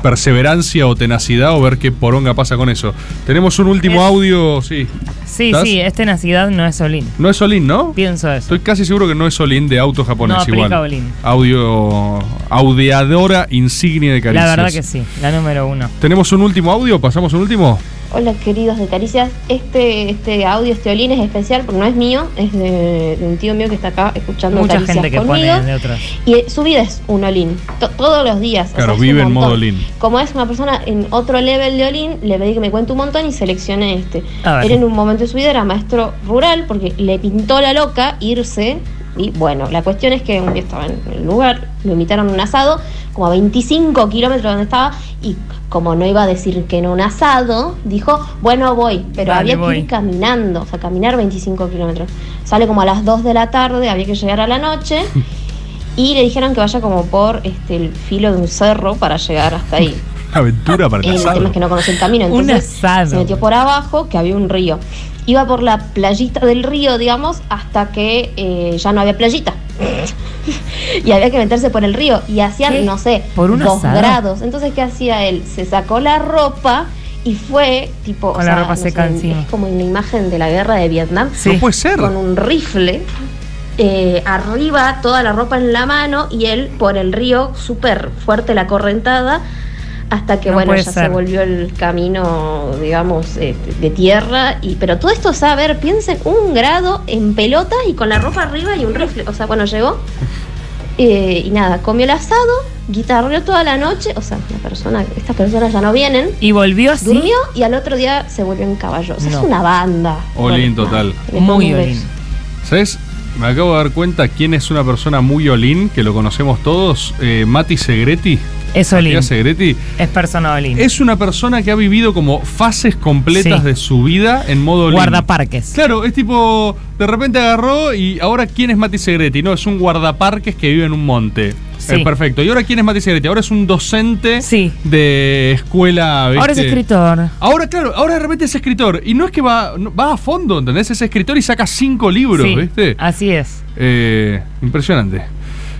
F: perseverancia o tenacidad o ver qué poronga pasa con eso. Tenemos un último audio, sí.
I: Sí,
F: ¿Estás?
I: sí, este es tenacidad, no es Olin.
F: No es Olin, ¿no?
I: Pienso eso.
F: Estoy casi seguro que no es Olin de auto japonés
I: No aplica
F: igual.
I: Olin.
F: Audio audiadora insignia de
I: La
F: caricias.
I: verdad que sí, la número uno.
F: ¿Tenemos un último audio? ¿Pasamos un último?
K: Hola queridos de Caricias, este, este audio, este olín es especial porque no es mío, es de, de un tío mío que está acá escuchando
I: Mucha
K: Caricias
I: gente que
K: conmigo.
I: pone de otras.
K: Y eh, su vida es un olín, to- todos los días. o sea,
F: Claro,
K: es
F: vive
K: un
F: en modo
K: montón.
F: Olin.
K: Como es una persona en otro level de Olin, le pedí que me cuente un montón y seleccioné este.
F: A ver.
K: Él en un momento de su vida era maestro rural porque le pintó la loca irse. Y bueno, la cuestión es que un día estaba en el lugar, lo invitaron a un asado, como a 25 kilómetros de donde estaba, y como no iba a decir que no a un asado, dijo, bueno voy, pero
Y: Vale,
K: había que
Y: voy.
K: ir caminando, o sea, caminar 25 kilómetros. Sale como a las 2 de la tarde, había que llegar a la noche, y le dijeron que vaya como por este, el filo de un cerro para llegar hasta ahí.
F: Aventura para el
K: Eh, el tema
F: asado.
K: es que no conocía el camino,
I: Un
K: entonces se metió por abajo, que había un río. Iba por la playita del río, digamos, hasta que eh, ya no había playita. y había que meterse por el río y hacían, no sé,
I: ¿Por un
K: dos
I: asado?
K: grados. Entonces, ¿qué hacía él? Se sacó la ropa y fue tipo. o
I: Con la
K: sea,
I: ropa
K: no
I: seca
K: sé,
I: encima.
K: Es como en la imagen de la guerra de Vietnam.
I: Sí. No puede ser.
K: Con un rifle. eh, arriba, toda la ropa en la mano y él por el río, súper fuerte la correntada, hasta que
I: No
K: bueno,
I: puede
K: ya se
I: ser.
K: volvió el camino, digamos, eh, de tierra. Y, pero todo esto, o sea, a ver, piensen, un grado en pelota y con la ropa arriba y un rifle. O sea, bueno, llegó. eh, y nada, comió el asado, guitarreó toda la noche. O sea, la persona, estas personas ya no vienen.
I: Y volvió así.
K: Durmió y al otro día se volvió en caballo. O sea,
F: No.
K: es una banda.
F: Olin total.
K: Les mando un beso.
F: ¿Sabes? Me acabo de dar cuenta quién es una persona muy olín, que lo conocemos todos. Eh, Mati Segretti.
I: Es olín.
F: Matías Segretti.
I: Es persona Olin.
F: Es una persona que ha vivido como fases completas
I: Sí.
F: de su vida en modo olín.
I: Guardaparques.
F: Claro, es tipo, de repente agarró y ahora ¿quién es Mati Segretti? No, es un guardaparques que vive en un monte.
I: Sí.
F: Eh, perfecto. ¿Y ahora quién es Mati Segretti? Ahora es un docente de escuela.
I: Ahora es
F: ¿viste?
I: escritor.
F: Ahora, claro, ahora de repente es escritor. Y no es que va, no- va a fondo, ¿entendés? Es escritor y saca cinco libros,
I: Sí,
F: ¿viste?
I: Así es.
F: Eh, impresionante.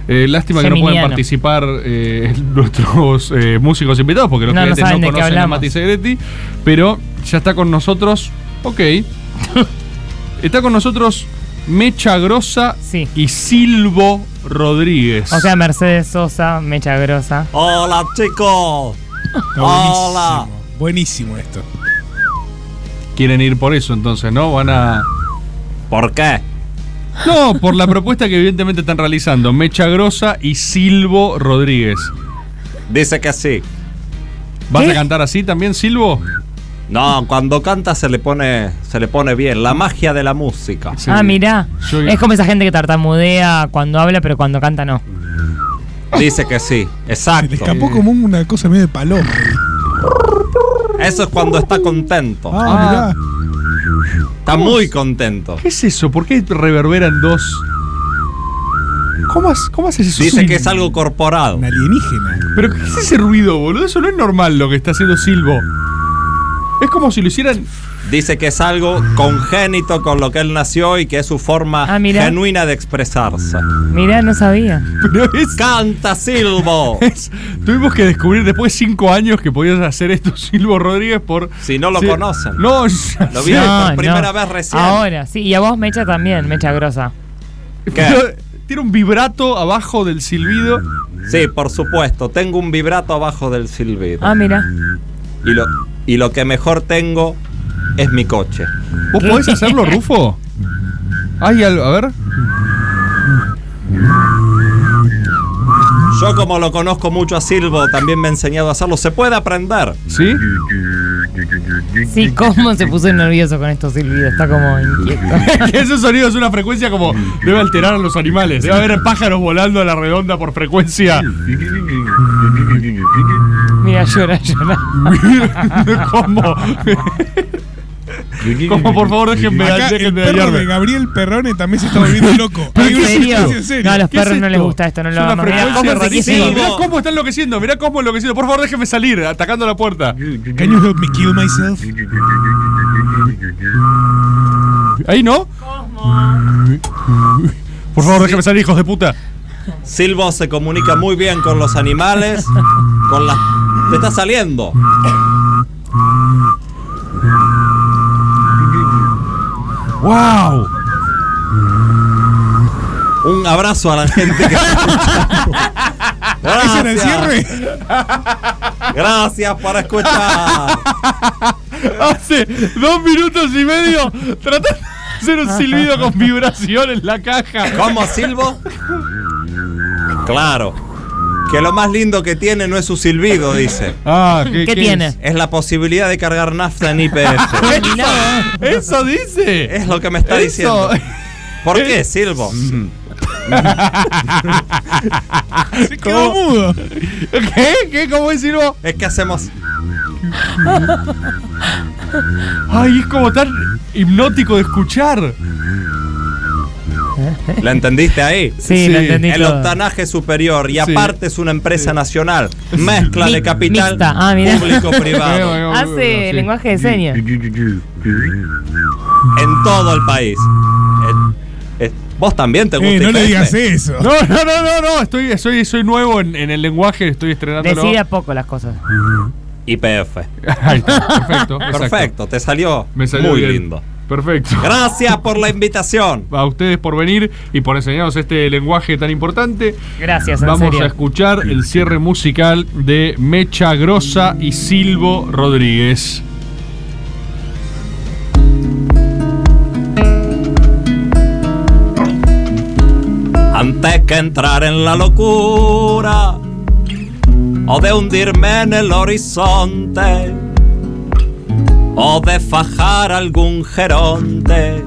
F: Eh, lástima que no pueden
I: Geminiano.
F: participar eh, nuestros eh, músicos invitados porque los
I: No, no
F: clientes
I: saben de
F: no
I: qué
F: conocen a
I: hablamos.
F: Mati Segretti, pero ya está con nosotros. Ok. está con nosotros Mecha Grosa y Silvo Rodríguez.
I: O sea, Mercedes Sosa, mecha grosa.
H: Hola chicos.
F: Hola.
A: Buenísimo esto.
F: Quieren ir por eso entonces, ¿no? Van a.
H: ¿Por qué?
F: No, por la propuesta que evidentemente están realizando Mecha Grosa y Silvo Rodríguez.
H: Dice que sí.
F: ¿Vas a cantar así también, Silvo?
H: No, cuando canta se le pone se le pone bien. La magia de la música.
I: Ah, mirá. Es como esa gente que tartamudea cuando habla, pero cuando canta no.
H: Dice que sí, exacto.
M: Escapó como una cosa medio de paloma.
H: Eso es cuando está contento.
M: Ah,
H: Está muy contento.
F: ¿Qué es eso? ¿Por qué reverberan dos? ¿Cómo, has- cómo haces eso?
H: Dice que es algo corporado. Un
F: alienígena. ¿Pero qué es ese ruido, boludo? Eso no es normal lo que está haciendo Silvo. Es como si lo hicieran.
H: Dice que es algo congénito con lo que él nació y que es su forma
I: Ah, mirá.
H: genuina de expresarse.
I: Mirá, no sabía.
H: ¡Canta Silvo!
F: Es- tuvimos que descubrir después de cinco años que podías hacer esto, Silvo Rodríguez, por.
H: Si no lo
F: Sí.
H: conocen.
F: No, Ah,
H: Lo vi
I: No,
H: por
I: no.
H: primera vez recién.
I: Ah, Ahora, sí. Y a vos, mecha también, mecha grosa.
F: Pero Tiene un vibrato abajo del silbido.
H: Sí, por supuesto. Tengo un vibrato abajo del silbido.
I: Ah, mira.
H: Y lo, y lo que mejor tengo es mi coche.
F: ¿Vos podés hacerlo, Rufo? Hay algo, a ver.
H: Yo como lo conozco mucho a Silvo, también me ha enseñado a hacerlo. Se puede aprender.
F: ¿Sí?
I: Sí, cómo se puso nervioso con esto, Silvio. Está como inquieto.
F: Que Ese sonido es una frecuencia como debe alterar a los animales. Debe haber pájaros volando a la redonda por frecuencia.
I: Mira, llora, llora.
F: ¿Cómo? ¿Cómo? Por favor, déjenme,
M: Acá el
F: déjenme
M: perro
F: hallarme.
M: de Gabriel Perrone también se está volviendo loco.
I: ¿En
M: Hay una
I: serio?
M: situación en serio.
I: No, a los perros no les gusta esto, no
F: Es
I: lo
F: una
I: aman. Mirá
F: frecuencia
I: cómo se
F: rarísima.
I: quiere.
F: Mirá cómo está enloqueciendo, mirá cómo enloqueciendo. Por favor, déjeme salir, atacando la puerta.
M: Can you help me kill myself?
F: Ahí no. Por favor, déjeme salir, hijos de puta.
H: Silvo se comunica muy bien con los animales, con las... Te está saliendo.
F: ¡Wow!
H: Un abrazo a la gente que está escuchando.
F: Ah,
M: ¿Ese era el cierre?
H: Gracias por escuchar.
F: Hace dos minutos y medio tratando de hacer un silbido con vibración en la caja.
H: ¿Cómo, Silvo? Claro. Que lo más lindo que tiene no es su silbido, dice.
F: Ah, ¿qué- ¿Qué qué tiene? es?
H: Es? la posibilidad de cargar nafta en IPF.
F: Eso dice.
H: es lo que me está
F: Eso. Mm.
H: diciendo. ¿Por qué, Silvo?
F: Se quedó mudo. ¿Qué? ¿Qué? ¿Cómo es Silvo?
H: Es que hacemos.
F: Ay, es como tan hipnótico de escuchar.
H: ¿La entendiste ahí?
I: Sí, la Sí. entendí
H: El
I: toda.
H: octanaje superior y aparte es una empresa nacional. Mezcla de capital
I: Mixta. Ah, mirá.
H: público-privado.
I: Hace lenguaje de señas.
H: en todo el país. En- Eh, ¿Vos también te gusta
I: Eh, no le
H: IPF?
I: digas eso.
F: No, no, no, no, no. Estoy, soy, soy nuevo en, en el lenguaje, estoy estrenando.
G: Decide a poco las cosas.
H: IPF.
F: perfecto, exacto.
H: Perfecto, te salió,
F: Me salió
H: muy
F: bien.
H: lindo.
F: Perfecto.
H: Gracias por la invitación.
F: A ustedes por venir y por enseñarnos este lenguaje tan importante.
G: Gracias, en
F: Vamos
G: serio.
F: a escuchar el cierre musical de Mecha Grosa y Silvo Rodríguez.
H: Antes que entrar en la locura o de hundirme en el horizonte o de fajar algún geronte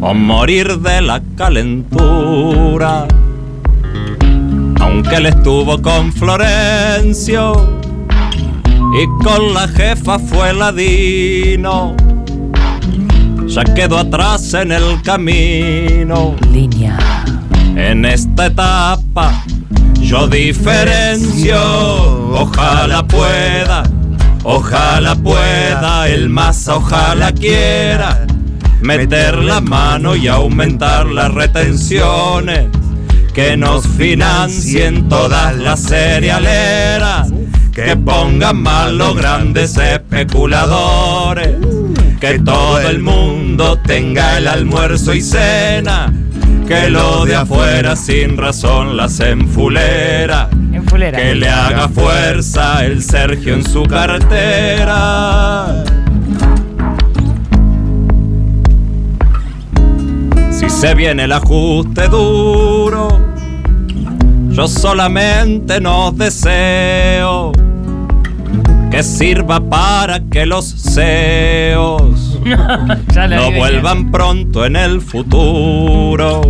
H: o morir de la calentura. Aunque él estuvo con Florencio y con la jefa fue ladino, ya quedó atrás en el camino.
G: Línea.
H: En esta etapa yo diferencio, ojalá pueda, ojalá pueda, el más ojalá quiera meter la mano y aumentar las retenciones que nos financien todas las cerealeras, que pongan mal los grandes especuladores, que todo el mundo tenga el almuerzo y cena, que lo de afuera sin razón las enfulera.
G: En fulera.
H: Que le haga fuerza el Sergio en su cartera. Si se viene el ajuste duro, yo solamente nos deseo que sirva para que los CEOs
G: ya la
H: no
G: vi
H: vuelvan pronto en el futuro.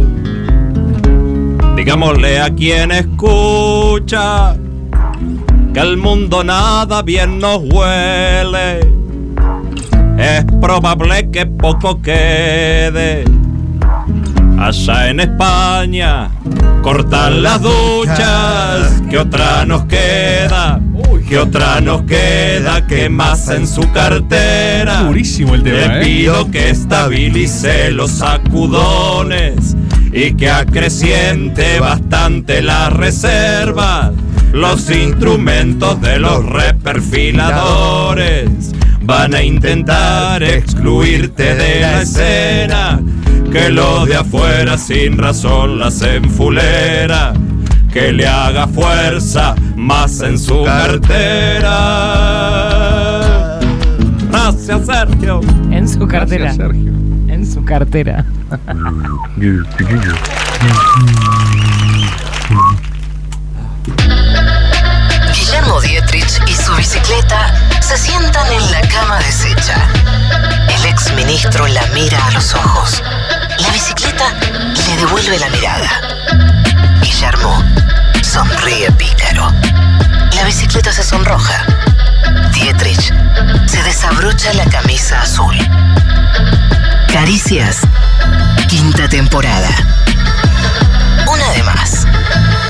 H: Digámosle a quien escucha que el mundo nada bien nos huele. Es probable que poco quede. Allá en España cortan las duchas, que otra nos queda, que otra nos queda, que más en su cartera.
F: Durísimo el tema,
H: Le
F: ¿eh?
H: pido que estabilice los sacudones y que acreciente bastante las reservas, los instrumentos de los reperfiladores. Van a intentar excluirte de la escena, que lo de afuera sin razón las enfulera, que le haga fuerza más en su cartera. Gracias, Sergio.
G: En su cartera.
H: Gracias,
G: En su cartera.
E: Guillermo Dietrich y su bicicleta se sientan en la cama deshecha. El ex ministro la mira a los ojos. La bicicleta le devuelve la mirada. Guillermo sonríe pícaro. La bicicleta se sonroja. Dietrich se desabrocha la camisa azul. Caricias, quinta temporada. Una de más.